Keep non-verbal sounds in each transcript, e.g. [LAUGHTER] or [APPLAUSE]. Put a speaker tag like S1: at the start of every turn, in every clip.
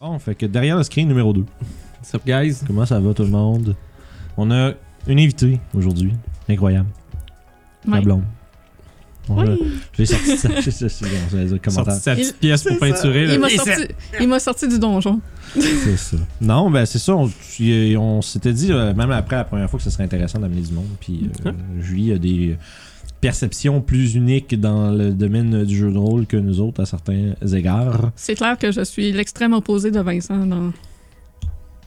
S1: Bon, fait que derrière le screen numéro 2.
S2: What's up, guys?
S1: Comment ça va tout le monde? On a une invitée aujourd'hui. Incroyable. La
S3: Ouais.
S1: blonde. Bon, là,
S3: Oui.
S1: J'ai sorti ça. [LAUGHS] Je sais- je sais- bon, j'allais dire
S2: Sorti
S1: commentaire.
S2: sa petite pièce pour
S1: C'est ça.
S2: peinturer. là.
S3: Il m'a
S2: Et
S3: sorti, il m'a sorti du donjon.
S1: C'est ça. Non, ben c'est ça. On, y- on s'était dit, euh, même après la première fois, que ce serait intéressant d'amener du monde. Puis euh, Julie a des perceptions plus uniques dans le domaine du jeu de rôle que nous autres à certains égards.
S3: C'est clair que je suis l'extrême opposé de Vincent dans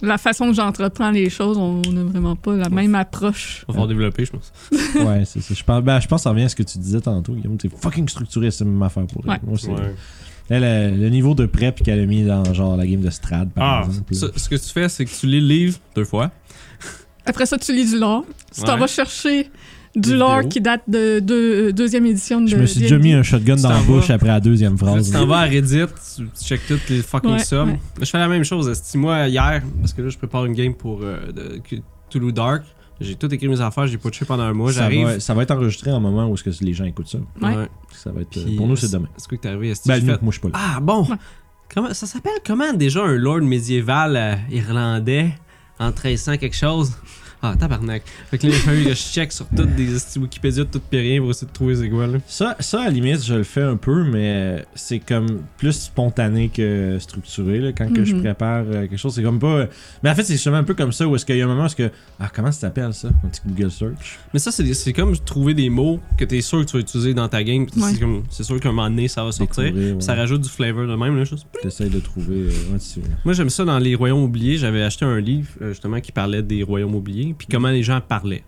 S3: la façon que j'entreprends les choses. On n'a vraiment pas la même approche.
S2: On va en développer, je pense.
S1: Ouais, c'est ça. Je pense, ben, je pense que ça revient à ce que tu disais tantôt. Guillaume. T'es fucking structuré, c'est ma affaire pour elle.
S3: Ouais.
S1: Moi, c'est- Elle, le, le niveau de prep qu'elle a mis dans genre la game de Strad, par
S2: Ah,
S1: exemple.
S2: ce, ce que tu fais, c'est que tu lis le livre deux fois.
S3: Après ça, tu lis du lore. Tu t'en
S2: Ouais.
S3: vas chercher
S2: Des
S3: du lore
S2: vidéos.
S3: qui date de, deux- euh, deuxième édition de
S1: Je me suis déjà
S3: D&D.
S1: mis un shotgun
S2: Tu
S1: dans la
S2: t'en
S1: bouche
S2: vas.
S1: après la deuxième
S2: Là,
S1: phrase.
S2: tu t'en vas à Reddit, tu tu check toutes les fucking
S3: Ouais,
S2: sommes.
S3: ouais.
S2: Je fais la même chose. esti. moi, hier, parce que là, je prépare une game pour euh, de- que- Toulouse Dark. J'ai tout écrit mes affaires, j'ai touché pendant un mois.
S1: ça, va,
S2: J'arrive.
S1: ça va être enregistré en moment où est-ce que les gens écoutent ça.
S3: Ouais.
S1: Ça va être,
S2: Puis,
S1: pour nous,
S2: euh,
S1: c'est demain.
S2: C'est quoi que t'es arrivé? esti?
S1: Ben,
S2: J'ai
S1: nous,
S2: fait,
S1: moi, je suis pas là.
S2: Ah bon!
S3: Ouais.
S2: Comment, ça s'appelle comment déjà un lord médiéval euh, irlandais en 1300 quelque chose? Ah, tabarnak. Fait que là, il a fallu que je check sur toutes des esti Wikipédia, tout pis rien pour essayer de trouver c'est quoi là.
S1: Ça, ça, à la limite, je le fais un peu, mais c'est comme plus spontané que structuré. là, quand que je
S3: Mhm.
S1: prépare euh, quelque chose, c'est comme pas. Mais en fait, c'est justement un peu comme ça où est-ce qu'il y a un moment où est-ce que. Ah, comment ça s'appelle ça Un petit Google search.
S2: Mais ça, c'est, des- c'est comme trouver des mots que t'es sûr que tu vas utiliser dans ta game. pis
S3: Ouais.
S2: C'est, comme, c'est sûr qu'à un moment donné, ça va sortir.
S1: Découvrir,
S2: Pis Ça
S1: ouais.
S2: rajoute du flavor de même, là, chose.
S1: T'essayes de trouver. euh, ouais, tu-
S2: Moi, j'aime ça dans Les Royaumes Oubliés. J'avais acheté un livre, euh, justement, qui parlait des Royaumes Oubliés, puis comment les gens parlaient.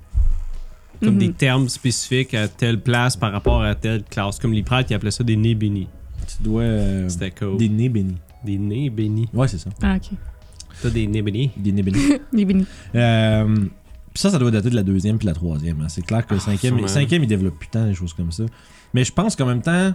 S2: Comme
S3: Mhm.
S2: des termes spécifiques à telle place par rapport à telle classe. Comme les prêtres, ils appelaient ça des nez bénis.
S1: tu dois. euh,
S2: C'était cool.
S1: des nez bénis.
S2: Mhm. Des nez bénis.
S1: Ouais, c'est ça.
S3: Ah, ok.
S2: T'as des nez bénis.
S1: Des nez bénis.
S2: [LAUGHS]
S3: Les bénis.
S1: Euh, pis ça, ça doit dater de la deuxième puis la troisième. hein. C'est clair que le
S2: Ah,
S1: cinquième,
S2: sûrement.
S1: cinquième, il développe putain des choses comme ça. Mais je pense qu'en même temps,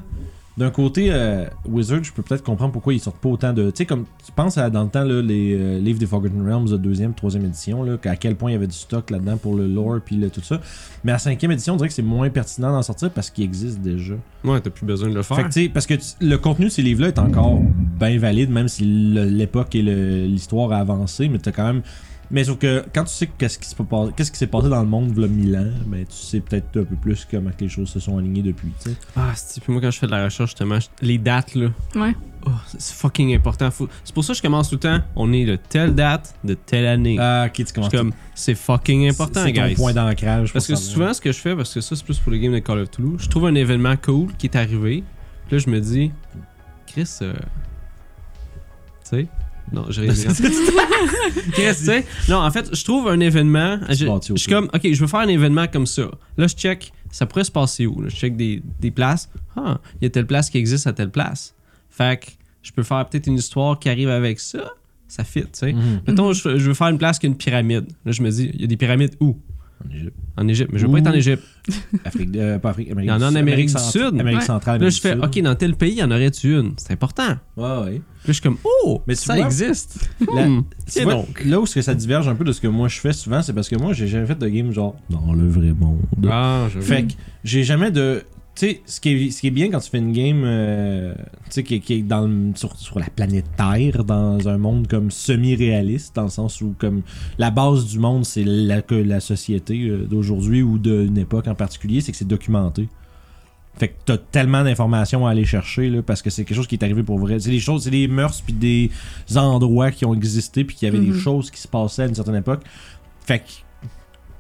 S1: d'un côté, euh, Wizard, je peux peut-être comprendre pourquoi ils sortent pas autant de. Tu sais, comme tu penses à, dans le temps, là, les euh, livres des Forgotten Realms de deuxième, troisième édition, là, à quel point il y avait du stock là-dedans pour le lore puis le- tout ça. Mais à cinquième édition, on dirait que c'est moins pertinent d'en sortir parce qu'il existe déjà.
S2: Ouais, t'as plus besoin de le faire.
S1: Fait que, tu sais, parce que tu- le contenu de ces livres-là est encore bien valide, même si le- l'époque et le- l'histoire a avancé, mais t'as quand même. Mais sauf que quand tu sais qu'est-ce qui se peut pas- qu'est-ce qui s'est passé dans le monde v'là 1000 ans, ben tu sais peut-être un peu plus comment que les choses se sont alignées depuis. tu sais.
S2: Ah, c'est puis moi quand je fais de la recherche justement, je- les dates là.
S3: Ouais.
S2: Oh, c'est c'est fucking important. Faut- C'est pour ça que je commence tout le temps. On est de telle date, de telle année.
S1: Ah, ok, tu
S2: Je
S1: commences.
S2: suis comme c'est fucking
S1: C'est-
S2: important,
S1: c'est ton
S2: guys.
S1: point d'ancrage.
S2: Parce que
S1: pour savoir.
S2: souvent ce que je fais, parce que ça c'est plus pour les games de Call of Toulouse, je trouve un événement cool qui est arrivé. Puis là je me dis, Chris, euh... tu sais. Non,
S1: [LAUGHS]
S2: j'ai rien dit. Chris, tu sais. Non, en fait, je trouve un événement.
S1: Tu
S2: Je,
S1: te bâtis
S2: je suis
S1: autour.
S2: comme, ok, je veux faire un événement comme ça. Là, je check, ça pourrait se passer où? Là, je check des, des places. Ah, il y a telle place qui existe à telle place. Fait que je peux faire peut-être une histoire qui arrive avec ça. Ça fit, tu sais.
S1: Mhm.
S2: Mettons, je, je veux faire une place qui a une pyramide. Là, je me dis, il y a des pyramides où?
S1: En Égypte,
S2: En Égypte. Mais je veux pas
S1: Ouh.
S2: être en Égypte.
S1: Afrique, de- euh, pas Afrique, Amérique
S2: Il y en a
S1: du
S2: en Amérique du
S1: centra-
S2: Sud.
S1: Amérique
S3: Ouais.
S1: centrale.
S2: Là, je fais,
S1: Amérique
S2: ok, dans tel pays, il y en aurait-tu une? C'est important.
S1: du
S2: Puis
S1: Sud. Ouais, ouais.
S2: là, je suis comme, oh,
S1: Mais
S2: mais
S1: tu
S2: ça
S1: vois-
S2: existe.
S1: La-
S2: Hmm.
S1: Tu
S2: Tiens
S1: vois,
S2: donc.
S1: Là où ce que ça diverge un peu de ce que moi je fais souvent, c'est parce que moi j'ai jamais fait de game genre dans le vrai monde.
S2: Ah, je
S1: Fait que j'ai jamais de. Tu sais, ce qui, est, ce qui est bien quand tu fais une game euh, tu sais, qui, qui est dans le- sur, sur la planète Terre, dans un monde comme semi-réaliste, dans le sens où comme la base du monde, c'est la, que la société euh, d'aujourd'hui ou d'une époque en particulier, c'est que c'est documenté. Fait que t'as tellement d'informations à aller chercher là, parce que c'est quelque chose qui est arrivé pour vrai. C'est des choses, c'est des mœurs puis des endroits qui ont existé puis qu'il y avait des
S3: Mhm.
S1: choses qui se passaient à une certaine époque. Fait que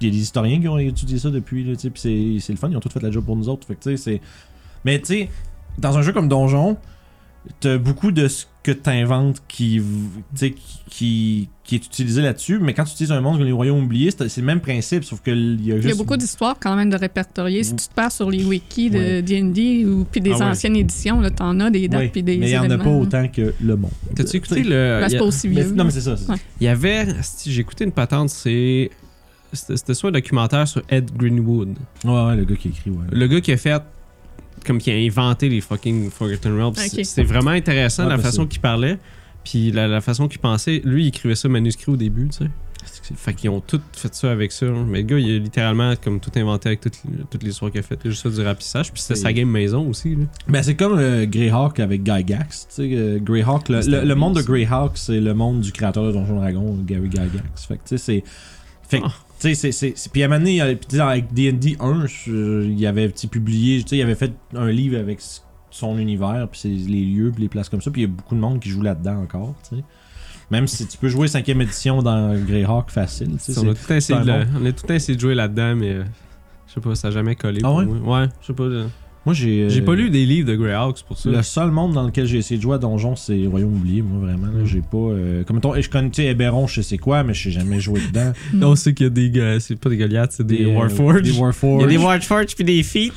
S1: il y a des historiens qui ont étudié ça depuis là, tu sais, puis c'est c'est le fun, ils ont tout fait la job pour nous autres. Fait que tu sais, c'est mais tu sais dans un jeu comme Donjon, t'as beaucoup de ce que t'inventes qui, v- tu sais, qui, qui, qui est utilisé là-dessus, mais quand tu utilises un monde comme les royaumes oubliés, c'est c'est le même principe, sauf que l- il y a juste.
S3: Il y a beaucoup d'histoires quand même de répertorier. Si tu te perds sur les wikis
S1: Ouais.
S3: de D&D ou puis des
S2: Ah ouais.
S3: anciennes éditions, là, t'en as des dates
S1: Ouais,
S3: puis des
S1: mais il y en a
S3: événements.
S1: pas autant que le monde.
S2: T'as-tu écouté le.
S3: Ben,
S2: il y
S3: c'est
S2: a-
S3: pas aussi
S1: Mais-
S3: vieux.
S1: non, mais c'est ça. c'est-
S3: Ouais.
S2: Il y avait, asti, j'ai écouté une patente, c'est. C'était c'était soit un documentaire sur Ed Greenwood.
S1: Ouais, ouais, le gars qui écrit, ouais.
S2: Le gars qui a fait. Comme qui a inventé les fucking Forgotten Realms.
S3: Ok.
S2: C'est- C'était vraiment intéressant
S1: Ouais,
S2: la
S1: parce
S2: façon
S1: que-
S2: qu'il parlait. Puis la, la façon qu'il pensait. Lui, il écrivait ça manuscrit au début, tu sais. Fait qu'ils ont tout fait ça avec ça. hein. Mais le gars, il a littéralement comme tout inventé avec toutes, les- toutes les histoires qu'il a faites. Il a Juste fait du rapissage. Puis c'était
S1: C'est-
S2: sa game maison aussi. Là.
S1: Ben, c'est comme euh, Greyhawk avec Gygax. Tu sais, euh, Greyhawk, le,
S2: C'était
S1: le- le
S2: bien,
S1: monde de
S2: ça.
S1: Greyhawk, c'est le monde du créateur de Donjon Dragon, Gary Gygax. Fait que, tu sais, c'est. Fait que,
S2: Ah.
S1: tu sais, c'est- c'est. c'est- Puis à un moment donné, il y a- puis, tu sais, avec DD 1, je- il avait petit publié, tu sais, il avait fait un livre avec s- son univers, puis ses- les lieux, puis les places comme ça. Puis il y a beaucoup de monde qui joue là-dedans encore, tu sais. Même si tu peux jouer 5ème édition dans Greyhawk facile, tu sais.
S2: on, a tout essayé
S1: c'est
S2: de la- on a tout essayé de jouer là-dedans, mais euh, je sais pas, ça a jamais collé.
S1: Ah
S2: pour
S1: ouais?
S2: moi. Ouais, je sais pas. euh,
S1: c'est- Moi, j'ai. euh,
S2: J'ai pas lu des livres de Greyhawks pour ça.
S1: Le seul monde dans lequel j'ai essayé de jouer à Donjon, c'est Royaume oublié, moi vraiment. là.
S2: Mm.
S1: J'ai pas. euh, comme ton, je connais, tu sais, Héberon, je sais c'est quoi, mais je sais jamais joué dedans.
S2: Non, c'est qu'il y a des. gars- C'est pas des Goliaths, c'est [LAUGHS] des,
S1: euh,
S2: Warforges.
S1: Des
S2: Il y
S1: Warforges.
S2: a des Warforges puis des Feats.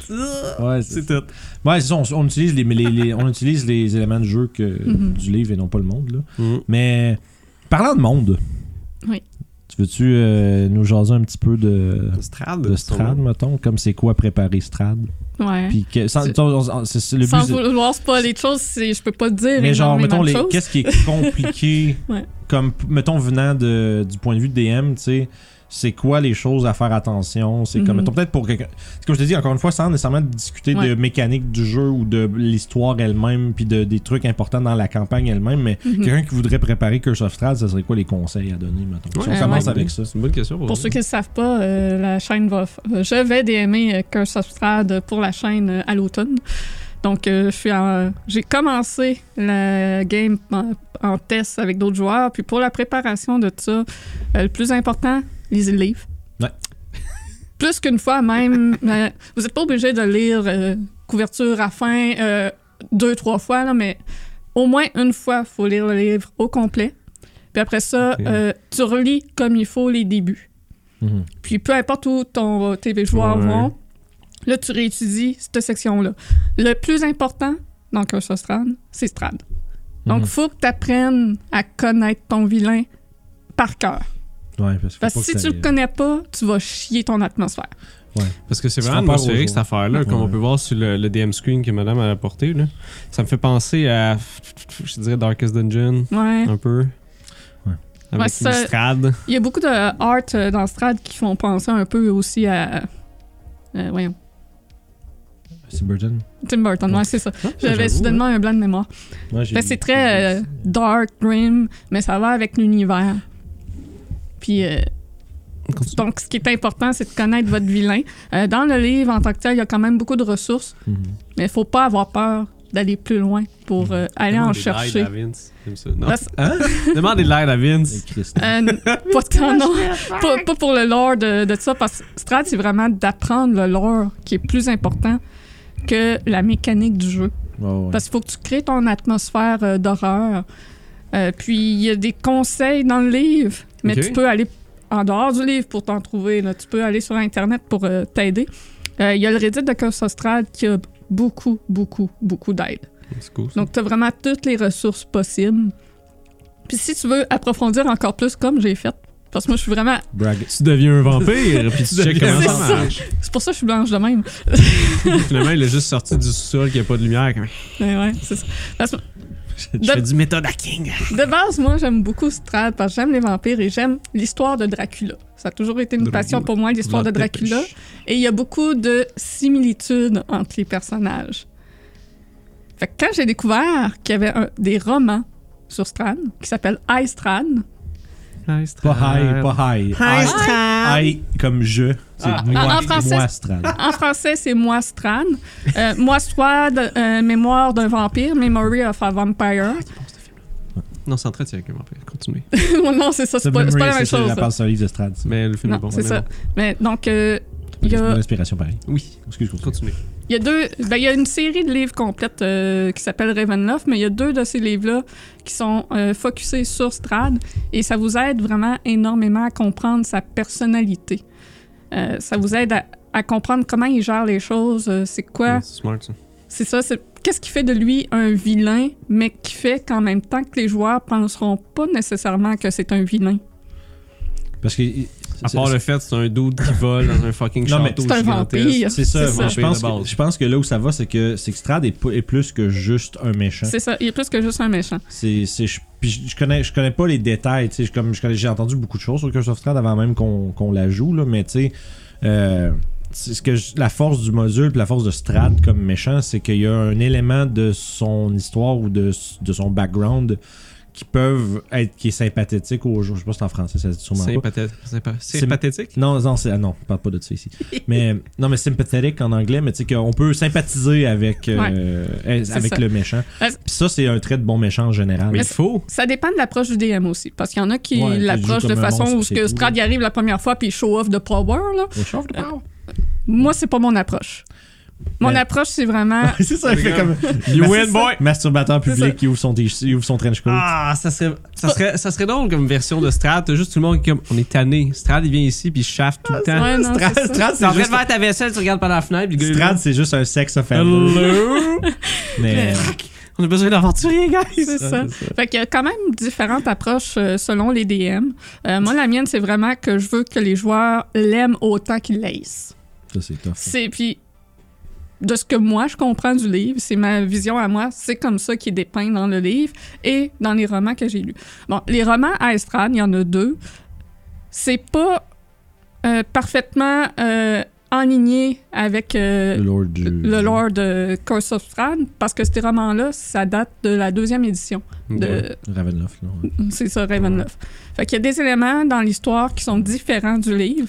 S1: Ouais,
S2: C'est
S1: c'est
S2: tout.
S1: ouais, c'est ça, on, on utilise les, les- les- on utilise les éléments de jeu que,
S3: Mhm.
S1: du livre et non pas le monde. Là.
S2: Mm.
S1: Mais parlant de monde.
S3: Oui.
S1: Tu veux-tu euh, nous jaser un petit peu de,
S2: Strad.
S1: de Strad, mettons Comme c'est quoi préparer Strad
S3: Ouais.
S1: Puis que, sans,
S3: Hein? C'est-
S1: on- on- c'est- c'est- le
S3: Sans
S1: but, c'est-
S3: vouloir spoiler de choses, c'est- je peux pas te dire.
S1: Mais genre, mettons,
S3: énormément de
S1: les, qu'est-ce
S3: choses.
S1: qui
S3: [LAUGHS]
S1: est compliqué,
S3: Ouais.
S1: comme, p- mettons, venant de, du point de vue de DM, tu sais, c'est quoi les choses à faire attention? C'est comme,
S3: Mhm.
S1: mettons, peut-être pour quelqu'un. C'est comme je te dis, encore une fois, sans nécessairement discuter de
S3: Ouais.
S1: mécanique du jeu ou de l'histoire elle-même, puis de, des trucs importants dans la campagne elle-même, mais
S3: Mhm.
S1: quelqu'un qui voudrait préparer Curse of Strahd, ça serait quoi les conseils à donner, mettons? si on
S3: Ouais,
S1: commence
S3: ouais.
S1: avec ça.
S2: C'est une bonne question pour,
S3: Pour ceux qui ne le savent pas, euh, la chaîne va. f- euh, Je vais DMer euh, Curse of Strahd pour la chaîne euh, à l'automne. Donc, euh, je suis en- j'ai commencé la game en, en test avec d'autres joueurs. Puis pour la préparation de ça, euh, le plus important, lisez le livre.
S1: Ouais.
S3: [LAUGHS] plus qu'une fois même, euh, vous n'êtes pas obligé de lire euh, couverture à fin euh, deux, trois fois, là, mais au moins une fois, faut lire le livre au complet. Puis après ça,
S2: Ok.
S3: euh, tu relis comme il faut les débuts.
S1: Mhm.
S3: Puis peu importe où ton, tes joueurs
S2: Ouais.
S3: vont, là, tu réétudies cette section-là. Le plus important dans Curse of Strahd, c'est Strad. Donc,
S1: Mhm.
S3: faut que tu apprennes à connaître ton vilain par cœur.
S1: Ouais, parce, qu'il faut
S3: Parce
S1: pas
S3: que si
S1: ça
S3: tu le
S1: arrive.
S3: connais pas, tu vas chier ton atmosphère.
S2: Parce que c'est
S1: Tu
S2: vraiment
S1: feras peur aux
S2: atmosphérique
S1: gens.
S2: cette affaire-là, comme on
S1: Ouais.
S2: peut voir sur le, le DM screen que madame a apporté. Là. Ça me fait penser à, je dirais, Darkest Dungeon,
S3: Ouais.
S1: Ah.
S2: un peu.
S1: Ouais.
S2: Avec
S3: Ouais,
S2: une
S3: ça-
S2: strade.
S3: Il y a beaucoup de art euh, dans Strad qui font penser un peu aussi à. euh, voyons.
S1: C'est Burton.
S3: Tim Burton, ouais, c'est ça.
S2: Ah,
S3: J'avais
S2: hein.
S3: soudainement un blanc de mémoire.
S1: Ouais, hein. j'ai-
S3: Fait que c'est très euh, dark, grim, mais ça va avec l'univers. Puis, euh, donc, ce qui est important, c'est de connaître votre vilain. Euh, dans le livre, en tant que tel, il y a quand même beaucoup de ressources,
S1: Mhm.
S3: mais il faut pas avoir peur d'aller plus loin pour euh, aller en
S2: Demande des
S3: chercher.
S2: lights à Vince, comme ça. Non. Hein?
S3: Parce-
S2: Demande des lights à
S1: Et
S2: Vince.
S1: Christ.
S3: Euh, pas, tant, non. Pas- pas pour le lore de, de ça, parce que Strat, c'est vraiment d'apprendre le lore qui est plus important que la mécanique du jeu.
S1: Ouais, ouais.
S3: Parce qu'il faut que tu crées ton atmosphère euh, d'horreur. Euh, puis il y a des conseils dans le livre, mais
S2: Ok.
S3: tu peux aller en dehors du livre pour t'en trouver. là. Tu peux aller sur Internet pour euh, t'aider. Euh, Il y a le Reddit de Curse of Strahd qui a beaucoup, beaucoup, beaucoup d'aide.
S2: C'est cool. ça.
S3: Donc, tu as vraiment toutes les ressources possibles. Puis si tu veux approfondir encore plus, comme j'ai fait, parce que moi, je suis vraiment...
S1: Brag-
S2: Tu deviens un vampire, puis
S3: [LAUGHS]
S2: tu checkes comment
S3: C'est
S2: ça
S3: ça.
S2: marche.
S3: C'est pour ça que je suis blanche de même.
S2: Finalement, il est juste sorti du sol, qu'il n'y a pas de lumière. comme-
S3: Mais ouais, c'est ça. Parce que
S2: Je
S3: De-
S2: fais du méthode hacking.
S3: de base, moi, j'aime beaucoup Strad, parce que j'aime les vampires et j'aime l'histoire de Dracula. Ça a toujours été une
S2: Dracula.
S3: passion pour moi, l'histoire de
S2: La
S3: Dracula.
S2: dépêche.
S3: Et il y a beaucoup de similitudes entre les personnages. Fait que quand j'ai découvert qu'il y avait un- des romans sur Strad, qui s'appellent High Strad,
S2: Nice,
S1: Pas high,
S2: Strad.
S1: pas Ah, high.
S2: High,
S1: High, high comme je. C'est
S2: Ah,
S1: moi,
S3: en- en français,
S1: moi, Strad.
S3: En français, c'est Moi Strad. Euh, Moi Strad, euh, Mémoire d'un vampire, Memory of a Vampire. [LAUGHS]
S2: Non, c'est en train de tirer avec un vampire. Continuez.
S3: non, c'est ça, c'est pas, c'est pas la même chose.
S1: La
S3: ça.
S1: passe sur un livre de Strad. ça.
S2: Mais le film
S3: Non,
S2: est bon.
S3: c'est
S2: mais
S3: ça.
S2: bon.
S3: Mais donc, euh, il y
S1: C'est
S3: a.
S1: une inspiration pareil.
S2: Oui,
S1: Excuse-moi.
S2: continuez.
S3: Il y a deux. Ben, il y a une série de livres complète euh, qui s'appelle Ravenloft, mais il y a deux de ces livres-là qui sont euh, focusés sur Strad et ça vous aide vraiment énormément à comprendre sa personnalité. Euh, ça vous aide à, à comprendre comment il gère les choses, euh, c'est quoi.
S2: C'est smart, ça.
S3: C'est ça, c'est qu'est-ce qui fait de lui un vilain, mais qui fait qu'en même temps que les joueurs penseront pas nécessairement que c'est un vilain.
S1: Parce que
S2: À part le fait que c'est un dude qui vole dans un fucking
S1: Non, mais
S2: château
S3: C'est un
S2: gigantesque.
S3: vampire.
S1: C'est ça,
S3: C'est
S1: moi,
S2: ça.
S1: Je, pense
S2: De base.
S1: que, je pense que là où ça va, c'est que, c'est que Strad est, pu- est plus que juste un méchant.
S3: C'est ça, il est plus que juste un méchant.
S1: C'est, c'est, je, puis je, je connais, je connais pas les détails, tu sais, je- comme je connais- j'ai entendu beaucoup de choses sur Curse of Strahd avant même qu'on, qu'on la joue, là, mais tu sais, euh, c'est ce que je- la force du module puis la force de Strad comme méchant, c'est qu'il y a un élément de son histoire ou de, de son background qui peuvent être, qui est sympathétique au jeu. Je sais pas si c'est en français, ça se dit sûrement
S2: C'est
S1: pas.
S2: pathétique. C'est pas- c'est
S1: C'est-
S2: pathétique.
S1: Non, non, c'est, ah non, on parle pas de ça ici. mais, non, mais sympathétique en anglais, mais tu sais qu'on peut sympathiser avec, euh,
S3: c'est
S1: avec
S3: ça.
S1: le méchant.
S3: Euh,
S1: Puis ça, c'est un trait de bon méchant en général.
S2: Mais
S3: Mais
S2: il faut.
S3: Ça dépend de l'approche du DM aussi. Parce qu'il y en a qui
S1: Ouais,
S3: l'approchent
S1: qui
S3: de
S1: jouent comme un
S3: façon
S1: monstre,
S3: où
S1: c'est
S3: ce que
S1: tout,
S3: Strad
S1: là.
S3: y arrive la première fois puis il show off de power. Là. Euh,
S1: Au chauve de power.
S3: Moi, c'est pas mon approche. Mon
S1: Mais-
S3: approche,
S1: [LAUGHS]
S3: c'est vraiment.
S1: Ouais, c'est ça, il fait comme.
S2: You
S1: Mas-
S2: win,
S1: c'est
S2: boy!
S1: ça. Masturbateur
S3: Ah. C'est
S1: public qui ouvre son, t- il ouvre son trench coat.
S2: Ah, ça serait, ça, serait, ça serait drôle comme version de Strat. T'as juste tout le monde qui est comme, on est tanné. Strat, il vient ici, puis il shaft tout le temps.
S3: Ouais, Ah, non,
S1: Strad,
S3: c'est ça.
S1: Strad,
S2: T'es en
S1: c'est
S2: train de
S1: juste.
S2: faire ta vaisselle, tu regardes par la fenêtre, puis le gars, il est
S1: Strad, c'est juste un sexe
S2: là,
S1: offender.
S2: Hello!
S1: Mais.
S2: On a besoin d'aventuriers, guys!
S3: C'est ça. Fait qu'il y a quand même différentes approches euh, selon les DM. Euh, moi, la mienne, c'est vraiment que je veux que les joueurs l'aiment autant qu'ils l'aissent.
S1: Ça, c'est tough.
S3: C'est puis de ce que moi je comprends du livre, c'est ma vision à moi, c'est comme ça qui est dépeint dans le livre et dans les romans que j'ai lus. Bon, les romans à Estrade, il y en a deux. C'est pas euh, parfaitement euh, enligné avec euh,
S1: Le Lord du.
S3: le lore de Curse of Strahd parce que ces romans-là, ça date de la deuxième édition de,
S1: Ravenloft, là. ouais.
S3: c'est ça, Ravenloft. Fait qu'il y a des éléments dans l'histoire qui sont différents du livre.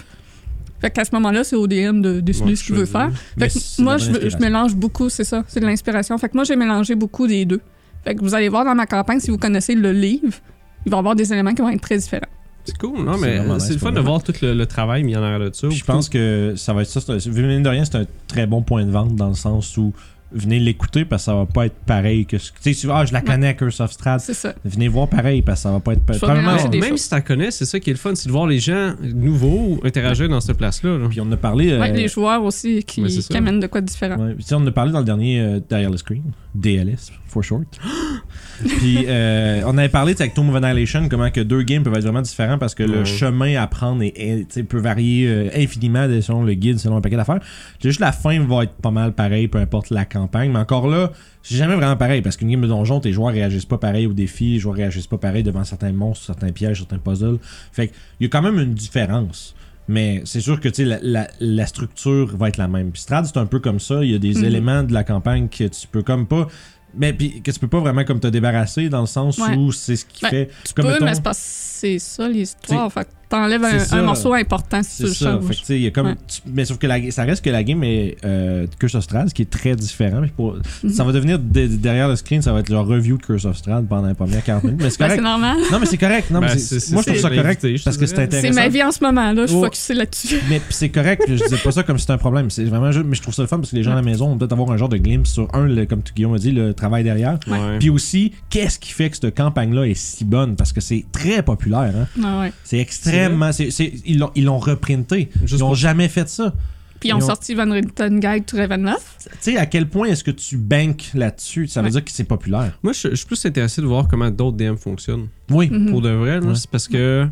S3: Fait qu'à ce moment-là, c'est au DM de décider
S2: Ouais,
S3: ce qu'il veut
S2: choisir.
S3: faire.
S1: Mais
S3: Fait que
S1: c'est de
S3: moi,
S1: la
S3: je,
S1: bonne
S3: veux- je
S1: inspiration.
S3: mélange beaucoup, c'est ça, c'est de l'inspiration. Fait que moi, j'ai mélangé beaucoup des deux. Fait que vous allez voir dans ma campagne, si vous connaissez le livre, il va y avoir des éléments qui vont être très différents.
S2: C'est cool, non,
S1: C'est
S2: mais
S1: vraiment
S2: c'est
S1: nice,
S2: le fun
S1: pour
S2: de
S1: vrai.
S2: voir tout le, le travail mis en arrière de ça.
S1: Puis je pense que ça va être ça. c'est un- Mine de rien, c'est un très bon point de vente dans le sens où. Venez l'écouter parce que ça va pas être pareil que ce que. Tu sais, tu- ah, je la connais à Curse of Strahd.
S3: C'est ça.
S1: Venez voir pareil parce que ça va pas être.
S3: Je vais
S1: Probablement,
S3: mélanger des
S2: même
S3: choses.
S2: si t'en connais, c'est ça qui est le fun, c'est de voir les gens nouveaux interagir dans cette place-là. là.
S1: Puis on en a parlé.
S3: Ouais,
S1: euh,
S3: les joueurs aussi qui,
S2: mais c'est ça.
S3: qui amènent de quoi de différent.
S1: Ouais, puis tu sais, on en a parlé dans le dernier euh, Derrière le Screen, DLS, for short. [GASPS] puis euh, on avait parlé tu sais, avec Tomb of Annihilation, comment que deux games peuvent être vraiment différents parce que
S2: Ouais.
S1: le chemin à prendre est- est, tu sais, peut varier euh, infiniment de- selon le guide, selon un paquet d'affaires. C'est Juste la fin va être pas mal pareil, peu importe la campagne. Mais encore là, c'est jamais vraiment pareil parce qu'une game de donjon, tes joueurs réagissent pas pareil aux défis, les joueurs réagissent pas pareil devant certains monstres, certains pièges, certains puzzles. Fait qu'il y a quand même une différence. Mais c'est sûr que tu sais, la, la, la structure va être la même. Puis Strad, c'est un peu comme ça. Il y a des
S3: Mhm.
S1: éléments de la campagne que tu peux comme pas. Mais puis que tu peux pas vraiment comme te débarrasser dans le sens
S3: Ouais.
S1: où c'est ce qui
S3: Ben,
S1: fait.
S3: Peu,
S1: Comme mettons-
S3: mais c'est parce que c'est ça l'histoire. Fait que t'enlèves
S1: c'est
S3: un,
S1: ça.
S3: un morceau important si tu
S1: C'est
S3: le
S1: ça.
S3: changes.
S1: Fait que, tu sais, il y a comme,
S3: Ouais.
S1: tu- mais sauf que la, ça reste que la game est euh, Curse of Strahd, ce qui est très différent. Puis pour-
S3: Mhm.
S1: Ça va devenir de- de- derrière le screen, ça va être leur review de Curse of Strahd pendant les premières 40 minutes. Mais c'est
S3: [LAUGHS] Ben, c'est
S1: correct.
S3: normal.
S1: non, mais c'est correct. Non,
S2: Ben,
S1: mais
S2: c'est-
S1: c'est-
S2: c'est
S1: moi, je trouve
S2: ça,
S1: ça
S2: l'invité,
S1: correct
S2: je te
S1: parce que c'est
S2: dirais.
S1: intéressant.
S3: C'est ma vie en ce moment, là. Je suis
S1: Oh.
S3: focusée là-dessus. [LAUGHS]
S1: Mais pis c'est correct, je disais pas ça comme c'est un problème. C'est vraiment juste, mais je trouve ça le fun parce que les gens à la maison vont peut-être avoir un genre de glimpse sur un, le- comme tu- Guillaume a dit, le travail derrière.
S2: Ouais.
S1: Puis aussi, qu'est-ce qui fait que cette campagne-là est si bonne Parce que c'est très populaire. Hein?
S3: Ah ouais.
S1: C'est extrêmement. c'est- c'est- ils l'ont- ils l'ont reprinté.
S2: Juste
S1: ils n'ont
S2: pour-
S1: jamais fait ça.
S3: Puis ils ont
S1: Ils ont-
S3: sorti Van Richten Guide to Ravenloft.
S1: Tu sais, à quel point est-ce que tu banques là-dessus Ça veut
S3: Ouais.
S1: dire que c'est populaire.
S2: Moi, je, je suis plus intéressé de voir comment d'autres DM fonctionnent.
S1: Oui.
S3: Mhm.
S2: Pour de vrai, là,
S1: Ouais.
S2: c'est parce que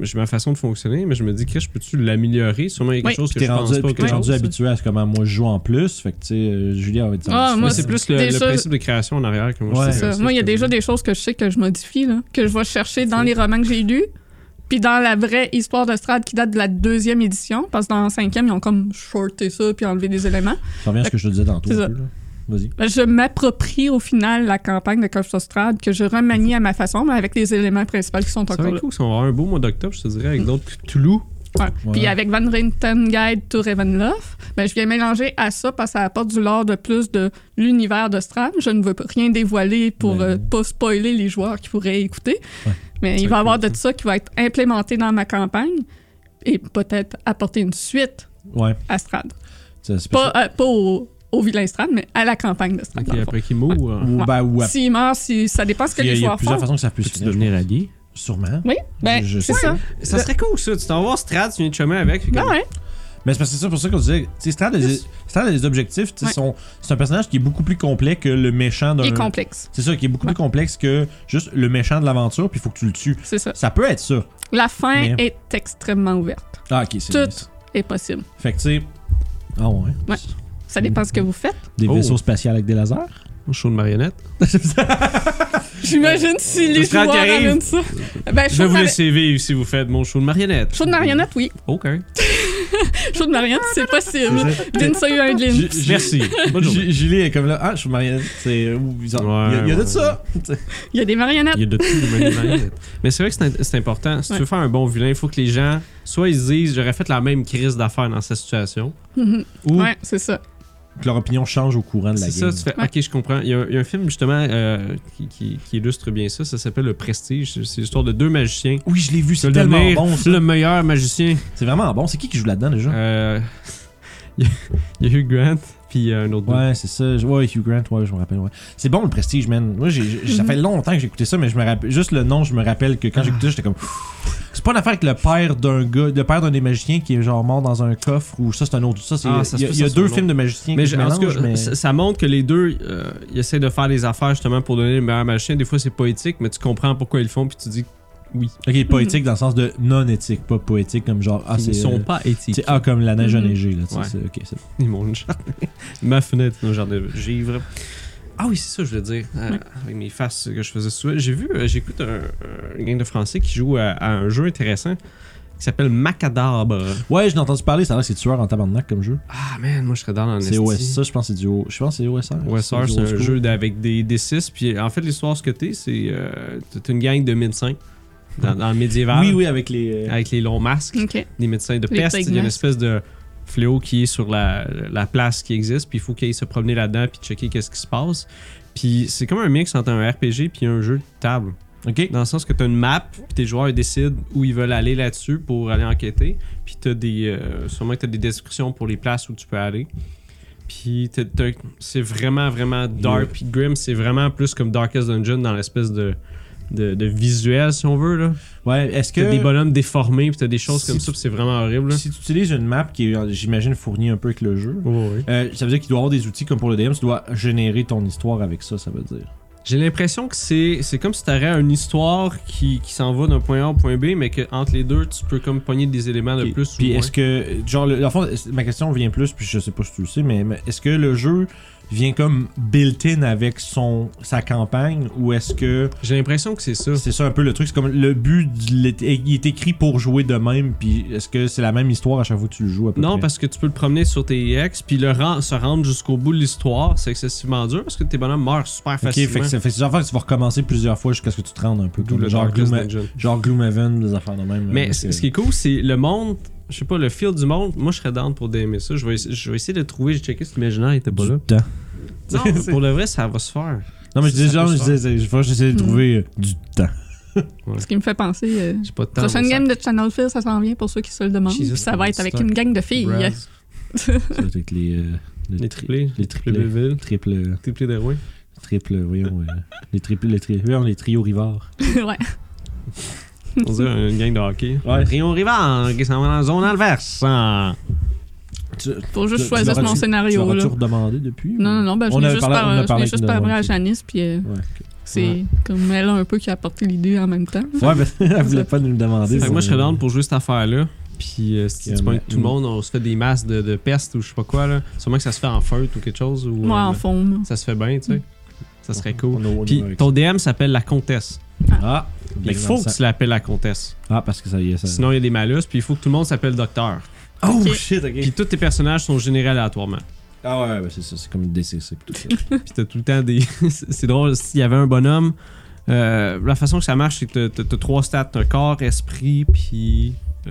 S2: j'ai ma façon de fonctionner, mais je me dis, que je peux-tu l'améliorer Sûrement il y a quelque
S3: Oui.
S2: chose
S1: Puis
S2: que
S1: t'es
S2: je pense
S1: rendu,
S2: pas.
S1: puis t'es
S2: quelque
S1: rendu
S2: chose.
S1: habitué à ce comment moi je joue en plus. Fait que tu sais, euh, Julia va être
S3: Ah,
S2: Mais
S3: Moi,
S2: c'est
S3: c'est-
S2: plus le,
S3: déjà-
S2: le principe de création en arrière que moi
S1: Ouais.
S2: je suis
S3: Ça.
S2: intéressé,
S3: Moi, il y a
S2: je te
S3: déjà
S2: dis.
S3: des choses que je sais que je modifie, là, que je vais chercher dans les romans que j'ai lus. Puis dans la vraie histoire de Strad qui date de la deuxième édition, parce que dans la cinquième, ils ont comme shorté ça puis enlevé des éléments.
S1: Ça revient à ce que je te disais tantôt.
S3: C'est
S1: un
S3: ça.
S1: peu, là. Vas-y.
S3: Ben, Je m'approprie au final la campagne de Curse of Strad que je remanie à ma façon, mais avec les éléments principaux qui sont
S2: Ça va
S3: encore là.
S2: être cool si on va avoir un beau mois d'octobre, je te dirais,
S3: Mhm.
S2: avec d'autres Toulouse.
S3: Ouais. Puis
S1: Ouais.
S3: avec Van Richten Guide to Ravenloft, ben, je viens mélanger à ça parce que ça apporte du lore de plus de l'univers de Strad. Je ne veux pas- rien dévoiler pour
S1: Ben
S3: euh,
S1: non.
S3: pas spoiler les joueurs qui pourraient écouter. Mais
S2: Ça
S3: il
S2: va
S3: va y avoir
S2: cool,
S3: de ça qui va être implémenté dans ma campagne et peut-être apporter une suite
S1: Ouais.
S3: à Strad.
S1: Ça, c'est
S3: Pas, euh, pas au, au vilain Strad, mais à la campagne de Strad.
S2: Ok,
S3: dans le fond.
S2: après qu'il mourent. euh,
S1: Ou,
S3: Ouais.
S1: ben, ou à-
S3: S'il meurt, si, ça dépend ce que
S1: il y a,
S3: les
S1: il y a
S3: joueurs
S1: plusieurs
S3: font.
S1: façons que ça puisse
S4: Peux-tu devenir allié?
S1: Sûrement.
S3: Oui, ben,
S1: Je-
S3: c'est
S1: je-
S3: ça.
S2: Ça serait cool ça, tu t'en vas voir Strat, tu viens de chemin avec. puis
S3: Ah ouais.
S1: Mais c'est parce que c'est ça pour ça qu'on disait. Tu sais, Strad a des- Strad a des objectifs. tu sais,
S3: Ouais.
S1: son- C'est un personnage qui est beaucoup plus complet que le méchant
S3: il est
S1: d'un.
S3: complexe.
S1: C'est ça, qui est beaucoup
S3: Ouais.
S1: plus complexe que juste le méchant de l'aventure, puis il faut que tu le tues.
S3: C'est ça.
S1: Ça peut être ça.
S3: La fin
S1: Mais-
S3: est extrêmement ouverte.
S1: Ah, ok, c'est
S3: Tout.
S1: nice.
S3: Est possible.
S1: Fait que tu sais. Ah ouais.
S3: Ouais. Ça dépend ce que vous faites.
S1: Des
S2: Oh.
S1: vaisseaux spatiaux avec des lasers.
S2: Un show de marionnette.
S3: [LAUGHS] J'imagine si
S2: Le
S3: les
S2: strand
S3: joueurs
S2: qui arrive.
S3: amènent ça. Ben,
S2: Je vais
S3: show de
S2: vous
S3: mari-
S2: laisser vivre si vous faites mon show de marionnette.
S3: show de marionnette, oui.
S2: Ok.
S3: Show de marionnette, c'est possible.
S1: C'est ça.
S3: Vince a eu un
S1: Ju-
S3: glimpse.
S1: ju-
S2: Merci. Bonne journée.
S1: Ju- Julie est comme là. Ah, je suis mariée. C'est où ils ont-
S2: Ouais,
S1: Il y a, il y a
S2: ouais.
S1: de ça.
S3: Il y a des marionnettes.
S2: Il y a de tout, même des
S3: [LAUGHS]
S2: marionnettes. Mais c'est vrai que c'est in- c'est important. Si
S3: Ouais.
S2: tu veux faire un bon vilain, il faut que les gens, soit ils se disent, j'aurais fait la même crise d'affaires dans cette situation,
S3: Mhm.
S2: ou
S3: Ouais, c'est ça.
S1: Que leur opinion change au courant de la
S2: c'est ça,
S1: game.
S2: tu fais,
S3: Ouais.
S2: ok, je comprends. Il y, a, un- il y a un film justement euh, qui, qui- qui illustre bien ça, ça s'appelle Le Prestige. C'est- C'est l'histoire de deux magiciens.
S1: Oui, je l'ai vu. C'est
S2: Ils veulent
S1: tellement
S2: devenir
S1: bon. ça.
S2: Le meilleur magicien.
S1: C'est vraiment bon. C'est qui qui joue là-dedans déjà
S2: Euh, [LAUGHS] Il y a- il y a Hugh Grant, puis euh, un autre. dude.
S1: Ouais, c'est ça. Je- Ouais, Hugh Grant, ouais, je me rappelle. Ouais. C'est bon le prestige, man. Moi, j'ai- j'ai- ça fait longtemps que j'ai écouté ça, mais je me rappelle. Juste le nom, je me rappelle que quand j'écoutais, j'étais comme. C'est pas une affaire avec le père d'un gars, le père d'un des magiciens qui est genre mort dans un coffre ou ça, c'est un autre. Ça, c'est.
S2: Ah, ça
S1: il
S2: se
S1: y a,
S2: peut,
S1: il y a
S2: ça, c'est un
S1: deux
S2: autre.
S1: films de magiciens
S2: Mais
S1: qui se
S2: je- en tout
S1: mélangent,
S2: cas,
S1: mais-
S2: ça, ça montre que les deux, euh, ils essaient de faire des affaires justement pour donner le meilleur magicien. Des fois, c'est poétique, mais tu comprends pourquoi ils le font, puis tu dis, oui.
S1: Ok, poétique dans le sens de non éthique, pas poétique comme genre. Ah, c'est.
S2: ils sont
S1: euh,
S2: pas éthiques.
S1: c'est- ah, comme la neige
S3: Mhm.
S1: a neigé, là. tu sais,
S2: Ouais.
S1: c'est- Ok, c'est bon.
S2: Ils m'ont jardin. [LAUGHS] Ma fenêtre, nos jardins de givre. Ah oui, c'est ça, que je voulais dire. euh, Avec mes faces que je faisais souvent. J'ai vu, euh, j'écoute un, un gang de français qui joue à, à un jeu intéressant qui s'appelle Macadabre.
S1: Ouais, j'ai entendu parler, ça a l'air que c'est tueur en tabarnak comme jeu.
S2: Ah man, moi je serais dans l'anesthésie.
S1: C'est OS, ça, je pense que c'est du. O- Je pense que c'est OSR.
S2: OSR,
S1: du
S2: c'est
S1: old
S2: un
S1: school.
S2: jeu d- avec des D6. Puis en fait, l'histoire, ce que t'es, c'est. euh, t'es une gang de médecins dans, dans le médiéval.
S1: Oui, oui, avec les. euh,
S2: Avec les longs masques.
S3: OK.
S2: des médecins de
S3: Les
S2: peste.
S3: plague
S2: Il y a une
S3: masks.
S2: espèce de fléau qui est sur la, la place qui existe, puis il faut qu'ils aillent se promener là-dedans puis checker qu'est-ce qui se passe. Puis c'est comme un mix entre un RPG puis un jeu de table.
S1: Ok.
S2: Dans le sens que tu as une map, puis tes joueurs ils décident où ils veulent aller là-dessus pour aller enquêter. Puis tu des. euh, sûrement que tu as des descriptions pour les places où tu peux aller. Puis t'as- t'as- c'est vraiment, vraiment dark. Puis Grim, c'est vraiment plus comme Darkest Dungeon dans l'espèce de, de, de visuel, si on veut. là.
S1: Ouais, est-ce que.
S2: T'as des bonhommes déformés, puis t'as des choses
S1: Si
S2: comme
S1: tu-
S2: ça, puis c'est vraiment horrible. là.
S1: Si tu utilises une map qui est, euh, j'imagine, fournie un peu avec le jeu,
S2: Ouais.
S1: euh, ça veut dire qu'il doit avoir des outils comme pour le DM, tu dois générer ton histoire avec ça, ça veut dire.
S2: J'ai l'impression que c'est c'est comme si t'aurais une histoire qui, qui s'en va d'un point A au point B, mais que entre les deux, tu peux comme pogner des éléments de
S1: Puis-
S2: plus ou
S1: Puis
S2: moins.
S1: est-ce que, genre, le, en fond, est-ce- ma question vient plus, puis je sais pas si tu le sais, mais mais est-ce que le jeu vient comme built-in avec son, sa campagne, ou est-ce que
S2: J'ai l'impression que c'est ça.
S1: c'est ça un peu le truc, c'est comme le but, du- l'é- il est écrit pour jouer de même, puis est-ce que c'est la même histoire à chaque fois que tu le joues à peu
S2: Non,
S1: près?
S2: parce que tu peux le promener sur tes ex, puis le ren- se rendre jusqu'au bout de l'histoire, c'est excessivement dur parce que tes bonhommes meurent super
S1: Ok, fait
S2: facilement.
S1: que ça fait genre que tu vas recommencer plusieurs fois jusqu'à ce que tu te rendes un peu
S2: D'où
S1: comme
S2: le
S1: genre,
S2: Darkest
S1: Glooma-
S2: Dungeon.
S1: genre Gloomhaven, des affaires de même.
S2: Mais
S1: euh,
S2: c-
S1: que-
S2: ce qui est cool, c'est le monde, je sais pas, le feel du monde. Moi, je serais down pour d'aimer ça. Je vais, essa- je vais essayer de trouver, j'ai checké si l'imaginaire était pas
S1: du
S2: là.
S1: temps.
S2: Non, pour le vrai, ça va se faire.
S1: Non, mais je
S2: Ça
S1: disais,
S2: peut Hmm.
S1: genre,
S2: se
S1: je disais, je vais essayer de
S3: Mhm.
S1: trouver euh, du temps.
S3: Ce qui me fait penser. euh,
S2: J'ai pas de temps.
S3: Prochaine
S2: mais ça-
S3: game de Channel Fear, ça s'en vient pour ceux qui se le demandent.
S2: Jesus,
S3: Puis ça va être avec
S2: stock.
S3: une gang de filles.
S2: Braz.
S1: Ça va être avec les. euh,
S2: Les triplés.
S1: Les
S2: Les
S1: triplés.
S2: Belleville.
S1: Triple.
S2: Triplé d'Héroïne.
S1: Triple, voyons. euh, les triplés, les tri- voyons, les trios rivards.
S3: [LAUGHS] ouais.
S2: On dirait une gang de hockey.
S1: Ouais.
S2: Trion Rivard qui s'en va dans la zone adverse. Ah.
S1: Tu,
S3: Faut juste
S1: tu
S3: choisir
S1: l'auras-tu-
S3: mon
S1: tu
S3: scénario.
S1: l'auras-tu
S3: là.
S1: redemandé depuis?
S3: Non, non, non, ben, je
S1: On
S3: l'ai
S1: avait
S3: juste,
S1: parlé- on a
S3: par, je
S1: parlé
S3: l'ai
S1: avec
S3: juste
S1: Noah,
S3: parlé à
S1: ok.
S3: Janice, puis euh,
S1: Ouais,
S3: c'est
S2: Ouais.
S3: comme elle un peu qui a apporté l'idée en même temps.
S1: Ouais, mais [LAUGHS] elle voulait pas nous le demander.
S2: Fait que moi, je serais
S1: dans
S2: down pour jouer cette affaire-là. Puis, euh, si
S1: Ok,
S2: tu pognes
S1: mais-
S2: tout le monde, on se fait des masses de, de peste ou je sais pas quoi. Là. Sûrement que ça se fait en feute ou quelque chose. Ou,
S3: Moi,
S2: euh,
S3: en fond. là.
S2: Ça se fait bien, tu sais. Ça serait cool.
S1: Puis,
S2: Puis, ton DM s'appelle la comtesse.
S1: Ah,
S2: Il
S1: bien
S2: faut
S1: dans
S2: que
S1: le
S2: tu l'appelles la comtesse.
S1: sang. Ah, parce que ça y est, ça.
S2: Sinon, il y a des malus. Puis, il faut que tout le monde s'appelle docteur.
S1: Oh
S3: Ok.
S1: shit, ok.
S2: Puis, tous tes personnages sont générés aléatoirement.
S1: Ah ouais, ouais, c'est ça, c'est comme une DCC. pis Tout ça.
S2: Puis t'as tout le temps des. [LAUGHS] c'est c'est drôle, s'il y avait un bonhomme. euh, la façon que ça marche, c'est que t'as- t'as t'as trois stats t'as corps, esprit, puis euh,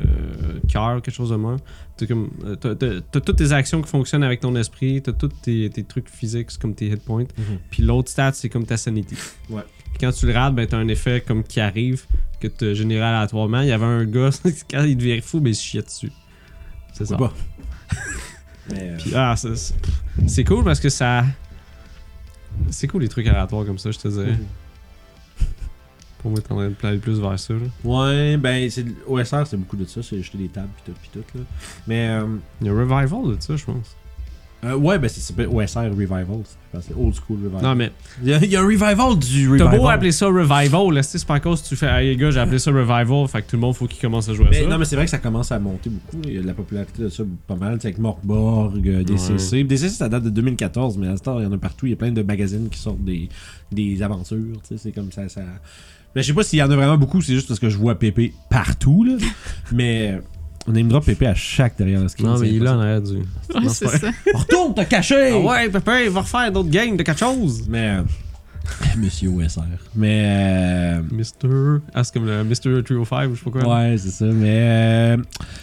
S2: cœur, quelque chose de même. T'as comme- euh, T'as t'as- t'as toutes tes actions qui fonctionnent avec ton esprit, t'as tous tes, tes trucs physiques, c'est comme tes hit points.
S1: Mhm.
S2: Puis l'autre stat, c'est comme ta sanity.
S1: Ouais.
S2: Puis quand tu le rates, ben, t'as un effet comme qui arrive, que t'as généré aléatoirement. Il y avait un gars, [LAUGHS] quand il devirait fou, ben il se chiait dessus. C'est ça.
S1: Pourquoi pas? [LAUGHS] Mais, euh,
S2: Puis, ah, ça, c'est- c'est cool parce que ça. C'est cool les trucs aléatoires comme ça, je te
S1: euh,
S2: dirais.
S1: Mm-hmm.
S2: Pour moi, t'en de planer plus vers ça. là.
S1: Ouais, ben, c'est OSR, c'est beaucoup de ça, c'est jeter des tables pis tout, pis tout, là. Mais, euh,
S2: Il y a un revival de ça, je pense.
S1: Euh, ouais, ben c'est c'est OSR Revival. c'est- C'est old school Revival.
S2: Non, mais
S1: Il, y a, il y a un revival du
S2: t'as
S1: revival.
S2: beau appeler ça Revival, là, si c'est pas à cause que tu fais, hey les gars, j'ai appelé ça Revival, fait que tout le monde faut qu'il commence à jouer à
S1: Mais
S2: ça.
S1: non, mais c'est vrai que ça commence à monter beaucoup. Il y a de la popularité de ça pas mal. tu sais, Avec Morborg, euh, DCC. DCC, ça date de 2014, mais à ce temps, il y en a partout. Il y a plein de magazines qui sortent des, des aventures. tu sais, C'est comme ça. ça... Mais je sais pas s'il y en a vraiment beaucoup. C'est juste parce que je vois Pépé partout.
S2: [LAUGHS]
S1: Là. mais euh, on aime drop Pépé à chaque derrière le screen.
S2: Non,
S1: c'est
S2: mais il est là en
S1: impossible.
S2: arrière du.
S3: Ouais, c'est
S2: vrai.
S3: ça.
S1: On Retourne, t'as caché!
S2: Ah ouais, papa, il va refaire d'autres games de quelque chose.
S1: Mais. euh, [LAUGHS] Monsieur OSR. Mais. euh,
S2: Mister. Ah, c'est comme le Mister 305 ou je sais pas quoi.
S1: Ouais, c'est ça. Mais euh,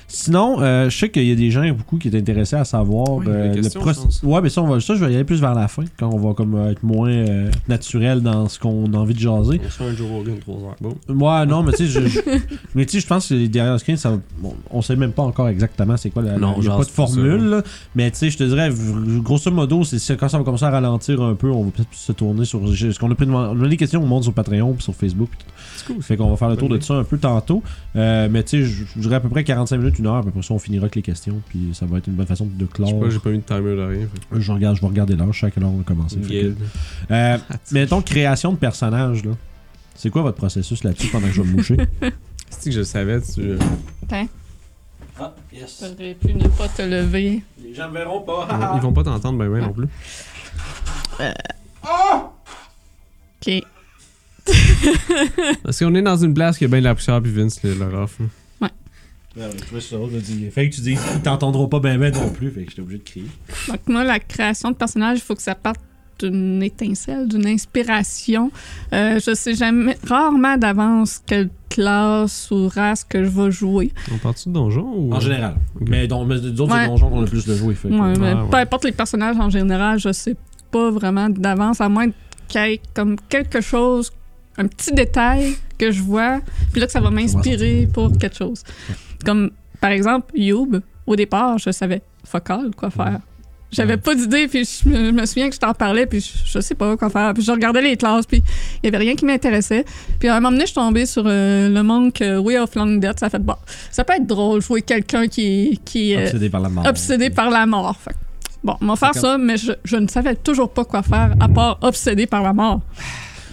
S1: sinon, euh, je sais qu'il y a des gens beaucoup qui étaient intéressés à savoir
S2: Oui, il y avait
S1: euh,
S2: des
S1: le
S2: questions, je pense.
S1: processus. Ouais, mais ça, on va, ça, je vais y aller plus vers la fin quand on va comme euh, être moins euh, naturel dans ce qu'on a envie de jaser.
S2: On se fait un Joe Rogan 3 heures. Bon.
S1: Ouais, non, mais tu sais, je,
S2: [LAUGHS]
S1: je- mais tu sais, je pense que les derrière le screen, ça, bon, on sait même pas encore exactement c'est quoi la.
S2: Non,
S1: il y a
S2: genre,
S1: pas de
S2: c'est pour ça,
S1: formule,
S2: ouais.
S1: là. mais tu sais, je te dirais, v- grosso modo, c'est c'est quand ça va commencer à ralentir un peu, on va peut-être se tourner sur. Ce qu'on a pris, de- on a des questions au monde sur Patreon, puis sur Facebook, puis
S2: C'est cool.
S1: fait qu'on va faire le tour de
S2: Bonne
S1: ça un peu tantôt. Euh, mais tu sais, je je dirais à peu près 45 minutes, une heure. Puis après ça, on finira avec les questions. Puis ça va être une bonne façon de
S2: Je sais
S1: clore.
S2: pas, j'ai pas mis de timer de rien. fait que-
S1: Je, regarde, je vais regarder l'heure. Chaque heure, on a commencé. Fait que- Euh, mettons, création de personnage, là. C'est quoi votre processus là-dessus pendant que je vais me moucher?
S3: [LAUGHS]
S2: Si que je le savais, tu.
S1: Ah, yes.
S3: T'aurais pu ne pas te lever.
S1: Les gens verront
S3: Ah.
S2: Ils ils vont pas t'entendre ben ben non plus.
S3: Ok.
S2: Parce qu'on est dans une place qui a bien de la poussière puis Vince le, le rough. hein. là.
S1: Ah, Fait que tu dis, ils t'entendront pas ben ben non plus. Fait que j'étais obligé de crier.
S3: Donc, moi, la création de personnage, il faut que ça parte d'une étincelle, d'une inspiration. Euh, je sais jamais, rarement d'avance quelle classe ou race que je vais jouer.
S2: On part-tu de donjon ou.
S1: En général.
S2: Ok.
S1: Mais dans mais d'autres
S3: Ouais.
S1: donjons qu'on a plus de jouer. Fait que- euh,
S3: Ouais, mais
S2: ouais.
S3: Peu importe les personnages en général, je sais pas vraiment d'avance, à moins qu'il y ait comme quelque chose, un petit détail que je vois, puis là que ça va m'inspirer pour quelque chose. Comme par exemple, Youb, au départ, je savais focal quoi faire. J'avais pas d'idée, puis je me- je me souviens que je t'en parlais, puis je, je sais pas quoi faire. Puis je regardais les classes, puis il y avait rien qui m'intéressait. Puis à un moment donné, je suis tombée sur euh, le monk euh, Way of Long Death. Ça fait, bon, ça peut être drôle jouer quelqu'un qui, qui euh,
S1: Obsédé par la mort.
S3: obsédé par la mort. Fait que, Bon, on va faire
S1: D'accord.
S3: ça, mais je, je ne savais toujours pas quoi faire à part obsédé par la mort.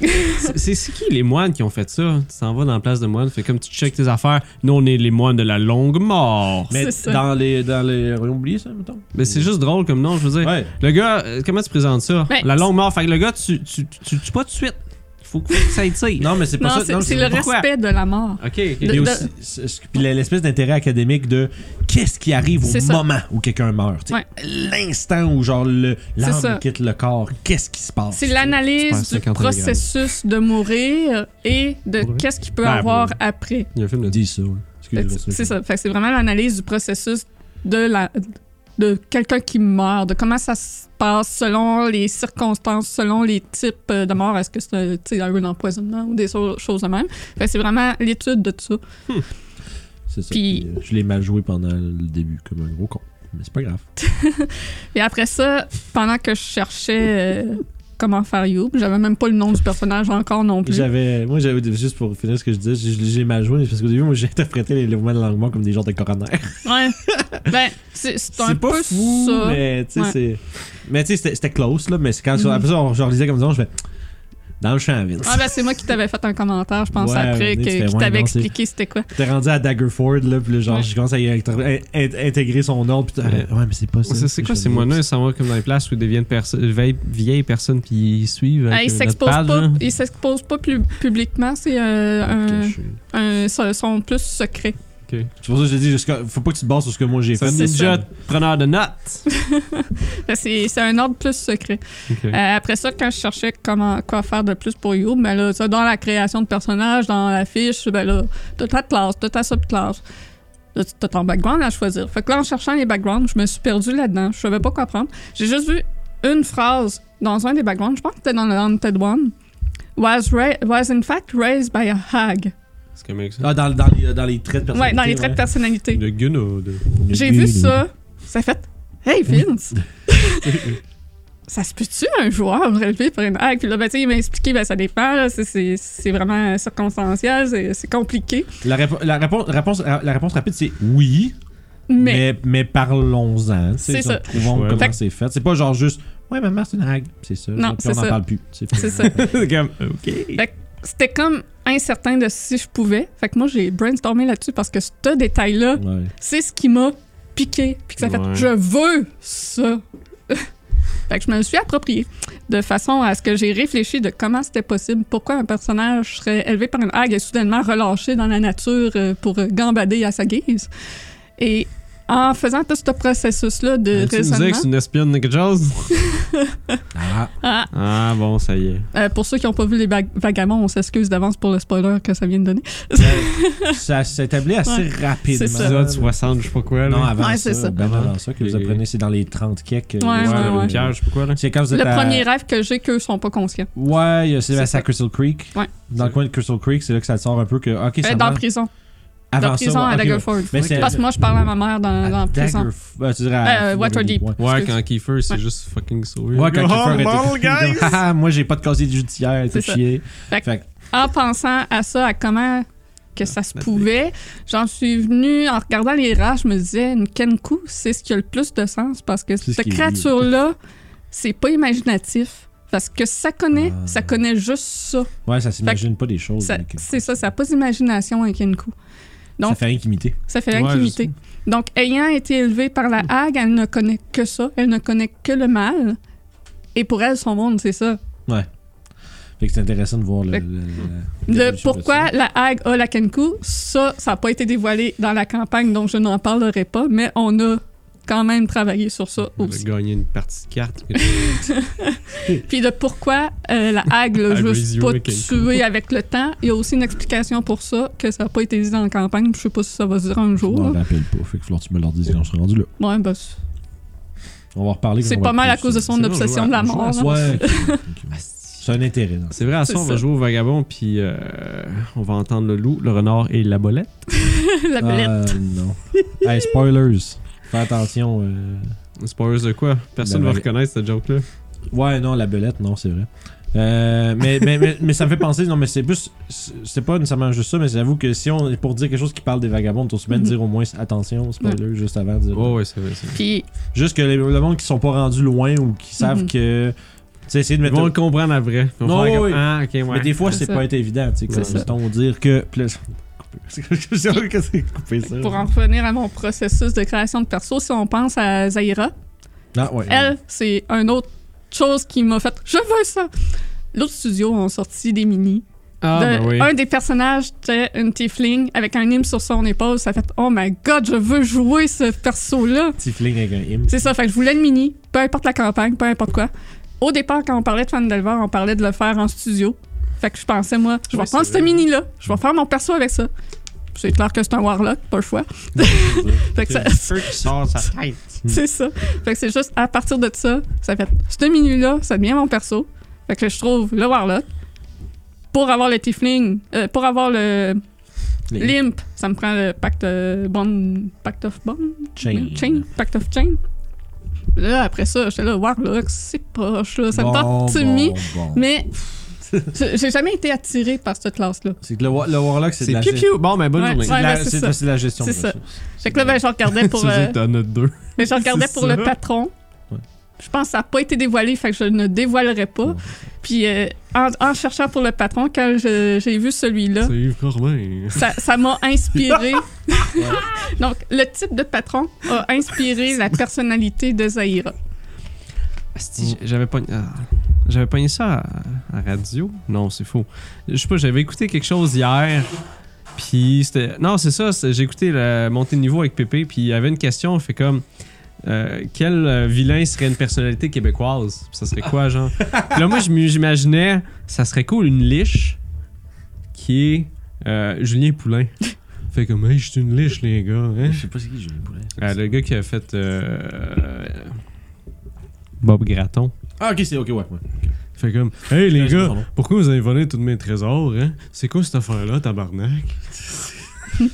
S2: C'est- C'est c'est qui les moines qui ont fait ça? Tu t'en vas dans la place de moines, fait comme tu checkes tes affaires. Nous, on est les moines de la longue mort.
S1: Mais
S3: C'est ça.
S1: dans les, dans les royaumes oubliés, ça, mettons?
S2: Mais c'est juste drôle comme nom, je veux dire.
S1: Ouais.
S2: Le gars, euh, comment tu présentes ça?
S3: Ben,
S2: la longue mort. Fait que le gars, tu tu, tu, tu tues pas tout de suite. Faut que, faut que ça
S1: [LAUGHS]
S2: étire.
S1: Non, mais c'est
S3: Non,
S1: pas ça.
S3: c'est
S1: non,
S3: c'est le
S2: pourquoi?
S3: respect de la mort.
S2: Ok, ok.
S1: Puis
S3: de-
S1: aussi, ce- ce- puis l'espèce d'intérêt académique de qu'est-ce qui arrive au
S3: C'est ça.
S1: moment où quelqu'un meurt. tu sais.
S3: Ouais.
S1: L'instant où genre le-
S3: C'est ça.
S1: l'âme quitte le corps, qu'est-ce qui se passe?
S3: C'est
S2: tu perds
S3: l'analyse du
S2: 50 milligrammes.
S3: processus de mourir et de
S2: Pour vrai?
S3: qu'est-ce qu'il peut
S2: Ben,
S3: avoir
S2: pour
S3: après.
S2: Il y a un film de
S1: Dis ça. ouais.
S3: Fait
S1: Excuse-moi,
S3: que C'est c'est ça. Fait que C'est vraiment l'analyse du processus de la de quelqu'un qui meurt, de comment ça se passe selon les circonstances, selon les types euh, de mort. Est-ce que c'est euh, tu sais, un empoisonnement ou des so- choses de même? Fait que C'est vraiment l'étude de tout ça.
S1: C'est ça.
S3: Puis-
S1: Puis, euh, je l'ai mal joué pendant le début comme un gros con. Mais c'est pas grave.
S3: Et après ça, pendant que je cherchais euh, comment faire You, j'avais même pas le nom du personnage encore non plus.
S1: J'avais, moi, j'avais juste pour finir ce que je disais, j'ai, j'ai mal joué parce qu'au début, moi, [LAUGHS] j'ai interprété les mouvements de Langmont comme des genres de coroner.
S3: Ouais. [LAUGHS] ben, c'est c'est un
S1: C'est pas
S3: peu
S1: fou,
S3: ça.
S1: mais tu sais,
S3: Ouais.
S1: c'est. Mais tu sais, c'était, c'était close, là. Mais c'est quand
S3: Mhm.
S1: après ça, on, je relisais comme ça, je fais dans le champ, Vince.
S3: Ah ben c'est moi qui t'avais fait un commentaire, je pense,
S1: Ouais,
S3: après,
S1: René, tu
S3: que,
S1: fais,
S3: qui
S1: ouais,
S3: t'avait
S1: non, c'est-
S3: expliqué c'était quoi.
S1: T'es rendu à Daggerford, là, puis là, genre,
S3: Ouais.
S1: je commence à y inter- in- in- intégrer son ordre, puis t'as-
S2: Ouais.
S1: ouais, mais c'est pas ça.
S2: C'est c'est quoi
S1: Je-
S2: ces moines-là? Ils s'en vont comme dans les places où ils deviennent perso- euh, vieilles, vieilles personnes puis ils suivent.
S3: Ah,
S2: avec,
S3: il
S2: euh,
S3: s'expose
S2: notre page,
S3: pas,
S2: là.
S1: hein.
S3: il s'expose pas plus publiquement, c'est euh, un,
S1: Caché.
S3: un- so- son plus secret.
S1: C'est pour ça que je te dis, jusqu'à- faut pas que tu te bases sur ce que moi j'ai
S2: C'est
S1: fait.
S2: un
S3: c'est
S2: ninja preneur de notes.
S3: Ben, C'est c'est un ordre plus secret.
S2: Ok.
S3: Euh, après ça, quand je cherchais comment, quoi faire de plus pour You, ben là, ça, dans la création de personnages, dans la fiche, ben là, t'as ta classe, t'as ta subclasse. Là, tu- T'as ton background à choisir. Fait que là, en cherchant les backgrounds, je me suis perdue là-dedans. Je savais pas quoi prendre. J'ai juste vu une phrase dans un des backgrounds, je pense que c'était dans le Haunted One, was, ra- was in fact raised by a hag.
S2: C'est comme ça.
S1: Ah, dans, dans, les, dans les traits de
S3: Ouais,
S1: personnalité.
S3: dans les traits de personnalité.
S2: De gun ou de.
S3: J'ai vu ça, ça fait Hey Vince! [LAUGHS] ça se peut-tu un joueur relevé pour une hack? Puis là, ben, tu sais, il m'a expliqué, ben, ça dépend, là, c'est- c'est c'est vraiment circonstanciel, c'est c'est compliqué.
S1: euh, La, répo- la réponse, réponse, la réponse rapide, c'est oui.
S3: Mais,
S1: Mais, mais parlons-en. tu sais,
S3: C'est
S1: si
S3: ça.
S1: Trouvons
S2: Ouais.
S1: comment
S3: Fait-
S1: c'est fait. C'est pas genre juste, ouais, ma mère, c'est une hague. C'est ça.
S3: Non,
S1: puis
S3: c'est
S1: on n'en
S3: ça.
S1: parle plus.
S3: [LAUGHS] C'est ça.
S1: C'est comme, OK.
S3: c'était comme incertain de si je pouvais. Fait que moi, j'ai brainstormé là-dessus parce que ce détail-là,
S1: Ouais.
S3: c'est ce qui m'a piqué. Puis que ça fait
S2: Ouais.
S3: je veux ça. [LAUGHS] fait que je me le suis approprié de façon à ce que j'ai réfléchi de comment c'était possible, pourquoi un personnage serait élevé par une hague et soudainement relâché dans la nature euh, pour euh, gambader à sa guise. Et en faisant tout ce processus-là de
S2: Ah, Tu nous disais que
S3: raisonnement,
S2: c'est une espionne de quelque chose?
S3: [LAUGHS]
S1: Ah,
S3: Ah,
S2: Ah bon, ça y est.
S3: euh, pour ceux qui n'ont pas vu les Vag- vagabonds, on s'excuse d'avance pour le spoiler que ça vient de donner.
S1: ça s'établit assez
S3: Ouais,
S1: rapidement.
S3: c'est ça.
S2: Épisode 60, je sais pas quoi.
S1: Non,
S2: là.
S1: avant
S3: Ouais,
S1: ça.
S3: c'est ça.
S1: ben
S2: Avant.
S1: avant ça que vous
S2: Les-
S1: apprenez, c'est dans les 30 keks. euh,
S3: Ouais,
S2: Ouais,
S3: ouais,
S2: le
S3: ouais.
S2: pierre, je sais pas quoi, là.
S1: C'est quand vous êtes
S3: Le
S1: à-
S3: premier rêve que j'ai qu'eux sont pas conscients.
S1: Ouais, il y a- c'est
S3: C'est
S1: à
S3: ça.
S1: Crystal Creek.
S3: Ouais.
S1: Dans le coin de Crystal Creek, c'est là que ça sort un peu que. Ok,
S3: Euh,
S1: ça
S3: dans
S1: va.
S3: prison.
S1: Avant
S3: dans prison
S1: ça, ouais,
S3: à
S1: ok, ouais.
S3: Daggerford.
S1: Mais c'est- Ah,
S3: Parce que moi, je parle à ma mère dans,
S1: À
S3: dans prison.
S1: Daggerf- euh, tu dirais à-
S3: Euh, Waterdeep.
S1: Ouais.
S2: Ouais,
S3: Excuse.
S2: quand Kiefer, c'est
S3: Ouais.
S2: juste fucking sauvé.
S1: Ouais, quand
S2: Comme,
S1: Kiefer était-
S2: oh, mon guys!
S1: comme, [LAUGHS] Ah, moi, j'ai pas de casier judiciaire, t'es
S3: C'est ça.
S1: chier.
S3: Fait que-
S1: Fait que-
S3: En pensant à ça, à comment que ça se
S2: That's
S3: pouvait, j'en suis venue, en regardant les rares, je me disais, une Kenku, c'est ce qui a le plus de sens parce que
S1: C'est ce
S3: cette
S1: qui est
S3: créature-là, c'est pas imaginatif. Parce que ça connaît,
S1: Ah.
S3: ça connaît juste ça.
S1: Ouais, ça s'imagine pas des choses.
S3: Ça-
S1: avec-
S3: C'est ça, ça n'a pas d'imagination un Kenku.
S1: Ça
S3: Donc-
S1: fait rien qu'imiter.
S3: Ça fait rien
S2: Ouais, je
S3: qu'imiter. Donc, ayant été élevée par
S1: Mm.
S3: la Hague, elle ne connaît que ça. Elle ne connaît que le mal. Et pour elle, son monde, c'est ça.
S1: Fait que c'est intéressant de voir le.
S3: Fait-
S1: le- le-
S3: Le
S1: l'évolution de
S3: pourquoi
S1: ça.
S3: la Hague a la Kenku, ça, ça n'a pas été dévoilé dans la campagne, donc je n'en parlerai pas, mais on a quand même travaillé sur ça
S2: On a
S3: aussi.
S2: gagné une partie de carte.
S3: Puis de pourquoi euh, la Hague l'a
S2: I raise
S3: juste
S2: you
S3: pas
S2: a Kenku.
S3: tué avec le temps, il y a aussi une explication pour ça, que ça n'a pas été dit dans la campagne, je sais pas si ça va se dire un
S1: Je
S3: jour.
S1: m'en
S3: là.
S1: rappelle pas. Fait que falloir que tu me leur dises quand je serai rendu là.
S3: Ouais, ben, c'est-
S1: On va reparler. quand
S3: c'est
S1: on
S3: pas
S1: va
S3: mal à
S1: plus-
S3: cause de son
S2: C'est bon,
S3: obsession
S2: on
S3: de la
S1: hein.
S2: joue à- on
S3: mort. hein?
S2: joue
S3: là.
S1: Ouais. ok, ok. C'est un intérêt. dans ça.
S2: C'est vrai, à
S3: C'est
S2: ça, on va
S3: ça.
S2: jouer au vagabond, puis euh, on va entendre le loup, le renard et la bolette.
S3: [LAUGHS] la belette.
S1: Ah, non. Hey, spoilers. Fais attention. euh,
S2: Spoilers de quoi Personne
S1: Ben,
S2: va
S1: ben,
S2: reconnaître cette joke-là.
S1: Ouais, non, la belette, non, c'est vrai. Euh, mais, mais, mais, mais ça me fait penser, non, mais c'est plus. C'est pas nécessairement juste ça, mais j'avoue que si on. Pour dire quelque chose qui parle des vagabonds, on se met à
S3: Mhm.
S1: dire au moins attention, spoiler, juste avant. Dire,
S2: Oh, ouais, c'est vrai. c'est vrai.
S3: Puis
S1: Juste que les, le monde qui sont pas rendus loin ou qui savent
S3: Mhm.
S1: que. Tu sais, essayer de
S2: Ils
S1: mettre.
S2: vont le comprendre à vrai. Ils vont
S1: Non,
S2: faire comme,
S1: oui.
S2: Ah, ok, ouais.
S1: Mais des fois,
S3: C'est
S1: c'est
S3: ça.
S1: pas été évident, tu sais,
S2: C'est
S1: comme
S2: ça.
S1: mettons, dire que. [LAUGHS] Puis là, c'est coupé. Je sais pas que c'est coupé ça.
S3: Pour en revenir à mon processus de création de perso, si on pense à Zaira,
S1: Ah, ouais.
S3: elle, c'est une autre chose qui m'a fait « Je veux ça! » L'autre studio ont sorti des minis.
S2: Ah,
S3: De-
S2: ben oui.
S3: Un des personnages était une tiefling avec un hymne sur son épaule. Ça fait « Oh my God, je veux jouer ce perso-là!
S1: Petit fling avec un hymne. »
S3: C'est ça, fait que je voulais le mini, peu importe la campagne, peu importe quoi. Au départ, quand on parlait de Fandelver, on parlait de le faire en studio. Fait que je pensais, moi, je vais
S2: Oui,
S3: prendre
S2: c'est
S3: ce
S2: vrai.
S3: mini-là, je vais faire mon perso avec ça. C'est clair que c'est un warlock, pas
S2: [LAUGHS]
S3: le choix. Fait que ça-
S2: feu qui sort de sa tête.
S1: Hmm.
S3: C'est ça. Fait que c'est juste à partir de ça, ça fait ce menu-là, ça devient mon perso. Fait que je trouve le Warlock. Pour avoir le Tiefling, euh, pour avoir le
S1: Les
S3: Limp, ça me prend le Pact, euh, bond, pact of Bond,
S1: chains.
S3: Chain, Pact of Chain. Là, après ça, j'étais là, Warlock, c'est proche, là, ça me tente Timmy,
S1: bon, bon. [LAUGHS]
S3: mais j'ai j'ai jamais été attiré par cette classe-là.
S1: C'est que le, wa- le Warlock, c'est de
S2: C'est
S1: la
S2: piou
S1: gestion.
S2: piou. Bon, ben bonne
S3: Ouais,
S2: journée.
S1: C'est de la-
S3: ben, c'est
S1: c'est de
S3: ça.
S1: c'est de la gestion. de
S3: C'est ça.
S1: ressources.
S3: Fait que là, ben, je
S1: [LAUGHS]
S3: regardais pour.
S2: Tu
S3: euh,
S2: sais, t'en as deux.
S3: Mais je regardais
S2: C'est
S3: pour le
S2: ça.
S3: patron.
S1: Ouais.
S3: Je pense que ça n'a pas été dévoilé, fait que je ne dévoilerai pas.
S1: Ouais.
S3: Puis euh, en, en cherchant pour le patron, quand je- j'ai vu celui-là,
S2: C'est Yves Corbin.
S3: ça ça m'a inspiré.
S2: [LAUGHS]
S3: Donc, le type de patron a inspiré la personnalité de Zaira.
S2: Asti, j'avais pas j'avais pogné ça à, à radio non c'est faux je sais pas j'avais écouté quelque chose hier puis c'était non c'est ça c'est- j'ai écouté la montée de niveau avec Pépé puis il y avait une question fait comme euh, quel euh, vilain serait une personnalité québécoise Puis ça serait quoi genre Puis là moi je m'imaginais ça serait cool une liche qui est euh, Julien Poulain [LAUGHS] fait comme hey je suis une liche les gars hein?
S1: Je sais pas c'est qui, j'ai le poulet.
S2: Euh, le gars qui a fait euh, Bob Gratton
S1: Ah, ok, c'est ok, ouais. ouais.
S2: fait comme, hey les
S1: Ouais, c'est pas
S2: gars,
S1: son
S3: [LAUGHS]
S1: nom.
S2: pourquoi vous avez volé tous mes trésors, hein? C'est quoi cette affaire-là, tabarnak?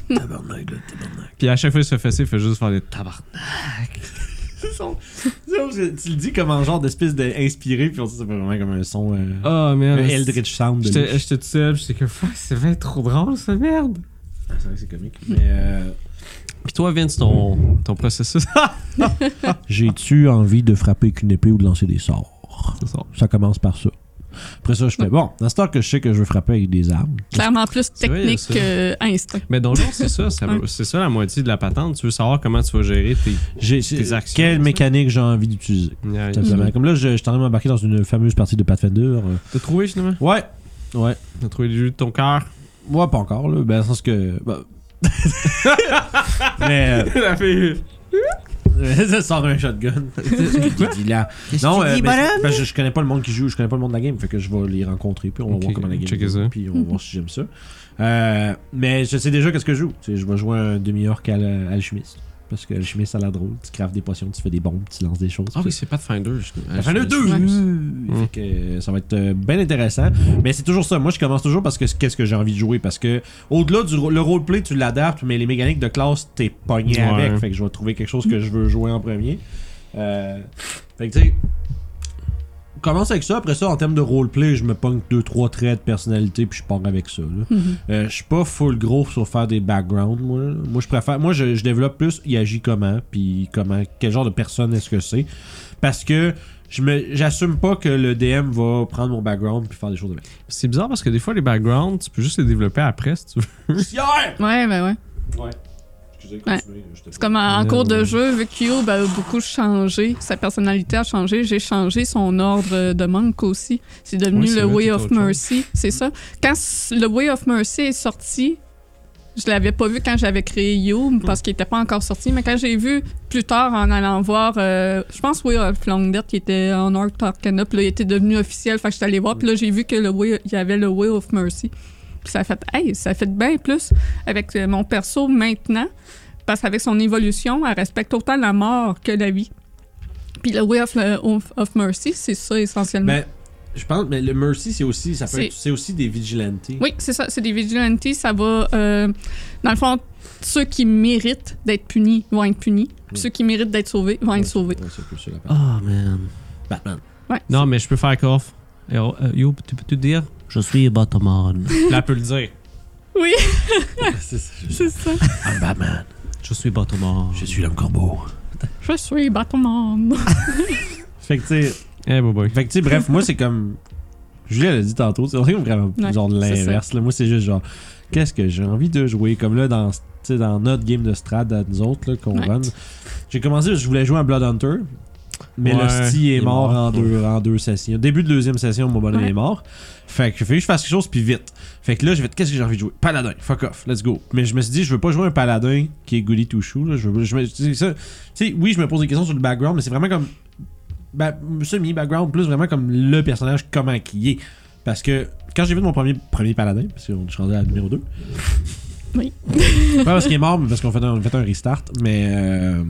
S1: Tabarnak, là, tabarnak.
S2: Puis à chaque fois qu'il se fait fesser, il fait juste faire des tabarnak.
S1: C'est son- c'est comme si- Tu le dis comme en genre d'espèce d'inspiré, puis on dit ça fait vraiment comme un son. euh,
S2: Oh
S1: un
S2: man.
S1: Eldritch Sound. de
S2: J'étais
S1: lui.
S2: j'étais tout seul, puis j'étais comme, fuck, c'est bien trop drôle, ça, merde.
S1: Ah, c'est vrai que c'est comique. Mais euh,
S2: Puis toi, Vince, ton, ton processus. [LAUGHS]
S1: j'ai-tu envie de frapper avec une épée ou de lancer des sorts
S2: C'est ça.
S1: Ça commence par ça. Après ça, je fais bon, dans ce temps que je sais que je veux frapper avec des armes,
S3: Clairement plus
S2: C'est vrai,
S3: technique
S2: ça.
S3: qu'instinct.
S2: Mais Donjon, c'est ça, ça va- c'est ça la moitié de la patente. Tu veux savoir comment tu vas gérer tes.
S1: j'ai,
S2: Tes actions,
S1: quelle
S2: ça.
S1: mécanique j'ai envie d'utiliser
S2: Yeah,
S1: Tout
S2: yeah.
S1: simplement. Comme là, je, je suis en train de m'embarquer dans une fameuse partie de Pathfinder. euh.
S2: T'as trouvé finalement
S1: Ouais, ouais.
S2: T'as trouvé le jeu de ton cœur
S1: Moi, pas encore, là. Ben, dans le sens que. bah- [LAUGHS] mais.
S2: [LAUGHS] La fille.
S1: euh, ça sort un [LAUGHS] shotgun. Il dit là. Non, euh, mais c'est- parce que je connais pas le monde qui joue, je connais pas le monde de la game. Fait que je vais les rencontrer, puis on va
S2: Ok,
S1: voir comment la game
S2: checker
S1: joue,
S2: ça.
S1: Puis on va voir si j'aime ça. Euh, mais je sais déjà qu'est-ce que je joue. Tu sais, je vais jouer un demi-orc à la- alchimiste. Parce que alchimiste, ça a l'air drôle. Tu craves des potions, tu fais des bombes, tu lances des choses.
S2: Ah oui,
S1: puis-
S2: c'est pas de Finder.
S1: La fin de deux!
S3: Ouais.
S1: Fait que, euh, ça va être bien intéressant. Mais c'est toujours ça. Moi, je commence toujours parce que c'est- qu'est-ce que j'ai envie de jouer. Parce que, au-delà du ro- le roleplay, tu l'adaptes, mais les mécaniques de classe, t'es pogné
S2: Ouais.
S1: avec. Fait que je vais trouver quelque chose que je veux jouer en premier. Euh, fait que, tu sais, commence avec ça. Après ça, en termes de roleplay, je me pogne 2-3 traits de personnalité, puis je pars avec ça. là.
S3: Mhm.
S1: Euh, je suis pas full gros sur faire des backgrounds, moi. là. Moi, je préfère. Moi, je, je développe plus il agit comment, puis comment, quel genre de personne est-ce que c'est. Parce que je me, j'assume pas que le DM va prendre mon background puis faire des choses avec.
S2: C'est bizarre parce que des fois, les backgrounds, tu peux juste les développer après si tu veux.
S1: Poussière!
S3: Ouais, ben ouais.
S1: Ouais. Excusez,
S3: Ouais.
S1: continuez. je t'ai
S3: C'est
S1: pas-
S3: comme en, en
S2: Ouais,
S3: cours de
S2: ouais.
S3: jeu, vu que Cube a beaucoup changé, sa personnalité a changé, j'ai changé son ordre de monk aussi. C'est devenu
S2: Oui, c'est
S3: le
S2: vrai,
S3: Way
S2: tout
S3: of
S2: autre chose.
S3: Mercy, c'est ça. Quand s- le Way of Mercy est sorti, je l'avais pas vu quand j'avais créé You parce qu'il était pas encore sorti, mais quand j'ai vu plus tard en allant voir, euh, je pense Way of Longdeath qui était en Art Arcana, puis là, il était devenu officiel, fait que je suis allée voir, puis là j'ai vu que le Way, il y avait le Way of Mercy. Puis ça a fait, hey, ça a fait bien plus avec euh, mon perso maintenant, parce qu'avec son évolution, elle respecte autant la mort que la vie. Puis le Way of, euh, of- of Mercy, c'est ça essentiellement.
S1: Mais je pense, mais le Mercy, c'est aussi, ça peut
S3: Mm. C'est-
S1: être- c'est aussi des vigilantes.
S3: Oui, c'est ça, c'est des vigilantes, ça va... euh, dans le fond, ceux qui méritent d'être punis vont être punis, puis
S1: Mm.
S3: ceux qui méritent d'être sauvés vont
S1: Ouais,
S3: être sauvés.
S1: ouais, c'est plus ça, la
S3: Ah.
S1: part.
S2: Oh man.
S1: Batman.
S3: Ouais,
S2: Non, mais je peux faire coffre. Yo, euh, yo, tu peux tout dire Je suis Batman. Là, elle peut le dire.
S3: Oui,
S1: [LAUGHS] c'est ça.
S3: c'est ça.
S1: I'm Ah, Batman.
S2: Je suis Batman.
S1: Je suis l'homme corbeau.
S3: Je suis Batman. [LAUGHS]
S1: Fait que, tu sais.
S2: Eh, bah, boy.
S1: Fait que, tu sais, bref, moi, c'est comme. Julie, elle a dit tantôt, c'est vraiment
S3: Ouais,
S1: genre de
S3: c'est ça.
S1: l'inverse. là. Moi, c'est juste genre, qu'est-ce que j'ai envie de jouer? Comme là, dans, tu sais, dans notre game de Strad, à nous autres, là, qu'on
S3: Ouais.
S1: run, j'ai commencé, je voulais jouer à Blood Hunter, mais
S2: Ouais,
S1: le style
S2: il
S1: est,
S2: est
S1: mort,
S2: mort.
S1: en, deux, en deux sessions. Début de deuxième session, mon bonhomme
S3: Ouais.
S1: est mort. Fait que j'ai fallu que je fasse quelque chose, puis vite. Fait que là, j'ai fait, qu'est-ce que j'ai envie de jouer? Paladin, fuck off, let's go. Mais je me suis dit, je veux pas jouer un paladin qui est goody to shoe. Là. Je veux, je me- tu sais, ça- tu sais, oui, je me pose des questions sur le background, mais c'est vraiment comme ben, semi-background, plus vraiment comme le personnage, comment qu'il est. Parce que quand j'ai vu mon premier, premier paladin, parce qu'on est rendu à la numéro 2.
S3: Oui.
S1: [LAUGHS] Pas parce qu'il est mort, mais parce qu'on fait, un- on fait un restart. Mais euh,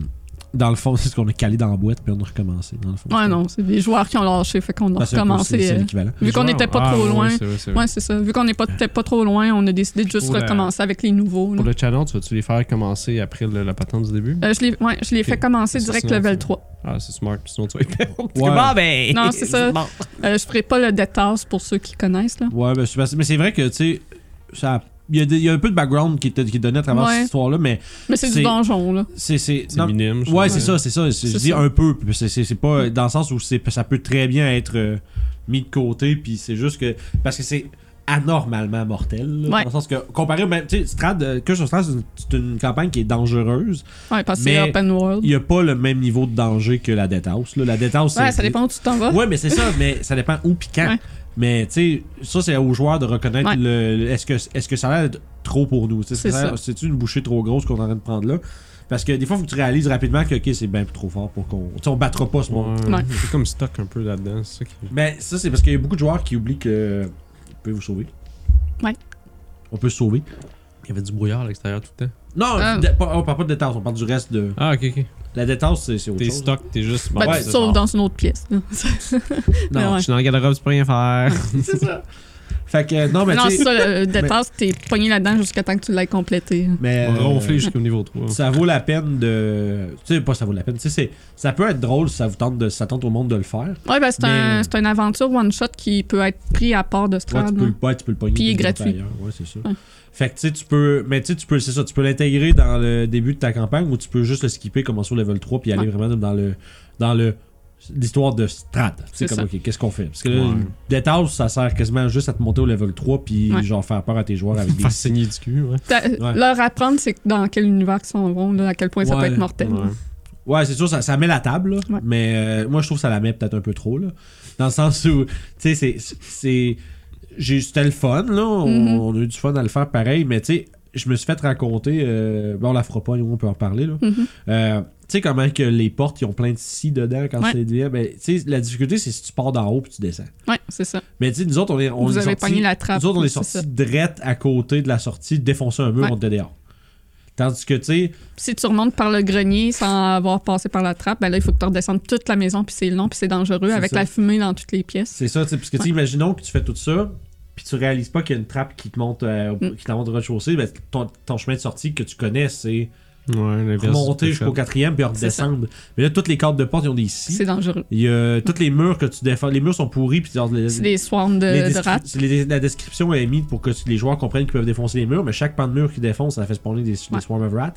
S1: dans le fond, c'est ce qu'on a calé dans la boîte, puis on a recommencé. Dans le fond,
S3: Ouais, non, c'est des joueurs qui ont lâché, fait qu'on a
S1: Ben, c'est un peu-
S3: recommencé.
S1: c'est- C'est
S3: euh,
S1: l'équivalent.
S3: Vu qu'on
S2: Joueur-
S3: n'était pas
S2: Ah,
S3: trop
S2: ouais,
S3: loin.
S2: c'est vrai, c'est vrai.
S3: Ouais, c'est ça. Vu qu'on n'est pas, peut-être pas trop loin, on a décidé de juste
S2: Pour la-
S3: recommencer avec les nouveaux. là.
S2: Pour le challenge, tu vas-tu les faire commencer après le- la patente du début
S3: Euh, je l'ai ouais, je l'ai fait
S2: Ok.
S3: commencer
S2: C'est
S3: direct
S2: ça,
S3: level
S2: ça.
S3: 3.
S2: Ah, c'est smart, sinon tu vas être perdre.
S1: Ouais.
S2: Bon, ben.
S3: Non, c'est ça.
S2: bon.
S3: Euh, je ferai pas le détasse pour ceux qui connaissent. Là.
S1: Ouais, ben, c'est parce- mais c'est vrai que, tu sais, ça a- il y, a des- il y a un peu de background qui, était- qui est donné à travers
S3: Ouais.
S1: cette histoire-là, mais
S3: Mais c'est
S1: C'est-
S3: du donjon. Là.
S1: c'est. c'est-
S2: C'est
S1: non,
S2: minime. je
S1: Ouais,
S2: sais.
S1: c'est ça, c'est ça. C'est- Je
S3: C'est
S1: dis
S3: ça.
S1: un peu, puis c'est- c'est c'est pas dans le sens où c'est- ça peut très bien être euh, mis de côté, puis c'est juste que. Parce que c'est anormalement mortel. là,
S3: Ouais.
S1: Dans le sens que, comparé au même. Tu sais, Strad, euh, Curse of Strahd, c'est une- c'est une campagne qui est dangereuse.
S3: Ouais, parce que c'est
S1: Mais-
S3: open world.
S1: Il n'y a pas le même niveau de danger que la Death House. là. La Death House,
S3: Ouais,
S1: c'est-
S3: ça dépend où tu t'en vas.
S1: [LAUGHS] Ouais, mais c'est ça, mais ça dépend où puis quand.
S3: Ouais.
S1: Mais tu sais, ça c'est aux joueurs de reconnaître
S3: Ouais.
S1: le, le- est-ce que est-ce que ça a l'air d'être trop pour nous, Tu sais,
S3: C'est
S1: ça a l'air-
S3: ça.
S1: c'est-tu une bouchée trop grosse qu'on est en train de prendre là parce que des fois faut que tu réalises rapidement que OK, c'est bien trop fort pour qu'on tu sais, on battra pas ce monde.
S2: Ouais.
S3: Ouais.
S2: C'est comme stock un peu là-dedans. C'est ça qui.
S1: Mais ça c'est parce qu'il y a beaucoup de joueurs qui oublient que vous pouvez vous sauver.
S3: Ouais.
S1: On peut se sauver.
S2: Il y avait du brouillard à l'extérieur tout le temps.
S1: Non,
S3: Ah.
S1: dé- pas- on parle pas de détente, on parle du reste de
S2: Ah, ok, ok.
S1: la détente c'est c'est autre
S2: T'es
S1: chose.
S2: stock, t'es juste.
S3: Bah,
S1: ouais,
S3: tu te
S1: c'est
S3: sauves dans une autre pièce. là.
S1: Non,
S2: [LAUGHS]
S3: Ouais.
S2: Je suis dans le garde-robe, tu peux rien faire.
S1: c'est ça. Fait que, euh, non, mais
S3: non,
S1: tu sais.
S3: ça, le dépasse, t'es pogné là-dedans jusqu'à temps que tu l'aies complété.
S1: Mais.
S2: On va
S1: euh,
S2: ronfler jusqu'au niveau 3.
S1: Ça vaut la peine de. Tu sais, pas ça vaut la peine. Tu sais, c'est- ça peut être drôle si ça vous tente de. Ça tente au monde de le faire.
S3: Ouais, ben, c'est
S1: Mais-
S3: un, c'est une aventure one-shot qui peut être pris à part de
S1: Ouais, tu
S3: Strad.
S1: peux,
S3: là.
S1: le- ouais, tu peux le pogner.
S3: Puis il est
S1: puis le mettre
S3: gratuit.
S1: ailleurs. Ouais, c'est ça.
S3: Ouais.
S1: Fait que tu sais, tu peux. Mais tu sais, tu peux, c'est ça. Tu peux l'intégrer dans le début de ta campagne ou tu peux juste le skipper, commencer au level 3 puis aller
S3: Ouais.
S1: vraiment dans le. Dans le l'histoire de strat. Tu sais,
S3: C'est
S1: comme,
S3: ça.
S1: ok, qu'est-ce qu'on fait? Parce que là,
S2: Ouais.
S1: des tâches, ça sert quasiment juste à te monter au level 3 puis
S3: Ouais.
S1: genre faire peur à tes joueurs avec des.
S2: Faire saigner du cul, ouais.
S3: Ta-
S1: Ouais.
S3: Leur apprendre, c'est dans quel univers qu'ils sont vont, là, à quel point ça peut
S1: Ouais,
S3: être mortel.
S2: Ouais.
S1: Ouais, c'est sûr, ça, ça met la table, là,
S3: Ouais.
S1: mais euh, moi, je trouve que ça la met peut-être un peu trop, là. Dans le sens où, tu sais, c'est- c'est. j'ai- C'était le fun, là. On,
S3: Mhm.
S1: on a eu du fun à le faire pareil, mais tu sais, je me suis fait raconter. euh, bon, on la fera pas, on peut en parler, là.
S3: Mhm.
S1: Euh, tu sais, comment que les portes, ils ont plein de scies dedans quand
S3: Ouais.
S1: c'est des. Ben, tu sais, la difficulté, c'est si tu pars d'en haut puis tu descends.
S3: Ouais, c'est ça.
S1: Mais tu sais, nous autres, on est. On
S3: Vous
S1: est
S3: avez
S1: sortis-
S3: pogné la trappe.
S1: nous autres, on est
S3: c'est ça.
S1: sortis drette à côté de la sortie, défoncer un mur,
S3: Ouais.
S1: on était dehors. Tandis que, tu sais,
S3: Si tu remontes par le grenier sans avoir passé par la trappe, ben là, il faut que tu redescendes toute la maison, puis c'est long, puis c'est dangereux,
S1: C'est
S3: avec
S1: ça.
S3: la fumée dans toutes les pièces.
S1: C'est ça, tu sais, parce que tu sais, imaginons que tu fais tout ça, puis tu réalises pas qu'il y a une trappe qui te monte, euh,
S3: Mm.
S1: qui te monte au rez-de-chaussée, ben, ton, ton chemin de sortie que tu connais, c'est
S2: Ouais, l'inverse.
S1: remonter
S2: du
S1: jusqu'au
S2: push-up.
S1: quatrième puis redescendre. Mais là, toutes les cartes de porte, ils ont des scies.
S3: C'est dangereux.
S1: Il y a euh, toutes les murs que tu défends, les murs sont pourris, puis genre, les-
S3: C'est des swarms de,
S1: les
S3: de
S1: descri-
S3: rats.
S1: les- la description est mise pour que les joueurs comprennent qu'ils peuvent défoncer les murs, mais chaque pan de mur qu'ils défoncent, ça fait spawner des, des
S3: Ouais.
S1: swarm of rats.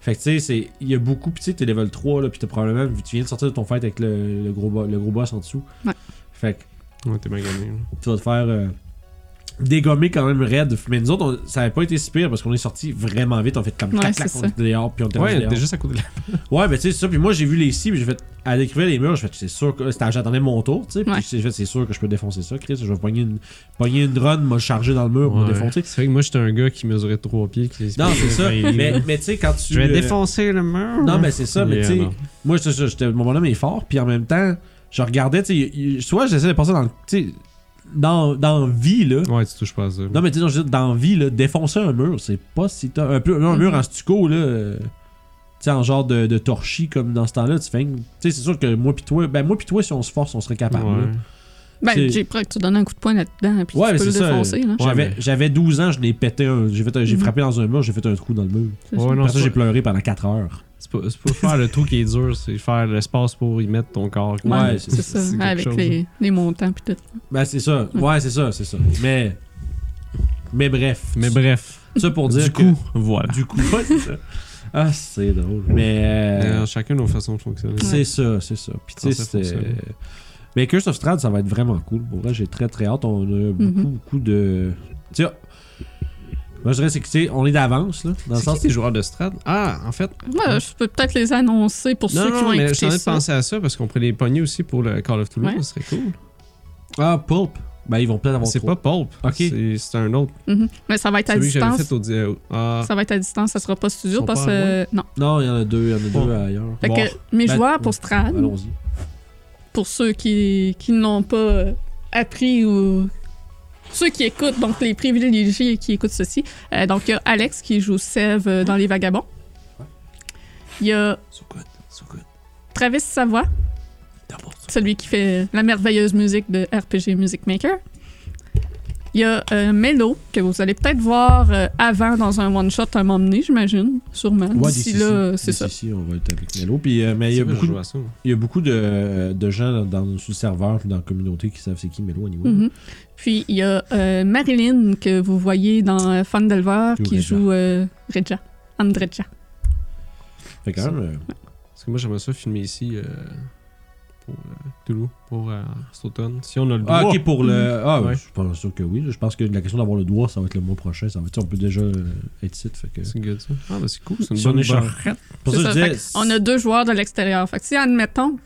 S1: Fait que tu sais, c'est- il y a beaucoup, puis tu sais, t'es level 3, là, puis t'as probablement, vu que tu viens de sortir de ton fight avec le, le gros, bo- le gros boss en dessous.
S3: Ouais.
S1: Fait que
S2: Ouais, t'es bien gagné. là.
S1: tu vas te faire euh, dégommer quand même raide. Mais nous autres, on- ça avait pas été si pire parce qu'on est sorti vraiment vite. On fait comme
S3: Ouais,
S1: clac,
S3: c'est
S1: clac, on
S3: ça.
S1: était dehors, puis on était
S2: Ouais,
S1: dehors.
S2: t'es juste à côté de la.
S1: Ouais, mais tu sais, c'est ça. Puis moi, j'ai vu les cibles, j'ai fait, à décrire les murs, j'ai fait, c'est sûr que c'était- j'attendais mon tour, tu sais. Puis
S3: Ouais.
S1: j'ai fait, c'est sûr que je peux défoncer ça, Chris. Je vais pogner une, pogner une run, me charger dans le mur, me
S2: Ouais.
S1: défoncer.
S2: C'est vrai que moi, j'étais un gars qui mesurait 3 pieds. Qui...
S1: Non, c'est ça.
S2: Ouais, [LAUGHS]
S1: mais mais tu sais, quand tu.
S2: Je vais
S1: euh,
S2: défoncer le mur.
S1: Non, mais c'est ça, mais
S2: Yeah,
S1: tu sais,
S2: non.
S1: moi, c'est ça, j'étais- mon bonhomme est fort, puis en même temps, je regardais, tu sais, il- il- soit j'essaie de passer dans le. Tu sais, dans, dans vie, là.
S2: Ouais, tu touches pas à ça.
S1: Non, mais tu sais, je veux dire, dans vie, là, défoncer un mur, c'est pas si t'as. Un, peu- un mur
S2: Mm-hmm.
S3: Mhm.
S1: en stucco, là. euh, tu sais, en genre de, de torchis, comme dans ce temps-là, tu fais. une- Tu sais, c'est sûr que moi pis toi, ben moi pis toi, si on se force, on serait capable. là.
S2: ouais.
S1: c'est-
S3: Ben, j'ai peur que tu donnes un coup de poing là-dedans, puis
S1: Ouais, mais
S3: tu peux le
S1: c'est ça.
S3: défoncer. là.
S2: Ouais,
S1: J'avais,
S2: mais-
S1: j'avais 12 ans, je n'ai pété un. J'ai, fait un- j'ai
S3: Mhm.
S1: frappé dans un mur, j'ai fait un trou dans le mur.
S3: C'est
S2: Ouais,
S3: ça.
S2: non,
S1: Après ça,
S2: c'est
S1: j'ai
S2: pas-
S1: pleuré pendant 4 heures.
S2: C'est pas, c'est pas faire le trou qui est dur, c'est faire l'espace pour y mettre ton corps.
S1: Ouais,
S3: Ouais,
S1: c'est- hein.
S3: c'est ça.
S2: c'est quelque
S3: Avec
S2: chose. hein.
S3: les, les montants, puis tout.
S1: Ben, c'est ça. Ouais, c'est ça, c'est ça. Mais. Mais bref.
S2: Mais bref,
S1: Ça pour dire
S2: du
S1: que-
S2: coup, voilà.
S1: Du coup. [LAUGHS] ouais, c'est ça. Ah, c'est drôle. Mais. euh,
S2: Euh, chacun nos façons de fonctionner.
S1: C'est ça, c'est ça. Puis tu sais,
S2: Français
S1: c'est.
S2: fonctionne.
S1: Mais Curse of Strahd, ça va être vraiment cool. Pour vrai, j'ai très très hâte. On a beaucoup,
S3: Mhm.
S1: beaucoup de. Tu sais, moi je dirais, c'est que tu sais, on est d'avance, là. Dans le
S2: C'est
S1: sens.
S2: qui les joueurs de Strad? Ah, en fait,
S3: Moi, je peux peut-être les annoncer pour
S2: non,
S3: ceux qui
S2: non,
S3: vont
S2: mais je suis en train
S3: écouter
S2: de
S3: ça.
S2: penser à ça parce qu'on pourrait les pogner aussi pour le Call of Toulouse,
S3: Ouais.
S2: ça serait cool.
S1: Ah, Pulp. Ben, ils vont peut-être avoir.
S2: C'est
S1: trop.
S2: pas Pulp,
S1: Ok.
S2: c'est c'est un autre.
S3: Mhm. Mais ça va être à
S2: Celui que j'avais
S3: distance.
S2: fait au di- au- Ah,
S3: Ça va être à distance, ça sera pas
S2: Ils
S3: studio
S2: sont
S3: parce
S2: pas à
S3: que. Non.
S1: Non, il y en a deux, il y en a
S2: Bon.
S1: deux ailleurs.
S3: Fait
S1: Bon,
S3: que mes
S1: Ben,
S3: joueurs pour Strad,
S1: Allons-y.
S3: pour ceux qui, qui n'ont pas euh, appris ou ceux qui écoutent, donc les privilégiés qui écoutent ceci. Euh, donc, il y a Alex qui joue Sève euh, dans Les Vagabonds. Il y a
S1: So good, so good.
S3: Travis Savoie,
S1: D'abord, so-
S3: celui qui fait la merveilleuse musique de RPG Music Maker. Il y a euh, Mello, que vous allez peut-être voir euh, avant dans un one-shot à un moment donné, j'imagine, sûrement.
S1: Ouais,
S3: D'ici
S1: d'ici
S3: là,
S1: ici.
S3: euh, c'est
S1: D'ici
S3: ça.
S1: ici, on va être avec Melo. Puis, euh, mais il y a
S2: c'est vrai,
S1: beaucoup,
S2: je
S1: de,
S2: joue à ça.
S1: il y a beaucoup de, de gens dans, dans- sous le serveur puis dans la communauté qui savent c'est qui Melo anyway.
S3: Mhm. Puis il y a euh, Marilyn que vous voyez dans euh, Fandelver
S1: Joue
S3: qui
S1: Regia.
S3: joue euh, Regia, Andreja.
S1: Fait quand même. euh,
S2: Parce que moi, j'aimerais ça filmer ici euh, pour euh, Toulouse, pour euh, cet automne. Si on a le
S1: Ah,
S2: droit.
S1: ok, pour le. Ah,
S2: Ouais.
S1: je suis pas sûr que oui. Je pense que la question d'avoir le doigt, ça va être le mois prochain. Ça va être, on peut déjà euh, être site. Fait que...
S2: C'est good, ça. Ah, bah c'est cool, c'est une
S1: Si on
S2: bonne
S1: est
S2: barre.
S1: charrette. Pour
S3: C'est
S1: ça,
S3: ça,
S1: je
S3: fait
S1: disais.
S3: On a deux joueurs de l'extérieur. Fait que si, admettons,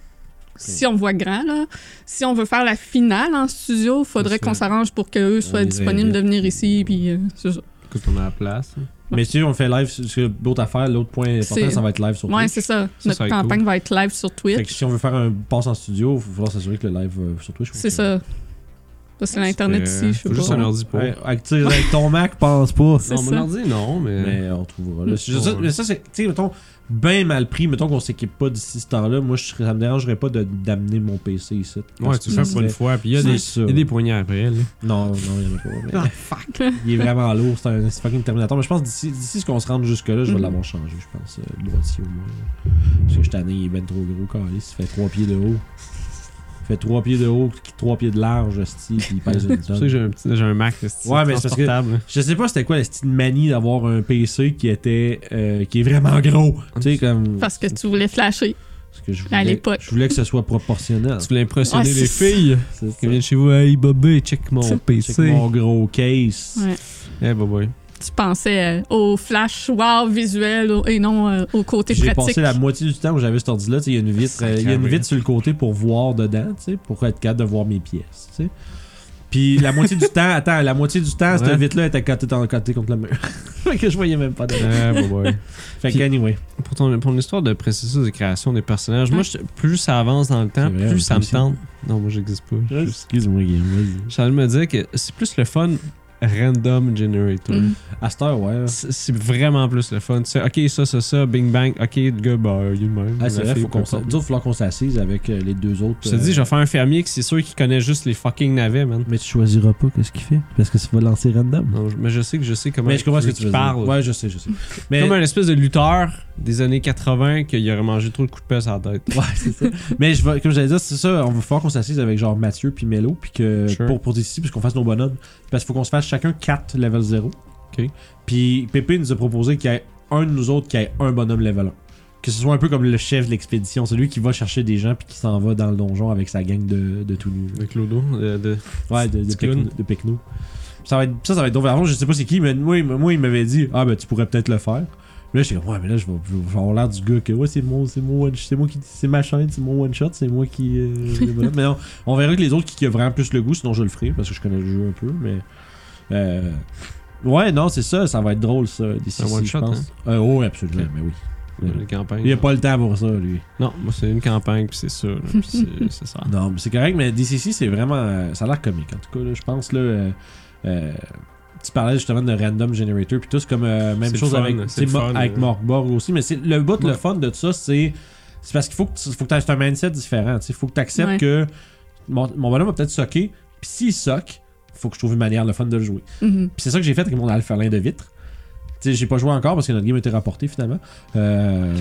S3: si on voit grand, là, si on veut faire la finale en studio, faudrait
S2: Ça,
S3: qu'on s'arrange pour qu'eux soient
S1: les
S3: disponibles de
S1: invite.
S3: venir ici. Puis euh, c'est ça.
S2: Écoute, on a la place. hein.
S1: Mais si on fait live, c'est l'autre affaire. L'autre point important,
S3: C'est-
S1: ça va être live sur
S3: Ouais,
S1: Twitch.
S3: c'est ça.
S2: Ça, ça
S3: Notre
S2: va être
S3: campagne va être live sur
S1: Fait
S3: Twitch.
S1: que si on veut faire un passe en studio, il va falloir s'assurer que le live euh, sur Twitch.
S3: C'est
S1: fonctionne.
S3: ça. Ça, c'est l'Internet
S2: Euh,
S3: ici, je sais
S2: faut
S3: pas.
S2: juste un ordi pour.
S1: Ouais, avec- tu sais, avec ton Mac, pense
S3: [LAUGHS]
S1: pas.
S3: C'est
S2: non, mon
S3: ça.
S2: ordi, non, mais.
S1: Mais on trouvera. Là.
S2: Mm.
S1: C'est juste ça-
S2: Ouais.
S1: mais ça, c'est, tu sais, mettons, bien mal pris. Mettons qu'on s'équipe pas d'ici ce temps-là. Moi, je serais- ça me dérangerait pas de, d'amener mon PC ici.
S2: Ouais,
S1: Parce
S2: tu
S1: que
S2: le fais
S1: ce
S2: pour une
S1: serait-
S2: fois, puis il y a des,
S1: C'est ça.
S2: il y a des poignées après, là. Ah,
S1: Non, non, il y en a [LAUGHS] pas. mais-
S2: fuck!
S1: il est vraiment lourd. C'est un c'est fucking Terminator. Mais je pense d'ici, d'ici ce qu'on se rende jusque-là, je vais
S3: Mhm.
S1: l'avoir changé, je pense. euh, le boîtier au moins. là. Parce que je année, il est ben trop gros, calice. Il fait 3 pieds de haut. Il fait 3 pieds de haut, 3 pieds de large, hostie, puis il pèse une
S2: [LAUGHS] C'est pour ça que
S1: tonne.
S2: j'ai un, petit- j'ai un Mac, c'est
S1: Ouais, mais c'est parce que-
S2: transportable.
S1: Je sais pas c'était quoi la style manie d'avoir un PC qui était euh, qui est vraiment gros. Tu sais comme
S3: Parce que tu voulais flasher.
S1: Parce que je voulais,
S3: À l'époque.
S1: Je voulais que ce soit proportionnel.
S2: Tu voulais impressionner
S3: Ouais,
S2: les
S3: c'est ça.
S2: filles
S1: C'est
S2: qui
S1: ça.
S2: viennent chez vous. Hey, Bobby, check mon
S3: Check
S1: Check
S2: PC.
S1: mon gros case.
S3: Ouais.
S2: Hey, Bobby.
S3: Tu pensais euh, au flash, wow, visuel au- et non euh, au côté
S1: Puis J'ai
S3: pratique.
S1: passé la moitié du temps où j'avais cet ordi-là, tu sais, il y a une vitre,
S2: Sacré
S1: euh, il y a une
S2: oui.
S1: vitre sur le côté pour voir dedans, tu sais, pour être capable de voir mes pièces, tu sais. Puis la moitié du temps, attends, la moitié du temps,
S2: Ouais.
S1: cette vitre-là était cotée dans- cotée contre le mur. [LAUGHS] fait que je voyais même pas dedans. [LAUGHS]
S2: Hey, Bobby.
S1: Fait
S2: Puis-
S1: que anyway.
S2: pour, ton, pour l'histoire de processus de création des personnages,
S3: Hein?
S2: moi, je- plus ça avance dans le temps,
S1: C'est vrai,
S2: plus ça me
S1: aussi.
S2: tente. Non, moi, j'existe pas. Je suis-
S1: Excuse-moi, Guillaume,
S2: Je
S1: vas-y.
S2: suis en train de me dire que c'est plus le fun random generator.
S3: Mhm.
S1: À cette heure, ouais.
S2: C'est c'est vraiment plus le fun. Tu sais, ok, ça, ça, ça, bing bang, ok, le gars, bah, il est le même.
S1: Ah, c'est
S2: La
S1: vrai,
S2: fille,
S1: faut qu'on
S2: peu
S1: s'a-
S2: importe.
S1: nous autres, faut falloir qu'on s'assise avec euh, les deux autres.
S2: Je te dis, je vais faire un fermier qui c'est sûr qu'il connaît juste les fucking navets, man.
S1: Mais tu choisiras pas qu'est-ce qu'il fait, parce que ça va lancer random.
S2: Non, je- mais je sais que je sais comment.
S1: Mais je comprends ce que tu veux
S2: parles.
S1: dire. Ouais, je sais, je sais. Mais
S2: Comme un espèce de lutteur des années 80 qu'il aurait mangé trop de coups de pelle à la tête.
S1: Ouais, c'est ça. [LAUGHS] Mais je vais, comme j'allais dire, c'est ça, on va falloir qu'on s'assise avec genre Mathieu puis Mello puis que
S2: Sure.
S1: pour, pour décider puis qu'on fasse nos bonhommes. Parce qu'il faut qu'on se fasse chacun 4 level 0.
S2: Ok.
S1: Puis Pépé nous a proposé qu'il y ait un de nous autres qui ait un bonhomme level 1. Que ce soit un peu comme le chef de l'expédition, celui qui va chercher des gens puis qui s'en va dans le donjon avec sa gang de, de tout nus.
S2: Avec Clodo. euh, de...
S1: Ouais, de, de,
S2: Petit
S1: Pecnou-
S2: clown.
S1: de Pecnou. Ça va être, ça, ça va être drôle. Avant, je sais pas c'est qui, mais moi, il m- moi, il m'avait dit Ah, ben, tu pourrais peut-être le faire. Mais là, j'étais comme Ouais, mais là, je vais, je vais avoir l'air du gars que Ouais, c'est mon, c'est mon one c'est moi qui, c'est ma chaîne, c'est mon one shot, c'est moi qui.
S2: [LAUGHS]
S1: euh, le bonhomme. mais non, on verra que les autres qui, qui a vraiment plus le goût, sinon je le ferai parce que je connais le jeu un peu, mais. euh, ouais, non, c'est ça, ça va être drôle, ça, d'ici
S2: Un
S1: ici,
S2: one
S1: je
S2: shot, hein?
S1: pense. Euh, oh, absolument,
S2: Ok.
S1: mais oui.
S2: Une campagne.
S1: Il a pas le temps pour ça, lui.
S2: Non, moi, c'est une campagne, puis c'est ça. là, puis [LAUGHS] c'est- c'est ça.
S1: Non, mais c'est correct, mais DCC, c'est vraiment. euh, Ça a l'air comique, en tout cas. là, je pense, là. euh, euh, tu parlais justement de Random Generator, puis tout, c'est comme euh,
S2: C'est
S1: même
S2: le
S1: chose
S2: fun,
S1: avec,
S2: c'est
S1: c'est
S2: le
S1: mo-
S2: fun,
S1: avec
S2: euh.
S1: Morgborg aussi. Mais c'est le bout, le
S2: Ouais.
S1: fun de tout ça, c'est. C'est parce qu'il faut que tu faut que aies un mindset différent. Il faut que tu acceptes
S3: Ouais.
S1: que mon, mon bonhomme va peut-être socker, puis s'il soque, faut que je trouve une manière le fun de le jouer.
S3: Mhm.
S1: Puis c'est ça que j'ai fait avec mon alphalin de vitre. Tu sais, j'ai pas joué encore parce que notre game a été rapporté finalement. Euh,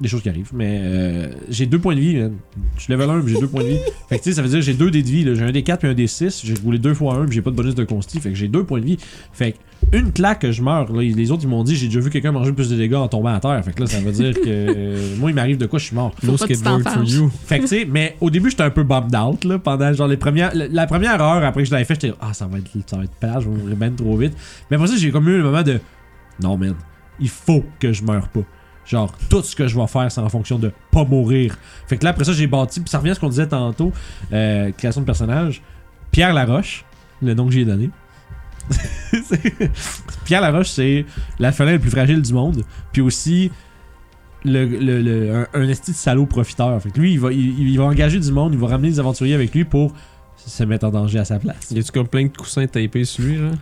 S1: des choses qui arrivent. Mais euh, j'ai deux points de vie, man. Je suis level 1 puis j'ai deux points de vie. Fait que tu sais, ça veut dire que j'ai deux dés de vie. là. J'ai un des 4 puis un des 6. J'ai roulé deux fois un puis j'ai pas de bonus de consti. Fait que j'ai deux points de vie. Fait que une claque, que je meurs. là. Les autres, ils m'ont dit j'ai déjà vu quelqu'un manger plus de dégâts en tombant à terre. Fait que là, ça veut dire que euh, moi, il m'arrive de quoi, je suis mort.
S2: No
S3: pas que tu
S2: skateboard
S3: t'en
S2: for
S3: fâches.
S2: you.
S1: Fait que tu sais, mais au début, j'étais un peu bummed out, là, pendant genre les premières, la, la première heure après que je l'avais fait, j'étais, ah, ça va être, ça va être plat, je vais mourir ben trop vite. Mais après ça, j'ai comme eu le moment de, non, man, il faut que je meure pas. Genre, tout ce que je vais faire, c'est en fonction de pas mourir. Fait que là, après ça, j'ai bâti, puis ça revient à ce qu'on disait tantôt, euh, création de personnage. Pierre Laroche, le nom que j'ai donné. [LAUGHS] C'est- Pierre Laroche, c'est l'alphalin le plus fragile du monde. Puis aussi, le, le- le- un, un esti de salaud profiteur. Fait que lui, il va, il, il va engager du monde, il va ramener des aventuriers avec lui pour se mettre en danger à sa place.
S2: Y a-tu comme plein de coussins tapés sur lui, genre?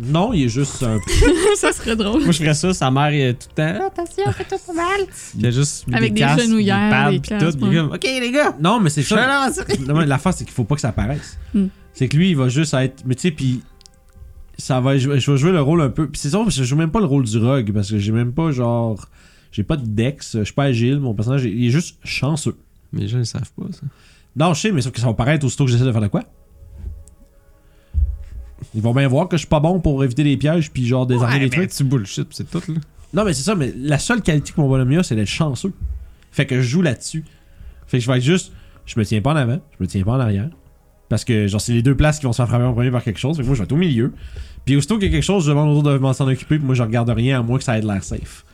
S1: Non, il est juste un petit
S3: Mm-hmm. ça serait drôle.
S2: Moi, je ferais ça, sa mère, il est tout le temps. Ah, Attention, fais-toi pas mal. Il y a juste.
S3: Avec des
S2: casques,
S3: genouillères,
S2: pads,
S3: des
S2: puis
S3: casques,
S2: tout, puis
S3: ouais.
S2: comme, Ok, les gars.
S1: Non, mais c'est
S2: Je suis
S1: ça.
S2: là, en série.
S1: Non, mais L'affaire, c'est qu'il faut pas que ça apparaisse.
S3: Hmm.
S1: C'est que lui, il va juste être. Mais tu sais, puis. Ça va, je, je vais jouer le rôle un peu. Puis c'est ça, je joue même pas le rôle du rogue parce que j'ai même pas genre. J'ai pas de dex, je suis pas agile, mon personnage il est juste chanceux.
S2: Mais les gens, ils savent pas ça.
S1: Non, je sais, mais sauf que ça va paraître aussitôt que j'essaie de faire de quoi. Ils vont bien voir que je suis pas bon pour éviter les pièges puis genre désarmer
S2: Ouais,
S1: les
S2: Ah, mais
S1: trucs.
S2: Tu bullshit, c'est tout, là.
S1: Non, mais c'est ça, mais la seule qualité que mon bonhomme a, c'est d'être chanceux. Fait que je joue là-dessus. Fait que je vais être juste, je me tiens pas en avant, je me tiens pas en arrière. Parce que, genre, c'est les deux places qui vont se faire frapper en premier par quelque chose. Fait que moi, je vais être au milieu. Puis aussitôt qu'il y a quelque chose, je demande aux autres de m'en s'en occuper. Puis moi, je regarde rien à moins que ça ait de l'air safe.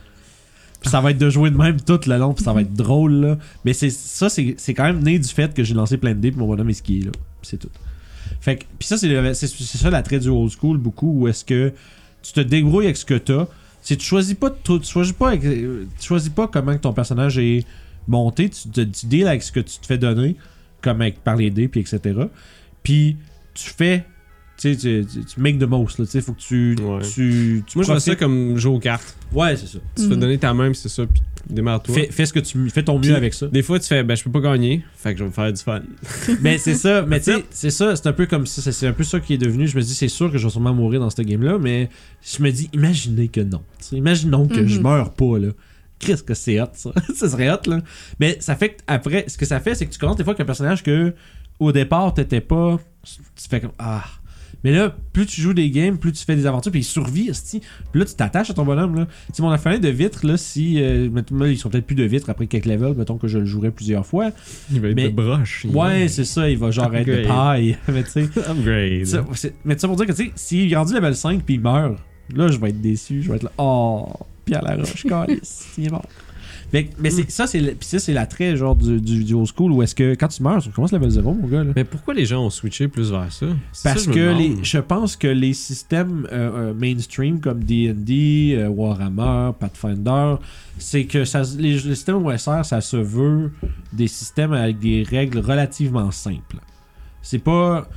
S1: Puis ça va être de jouer de même tout le long. Puis ça va être drôle, là. Mais c'est ça, c'est c'est quand même né du fait que j'ai lancé plein de dés. Puis mon bonhomme est skié, là. Puis c'est tout. Fait que, puis ça, c'est le- c'est- c'est ça l'attrait du old school, beaucoup, où est-ce que tu te débrouilles avec ce que t'as. Si tu choisis pas tout, tu choisis pas, avec- euh, tu choisis pas comment que ton personnage est monté, tu, te- tu deals avec ce que tu te fais donner, comme avec, par les dés, puis etc. Puis tu fais. Tu, sais, tu, tu, tu make the most, là. Tu sais, faut que tu.
S2: Ouais.
S1: tu, tu
S2: Moi, je vois ça
S1: profites.
S2: comme jouer aux cartes.
S1: Ouais, c'est ça.
S2: Tu te fais
S3: Mhm.
S2: donner ta main, puis c'est ça, puis démarre-toi.
S1: Fais, fais ce que tu fais ton mieux
S2: Puis-
S1: avec ça.
S2: Des fois, tu fais, ben, je peux pas gagner, fait que je vais me faire du fun. [LAUGHS]
S1: mais c'est ça, mais tu
S2: That's
S1: sais, c'est ça, c'est un peu comme ça, c'est- c'est un peu ça qui est devenu. Je me dis, c'est sûr que je vais sûrement mourir dans ce game-là, mais je me dis, imaginez que non. Tu sais, Imaginons que je
S3: Mhm.
S1: meurs pas, là. Qu'est-ce que c'est hot, ça. [LAUGHS] ça serait hot, là. Mais ça fait que, après, ce que ça fait, c'est que tu commences des fois avec un personnage que, au départ, t'étais pas. Tu fais comme, ah. Mais là, plus tu joues des games, plus tu fais des aventures, puis il survit, esti. Puis là, tu t'attaches à ton bonhomme, là. Tu sais, mon affaire de vitre, là, si. euh, mettons, là, ils sont peut-être plus de vitre après quelques levels, mettons que je le jouerai plusieurs fois.
S2: Il va être
S1: Mais-
S2: de broche. il-
S1: Ouais, c'est ça, il va genre être de
S2: Upgrade.
S1: paille. [LAUGHS] Mais tu sais,
S2: Upgrade.
S1: ça- c'est- mais ça pour dire que tu sais, s'il est rendu level 5 puis il meurt, là je vais être déçu, je vais être là, oh, Pierre Laroche, [LAUGHS] calice, il est mort. Fait que- mais c'est, ça, c'est, le- pis ça, c'est l'attrait genre du, du, du old school où est-ce que quand tu meurs, tu commences level 0, mon gars. Là.
S2: Mais pourquoi les gens ont switché plus vers ça? C'est
S1: Parce
S2: ça, je me
S1: que
S2: demande.
S1: les, je pense que les systèmes euh, euh, mainstream comme D&D, euh, Warhammer, Pathfinder, c'est que ça, se- les, les systèmes OSR, ça se veut des systèmes avec des règles relativement simples. C'est pas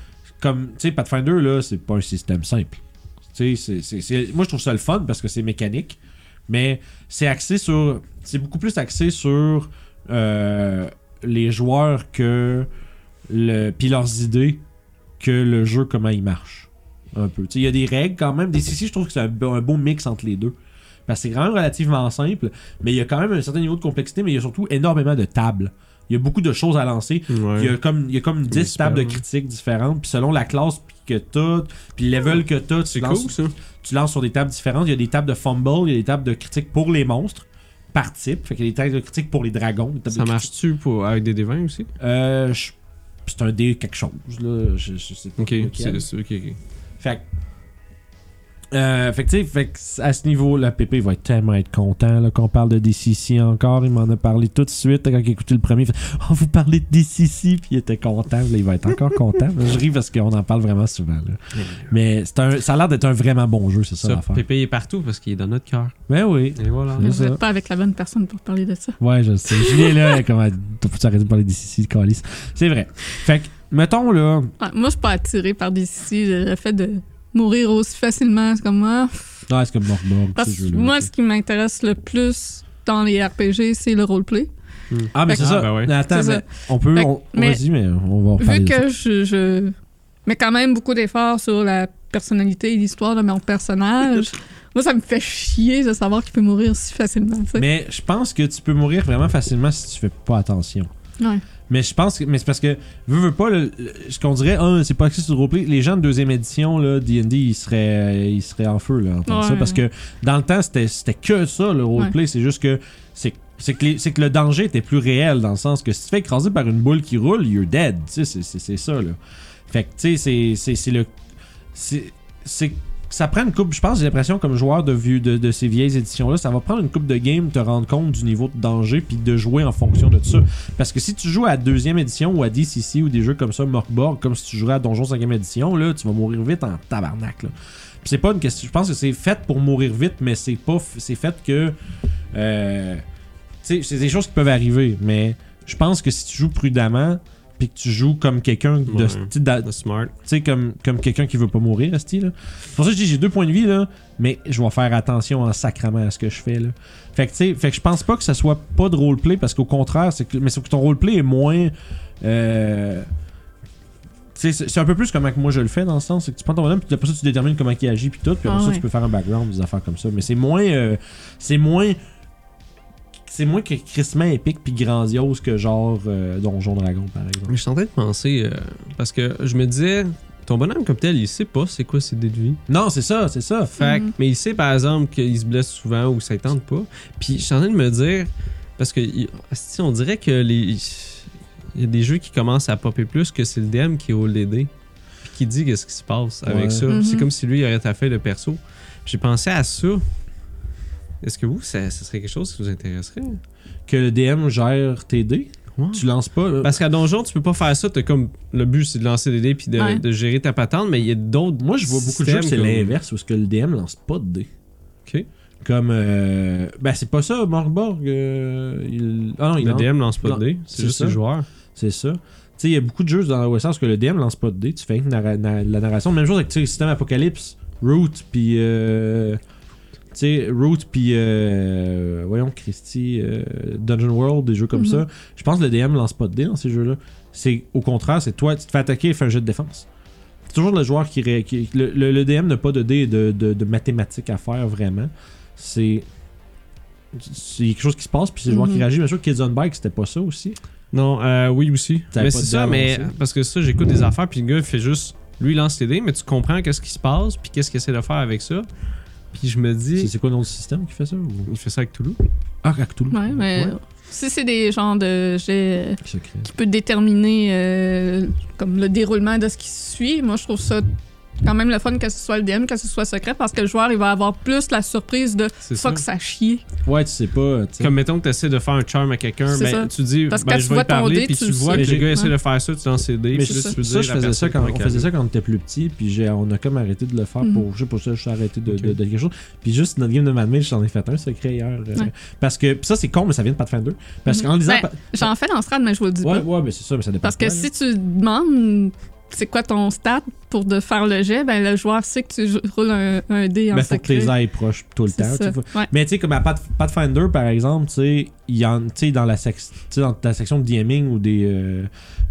S1: comme, tu sais, Pathfinder, là, c'est pas un système simple. Tu sais, c'est- c'est- c'est- moi, je trouve ça le fun parce que c'est mécanique, mais c'est axé sur, c'est beaucoup plus axé sur euh, les joueurs que le, puis leurs idées que le jeu, comment il marche. Un peu. Tu sais, Il y a des règles quand même. Des ici, je trouve que c'est un, beau- un beau mix entre les deux. Parce que c'est quand même relativement simple, mais il y a quand même un certain niveau de complexité, mais il y a surtout énormément de tables. Il y a beaucoup de choses à lancer.
S2: Ouais.
S1: Il y a comme, il y a comme 10
S2: J'espère,
S1: tables de
S2: ouais.
S1: critiques différentes, puis selon la classe que t'as, puis le level que t'as, tu
S2: C'est
S1: lances,
S2: cool, ça.
S1: tu lances sur des tables différentes. Il y a des tables de fumble, il y a des tables de critiques pour les monstres, par type. Fait qu'il y a des tables de critiques pour les dragons. des tables
S2: Ça
S1: de
S2: marche-tu pour... avec des D20 aussi?
S1: critiques- Euh, je- c'est un dé quelque chose, là. Je, je sais pas
S2: Ok,
S1: lequel.
S2: c'est c'est- ok, ok.
S1: Fait que- euh, fait que, tu sais, fait que à ce niveau, la PP va être tellement être content là, qu'on parle de DCC encore. Il m'en a parlé tout de suite quand il a écouté le premier. Il fait, oh, vous parlez de DCC, puis il était content. Là, il va être encore content. Je ris parce qu'on en parle vraiment souvent. là. Mais c'est un, ça a l'air d'être un vraiment bon jeu, c'est ça,
S2: Ça, Mm.
S1: l'affaire.
S2: Pépé est partout parce qu'il est dans notre cœur.
S1: Mais oui.
S2: Et voilà.
S1: C'est
S3: Vous
S1: ça.
S3: n'êtes pas avec la bonne personne pour parler de ça.
S1: Ouais, je sais. Julien, là, comment. Faut arrêter de parler de DCC, calice. C'est vrai. Fait que, mettons, là.
S3: Ouais, moi, je suis pas attirée par des ici. Le fait de mourir aussi facilement, c'est comme moi.
S1: Non, est-ce que Mormor,
S3: Parce
S1: ce
S3: que
S1: jeu-là.
S3: moi, ce qui m'intéresse le plus dans les RPG, c'est le roleplay.
S1: Ah, mais c'est
S3: Fait
S2: que-
S1: ça.
S2: Ah, ben ouais.
S1: Mais Attends,
S3: C'est ça.
S1: mais on peut.
S3: Fait que-
S1: on-
S3: mais-
S1: Vas-y, mais on va en parler.
S3: Vu
S1: de ça.
S3: que je, je mets quand même beaucoup d'efforts sur la personnalité et l'histoire de mon personnage, moi, ça me fait chier de savoir qu'il peut mourir si facilement. tu sais.
S1: Mais je pense que tu peux mourir vraiment facilement si tu fais pas attention.
S3: Ouais.
S1: Mais je pense que. Mais c'est parce que. Veux, veux pas, le- le- ce qu'on dirait, un, c'est pas axé sur le roleplay. Les gens de deuxième édition, là, DD, ils seraient, euh, ils seraient en feu, là, en entendant ça.
S3: Ouais.
S1: Parce que dans le temps, c'était, c'était que ça, le roleplay. C'est juste que. C'est, c'est, que les- c'est que le danger était plus réel, dans le sens que si tu te fais écraser par une boule qui roule, you're dead. Tu sais, c'est, c'est, c'est ça, là. Fait que, tu sais, c'est, c'est, c'est le. C'est. c'est ça prend une coupe, je pense, j'ai l'impression comme joueur de, vieux, de, de ces vieilles éditions-là, ça va prendre une coupe de game, te rendre compte du niveau de danger, puis de jouer en fonction de ça. Parce que si tu joues à deuxième édition ou à DCC ou des jeux comme ça, Morkborg, comme si tu jouais à Donjon 5ème édition, là, tu vas mourir vite en tabarnak. Là. Puis c'est pas une question. Je pense que c'est fait pour mourir vite, mais c'est pas. f- C'est fait que. euh, tu sais, c'est des choses qui peuvent arriver, mais je pense que si tu joues prudemment, puis que tu joues comme quelqu'un de,
S2: Ouais.
S1: tu sais, d'a-
S2: The smart.
S1: tu sais, comme, comme quelqu'un qui veut pas mourir, Asti, là. C'est pour ça que je dis, j'ai deux points de vie, là, mais je vais faire attention en sacrament à ce que je fais, là. Fait que, tu sais, fait que je pense pas que ça soit pas de roleplay, parce qu'au contraire, c'est que, mais c'est que ton roleplay est moins. euh, tu sais, c'est c'est un peu plus comment que moi je le fais dans le sens, c'est que tu prends ton bonhomme, puis après ça tu détermines comment il agit, puis tout, puis après
S3: Ah
S1: ça
S3: ouais.
S1: tu peux faire un background, des affaires comme ça. Mais c'est moins. euh, c'est moins. C'est moins que crissement épique puis grandiose que genre euh, Donjon Dragon, par exemple.
S2: Mais je suis en train de penser, euh, parce que je me disais, ton bonhomme comme tel, il sait pas c'est quoi ses dés de vie.
S1: Non, c'est ça, c'est ça.
S2: Fait que-
S3: Mhm.
S2: Mais il sait par exemple qu'il se blesse souvent ou que ça ne tente pas. Puis je suis en train de me dire, parce que il- asti, on dirait que les. Il y a des jeux qui commencent à popper plus que c'est le DM qui roule les dés. Puis qui dit qu'est-ce qui se passe avec
S1: Ouais.
S2: ça.
S3: Mhm.
S2: C'est comme si lui il aurait à fait le perso. J'ai pensé à ça. Est-ce que vous, ça, ça serait quelque chose qui vous intéresserait?
S1: que le DM gère tes dés.
S2: Ouais.
S1: Tu lances pas. là.
S2: Parce qu'à Donjon, tu peux pas faire ça. T'as comme le but, c'est de lancer des dés puis de,
S3: Ouais.
S2: de gérer ta patente, mais il y a d'autres.
S1: moi, je vois beaucoup de jeux que c'est
S2: systèmes comme-
S1: l'inverse, où ce que le DM lance pas de dés.
S2: Ok.
S1: Comme. Euh... Ben, c'est pas ça, Morgborg. euh, il- Ah non, il
S2: Le
S1: lance.
S2: DM lance pas
S1: Non,
S2: de dés,
S1: c'est
S2: c'est juste
S1: ça.
S2: les joueurs.
S1: C'est ça. sais, il y a beaucoup de jeux dans le sens que le DM lance pas de dés, tu fais narra- na- la narration. Même chose avec tu sais, le système Apocalypse, Root, puis. Euh, tu sais, Root, puis. euh, voyons, Christy, euh, Dungeon World, des jeux comme ça. Je pense que le DM lance pas de dés dans ces jeux-là. C'est au contraire, c'est toi, tu te fais attaquer et fais un jeu de défense. C'est toujours le joueur qui. ré- qui- le, le- le DM n'a pas de dés et de, de- de mathématiques à faire vraiment. C'est. C'est quelque chose qui se passe, puis c'est le joueur
S3: Mhm.
S1: qui réagit. Bien sûr, Kids on Bike, c'était pas ça aussi.
S2: Non, euh, oui aussi.
S1: T'avais
S2: Mais
S1: pas
S2: c'est
S1: de
S2: ça,
S1: dés
S2: mais
S1: avancés.
S2: parce que ça, j'écoute des affaires, puis le gars, il fait juste. Lui, il lance les dés, mais tu comprends qu'est-ce qui se passe, puis qu'est-ce qu'il essaie de faire avec ça. Puis je me
S1: C'est
S2: dis.
S1: c'est quoi le nom du système qui fait ça ou-
S2: Il fait ça avec Toulouse.
S1: Ah, Cthulhu.
S3: Ouais, mais si c'est des genres de jets euh,
S1: Secret.
S3: qui peut déterminer euh, comme le déroulement de ce qui suit, moi je trouve ça quand même le fun que ce soit le DM, que ce soit secret, parce que le joueur il va avoir plus la surprise de
S2: C'est ça.
S3: fuck ça a chié.
S1: Ouais, tu sais pas. tu sais.
S2: Comme mettons que tu essaies de faire un charm à quelqu'un,
S3: C'est ça.
S2: ben, tu dis,
S3: Parce que
S2: ben,
S3: quand
S2: je
S3: tu
S2: vais
S3: vois
S2: lui
S3: ton
S2: parler,
S3: dé,
S2: puis
S3: tu
S2: tu
S3: le
S2: vois
S1: sais.
S2: que le gars
S3: Ouais.
S2: essaie de faire ça, tu lances les dés,
S1: Mais
S2: puis
S1: je-
S2: là, tu veux
S1: ça,
S2: dire
S1: je faisais
S2: la
S1: ça
S2: personne
S1: quand
S2: comment
S1: on
S2: qu'elle
S1: faisait
S2: veut.
S1: ça quand on était plus petit, puis j'ai- on a comme arrêté de le faire
S3: Mhm.
S1: pour, je sais pas ça, je suis arrêté de,
S2: Ok.
S1: de- de quelque chose. Puis juste notre game de Mad Mage, j'en ai fait un secret hier. euh,
S3: Ouais.
S1: Parce que puis ça c'est con, mais ça vient de Pathfinder. Parce
S3: Mhm.
S1: qu'en lisant,
S3: Ben,
S1: pa-
S3: J'en fais dans Strad, mais je vous le dis
S1: ouais,
S3: pas.
S1: ouais, mais c'est ça, mais ça dépend.
S3: Parce que
S1: de
S3: si tu demandes c'est quoi ton stat pour de faire le jet, ben le joueur sait que tu jou- roules un, un
S1: toi,
S3: dé
S1: là.
S3: en
S1: ben, faut que
S3: secret.
S1: tes ailes proches tout le
S3: C'est
S1: temps. tu
S3: ça.
S1: sais, faut-
S3: Ouais.
S1: Mais tu sais, comme à Path- Pathfinder, par exemple, tu sais, il y en- tu sais, dans, la sex- tu sais, dans ta section de DMing ou des, euh,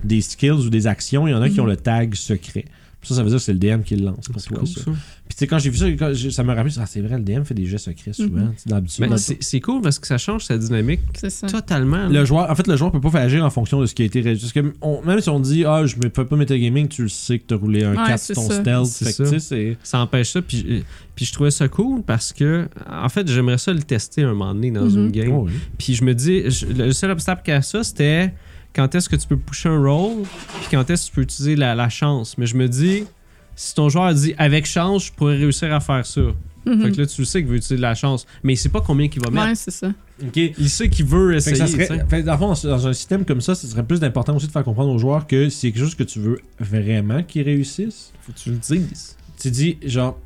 S1: des skills ou des actions, il y en a qui
S3: Mhm.
S1: ont le tag secret. Ça, ça veut dire que c'est le DM qui le lance. pour
S2: C'est
S1: toi,
S2: cool,
S1: ça.
S2: ça.
S1: Puis tu sais, quand j'ai vu ça, quand j'ai- ça me rappelé, ah, c'est vrai, le DM fait des gestes secrets souvent,
S3: Mhm.
S1: tu sais, d'habitude.
S2: Ben, c'est c'est cool parce que ça change sa dynamique
S3: C'est ça.
S2: totalement.
S1: Le joueur, en fait, le joueur peut pas agir en fonction de ce qui a été réagi. Parce que on- même si on dit, ah, je me peux pas gaming, tu le sais que t'as roulé un
S3: Ouais,
S1: 4
S3: c'est
S1: sur ton
S3: ça.
S1: stealth.
S2: C'est
S1: Fait que
S2: ça.
S1: tu sais, c'est.
S2: ça empêche ça. Puis, je- puis je trouvais ça cool parce que, en fait, j'aimerais ça le tester un moment donné dans
S3: Mhm.
S2: une game.
S1: Oh, oui.
S2: Puis je me dis, je- le seul obstacle qu'à ça, c'était quand est-ce que tu peux pusher un roll, puis quand est-ce que tu peux utiliser la, la chance. Mais je me dis, si ton joueur dit avec chance, je pourrais réussir à faire ça.
S3: Mhm.
S2: Fait que là, tu le sais qu'il veut utiliser de la chance, mais il sait pas combien qu'il va mettre.
S3: Ouais, c'est ça.
S2: Il sait qu'il veut
S1: Fait
S2: essayer.
S1: que ça serait-
S2: tu sais.
S1: fait que dans le fond, dans- dans un système comme ça, ce serait plus important aussi de faire comprendre aux joueurs que c'est quelque chose que tu veux vraiment qu'ils réussissent.
S2: Faut que tu le dises.
S1: Tu dis, genre,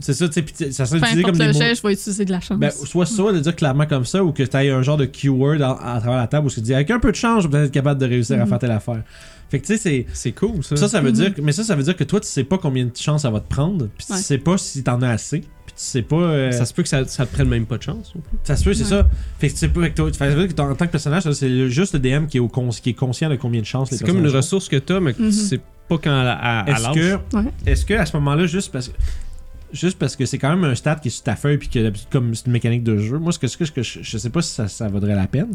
S1: c'est ça, tu sais, puis tu- ça serait
S3: Peu
S1: utilisé
S3: importe
S1: comme
S3: le
S1: des mots.
S3: jet, je vais utiliser de la chance.
S1: Ben, soit ça, de dire clairement comme ça, ou que tu aies un genre de keyword à, à travers la table où tu dis, avec un peu de change, je vais peut-être être capable de réussir à
S3: Mhm.
S1: faire telle affaire. Fait que tu sais, c'est.
S2: C'est cool, ça. Euh,
S1: Ça, ça veut
S3: Mhm.
S1: dire, que- mais ça, ça veut dire que toi, tu sais pas combien de chances ça va te prendre, puis tu
S3: Ouais.
S1: sais pas si t'en as assez, puis tu sais pas. euh,
S2: Ça se peut que ça, ça te prenne même pas de chance. non plus.
S1: ça se peut, c'est
S3: Ouais.
S1: ça. Fait que tu sais pas, fait que toi- fait que ça veut dire que t'en- en tant que personnage, ça, c'est le- juste le DM qui est, au cons- qui est conscient de combien de chances les
S2: C'est comme une
S1: personnages
S2: ressource que t'as, mais que
S3: Mhm.
S2: tu sais pas quand elle- à, à,
S1: ont. Est-ce que,
S3: Ouais.
S1: est-ce que à ce moment-là, juste parce que. Juste parce que c'est quand même un stat qui est sur ta feuille puis que d'habitude, comme c'est une mécanique de jeu. Moi, ce que, ce que- ce que je, je sais pas si ça, ça vaudrait la peine,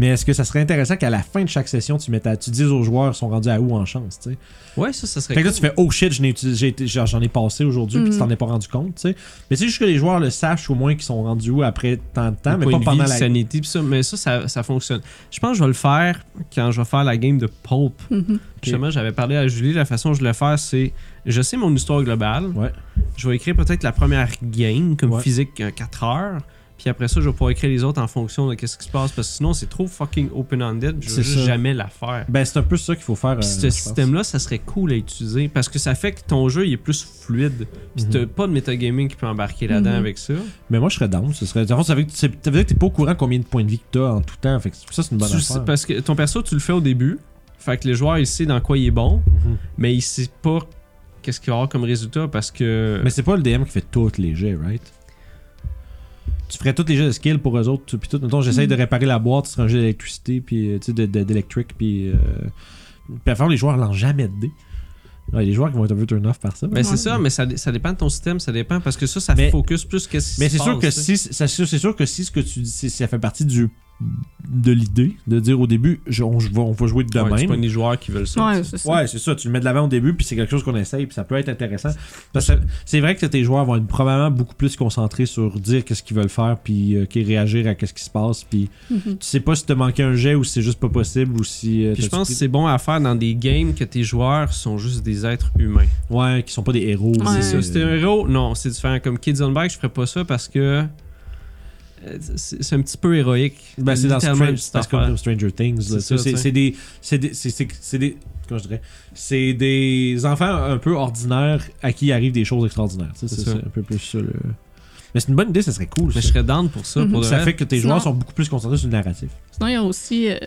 S1: mais est-ce que ça serait intéressant qu'à la fin de chaque session, tu, mettes à- tu dises aux joueurs ils sont rendus à où en chance, tu sais?
S2: Ouais, ça, ça serait
S1: Fait que là,
S2: cool.
S1: tu fais oh shit, je n'ai utilisé- j'ai été- genre, j'en ai passé aujourd'hui, puis tu
S3: Mhm.
S1: t'en es pas rendu compte, tu sais. Mais c'est juste que les joueurs le sachent au moins qu'ils sont rendus où après tant de temps,
S2: Le
S1: mais
S2: point
S1: pas
S2: de
S1: pendant
S2: vie,
S1: la.
S2: sanity, pis ça, mais ça, ça, ça fonctionne. Je pense que je vais le faire quand je vais faire la game de Pulp.
S3: Mhm.
S2: Justement, j'avais parlé à Julie, la façon dont je vais le faire, c'est je sais mon histoire globale.
S1: Ouais.
S2: Je vais écrire peut-être la première game, comme
S1: Ouais.
S2: physique euh, 4 heures. Puis après ça, je vais pouvoir écrire les autres en fonction de ce qui se passe. Parce que sinon, c'est trop fucking open-ended. puis Je vais
S1: C'est
S2: juste
S1: ça.
S2: jamais la faire.
S1: Ben c'est un peu ça qu'il faut faire.
S2: Puis
S1: euh,
S2: ce
S1: je pense.
S2: système-là, ça serait cool à utiliser. Parce que ça fait que ton jeu, il est plus fluide. Puis
S1: Mhm.
S2: t'as pas de metagaming qui peut embarquer là-dedans
S3: Mhm.
S2: avec ça.
S1: Mais moi je serais down. Ce serait. dans le fond, ça veut dire que tu sais- ça veut dire que t'es pas au courant combien de points de vie que t'as en tout temps. Fait que ça c'est une bonne
S2: Tu sais-
S1: affaire.
S2: parce que ton perso, tu le fais au début. Fait que le joueur, il sait dans quoi il est bon,
S1: Mhm.
S2: mais il sait pas qu'est-ce qu'il va avoir comme résultat parce que.
S1: Mais c'est pas le DM qui fait tous les jets, right? Tu ferais tous les jets de skill pour eux autres, tu- puis tout. Mettons, j'essaye
S3: Mhm.
S2: Hmm.
S1: de réparer la boîte, c'est un jet d'électricité, puis euh, tu sais, de- de- d'électrique, puis. Euh... Puis à la fin, les joueurs lancent jamais de dés. Ouais, les joueurs qui vont être un peu turn off par ça.
S2: Ben, c'est
S3: Ouais.
S2: ça, mais ça, dé- ça dépend de ton système, ça dépend parce que ça, ça
S1: Mais-
S2: focus plus qu'est-ce qui se
S1: Mais c'est sûr
S2: passe,
S1: que
S2: tu sais.
S1: si ça- c'est c'est sûr que si ce que tu dis c'est- ça fait partie du de l'idée de dire au début je- on, je va- on va jouer de
S2: Ouais, c'est pas
S1: même.
S2: les joueurs qui veulent ça.
S3: Ouais,
S2: tu sais.
S3: c'est ça.
S1: Ouais, c'est ça, tu le mets de l'avant au début puis c'est quelque chose qu'on essaye puis ça peut être intéressant parce que c'est vrai que tes joueurs vont être probablement beaucoup plus concentrés sur dire qu'est-ce qu'ils veulent faire puis euh, qu'ils réagir à qu'est-ce qui se passe puis
S3: Mhm.
S1: tu sais pas si te manqué un jet ou si c'est juste pas possible ou si euh,
S2: Puis je
S1: t'as-
S2: pense que c'est bon à faire dans des games que tes joueurs sont juste des êtres humains.
S1: ouais qui sont pas des héros.
S3: Ouais.
S1: mais-
S2: C'est ça, c'était un héros. Non, c'est différent. Comme Kids on Bike, je ferais pas ça parce que euh, c'est c'est un petit peu héroïque.
S1: Ben, c'est dans
S2: Littéralement,
S1: Stranger,
S2: cette
S1: parce que
S2: affaire.
S1: dans Stranger Things. là,
S2: C'est
S1: tu sais,
S2: ça,
S1: C'est
S2: tu sais.
S1: c'est des. C'est des. C'est c'est- c'est des. Comment je dirais C'est des enfants un peu ordinaires à qui arrivent des choses extraordinaires. tu sais,
S2: C'est
S1: C'est
S2: ça.
S1: c'est un peu plus ça. le- Mais c'est une bonne idée, ça serait cool.
S2: Mais je
S1: ça.
S2: serais down pour ça.
S3: Mhm.
S2: pour de
S1: Ça
S2: vrai.
S1: fait que tes
S3: Sinon-
S1: joueurs sont beaucoup plus concentrés sur le narratif.
S3: Sinon, il y a aussi euh,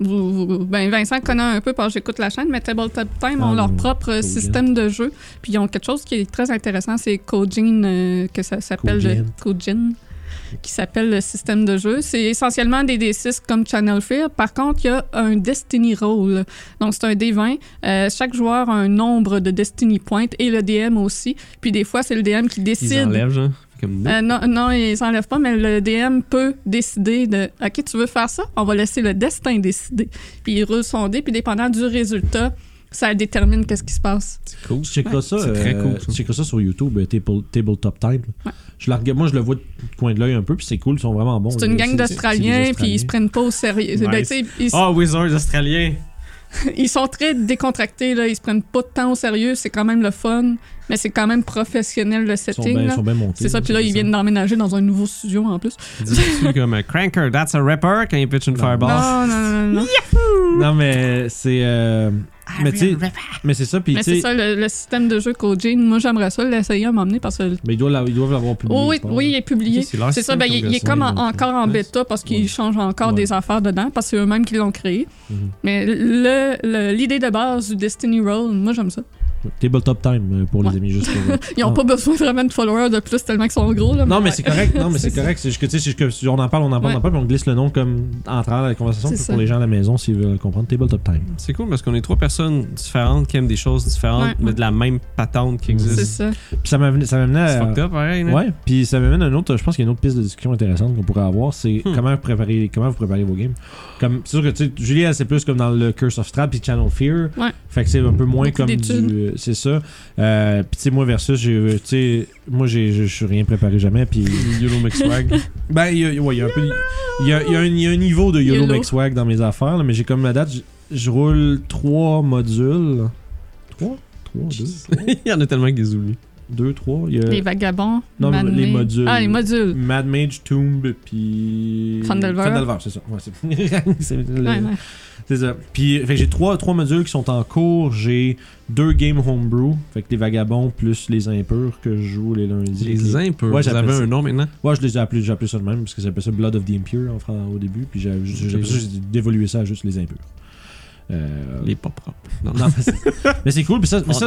S3: Vous, vous- ben Vincent connaît un peu parce que j'écoute la chaîne, mais Tabletop Time ont
S1: Ah,
S3: leur
S1: oui.
S3: propre
S1: Cogent.
S3: système de jeu. Puis ils ont quelque chose qui est très intéressant, c'est Cogin, euh, que ça s'appelle le Cogin, qui s'appelle le système de jeu. C'est essentiellement des D6 comme Channel Fear. Par contre, il y a un Destiny Roll. Donc c'est un D20. Euh, chaque joueur a un nombre de Destiny Points et le DM aussi. Puis des fois, c'est le DM qui
S2: Ils
S3: décide.
S2: enlèvent, genre. Fait Comme nous.
S3: Euh, non, non, ils s'enlèvent pas, mais le DM peut décider de OK, tu veux faire ça On va laisser le destin décider. Puis il roule son dé, puis dépendant du résultat, ça détermine qu'est-ce qui se passe.
S2: c'est cool.
S1: Je checkerai ça,
S2: C'est très
S1: euh,
S2: cool, ça.
S1: je checkerai ça sur YouTube, euh, Table- Tabletop Time.
S3: Ouais.
S1: Je la regarde- moi, je le vois du coin de l'œil un peu, puis c'est cool, ils sont vraiment bons.
S3: C'est une
S1: là.
S3: gang
S1: c'est- c'est
S3: d'Australiens,
S1: des
S3: puis ils se prennent pas au sérieux. Ben,
S2: Nice.
S3: tu sais, ils,
S1: oh,
S2: Ah, Wizards australiens!
S3: [LAUGHS] ils sont très décontractés, là. ils se prennent pas tant au sérieux, c'est quand même le fun, mais c'est quand même professionnel le
S1: Ils sont
S3: setting.
S1: bien- ils
S3: là.
S1: sont bien montés.
S3: c'est ça, puis là, ils viennent d'emménager dans un nouveau studio en plus.
S2: Dis-tu comme euh, Cranker, that's a rapper quand il pitch une
S1: Non.
S2: fireball.
S1: Ah.
S3: Non, non, non, non. non.
S1: Non, mais c'est. euh, mais tu sais- mais c'est ça, puis
S3: Ah, Mais
S1: tu
S3: c'est
S1: sais.
S3: ça, le, le système de jeu Cogin. Moi, j'aimerais ça l'essayer à m'emmener parce que
S1: Mais ils doivent la- ils doivent l'avoir publié.
S3: Oh oui,
S1: je pense.
S3: oui, il est publié.
S2: Ok, c'est leur
S1: Ah,
S3: c'est ça,
S2: système
S3: ben,
S2: qui
S3: il,
S2: ont
S3: il est
S2: gagné,
S3: comme en-
S2: donc,
S3: encore en
S2: nice.
S3: bêta parce qu'ils
S1: Ouais.
S3: changent encore
S1: Ouais.
S3: des affaires dedans parce que c'est eux-mêmes qui l'ont créé.
S1: Mhm.
S3: Mais le- le- l'idée de base du Destiny Roll, moi j'aime ça.
S1: Tabletop Time euh, pour
S3: Ouais.
S1: les amis, juste pour-
S3: Ils n'ont
S1: Ah.
S3: pas besoin vraiment de followers de plus tellement qu'ils sont gros. Là,
S1: Non, mais
S3: ouais.
S1: c'est correct.
S3: [LAUGHS]
S1: Non, mais c'est correct. C'est juste que, tu sais, c'est juste que si on en parle, on en parle, on en parle, puis on glisse le nom comme en travers de la conversation
S3: C'est
S1: puis
S3: ça.
S1: pour les gens à la maison s'ils veulent comprendre. Tabletop Time.
S2: C'est cool parce qu'on est trois personnes différentes qui aiment des choses différentes,
S3: Ouais.
S2: mais de la même patente qui
S3: C'est
S2: existe.
S3: ça.
S1: Puis ça m'amenait. Ça m'amenait
S2: C'est
S1: à-
S2: fucked up, hein? pareil. là.
S1: Ouais, puis ça m'amène à un autre. Je pense qu'il y a une autre piste de discussion intéressante qu'on pourrait avoir. C'est
S2: Hmm.
S1: comment préparer, comment vous préparez vos games. Comme, c'est sûr que tu sais, Julie, elle, c'est plus comme dans le Curse of Strahd puis Channel Fear.
S3: Ouais.
S1: Fait que c'est un peu moins
S3: Beaucoup
S1: comme du.
S3: d'études.
S1: euh, C'est ça. Euh, puis tu sais, moi versus, j'ai, euh, tu sais, moi, j'ai, je je suis rien préparé jamais. Puis.
S2: Yolo Mixwag.
S1: [LAUGHS] Ben, il y a, ouais, il y a un peu. Il y a, il y a un, il y a un niveau de YOLO,
S3: YOLO.
S1: Make Swag dans mes affaires, là, mais j'ai comme la date, je- je roule trois modules. Trois Trois, deux
S2: Il y en a tellement que des oublis.
S1: Deux, trois. Il y a
S3: Les vagabonds.
S1: Non, mais
S3: Mad
S1: les
S3: Men.
S1: modules.
S3: Ah, les modules.
S1: Mad Mage Tomb, puis.
S3: Fandelver.
S1: Fandelver, c'est ça. Ouais, c'est... [LAUGHS] c'est le-
S3: Ouais, ouais.
S1: c'est ça. Puis fait que j'ai trois, trois modules qui sont en cours. J'ai deux games homebrew, fait que les vagabonds plus les impurs que je joue les lundis.
S2: Les impurs.
S1: Ouais,
S2: vous
S1: j'appelle
S2: avez
S1: ça.
S2: un nom maintenant?
S1: Ouais, je les ai appelés, j'ai appelé ça de même parce que j'appelais ça Blood of the Impure en fran- au début, puis j'ai, j'ai, j'ai, appelé ça- j'ai dévolué ça à juste les impurs. Euh,
S2: Les pas propres. Non.
S1: non, mais, c'est, [LAUGHS] mais c'est cool, puis ça, mais ça-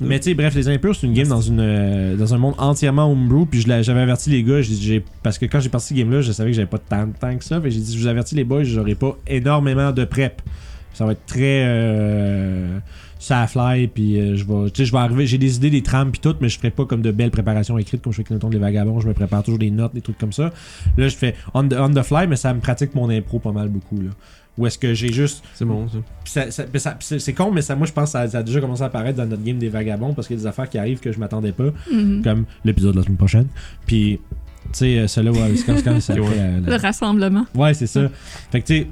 S1: mais tu sais, bref, les impurs, c'est une game dans, une, euh, dans un monde entièrement homebrew. Puis je l'ai- j'avais averti les gars, j'ai- j'ai- parce que quand j'ai parti ce game-là, je savais que j'avais pas tant de temps que ça. Fait que j'ai dit, je vous avertis les boys, j'aurai pas énormément de prep. Ça va être très. Euh, ça fly, puis euh, je vais. Tu sais, je vais arriver, j'ai des idées, des trames, puis tout, mais je ferai pas comme de belles préparations écrites comme je fais avec le ton des vagabonds. Je me prépare toujours des notes, des trucs comme ça. Là, je fais on the, on the fly, mais ça me pratique mon impro pas mal beaucoup, là. Ou est-ce que j'ai juste.
S2: C'est bon, ça.
S1: Puis ça- ça- puis ça- puis c'est c'est con, mais ça, moi je pense que ça, ça a déjà commencé à apparaître dans notre game des vagabonds parce qu'il y a des affaires qui arrivent que je m'attendais pas,
S3: Mhm.
S1: comme l'épisode de la semaine prochaine. Puis, tu sais, euh, celle-là, ouais, c'est quand, quand ça
S2: Ok, ouais.
S1: fait la-
S3: Le
S1: la-
S3: rassemblement.
S1: Ouais, c'est ça. Fait que tu sais.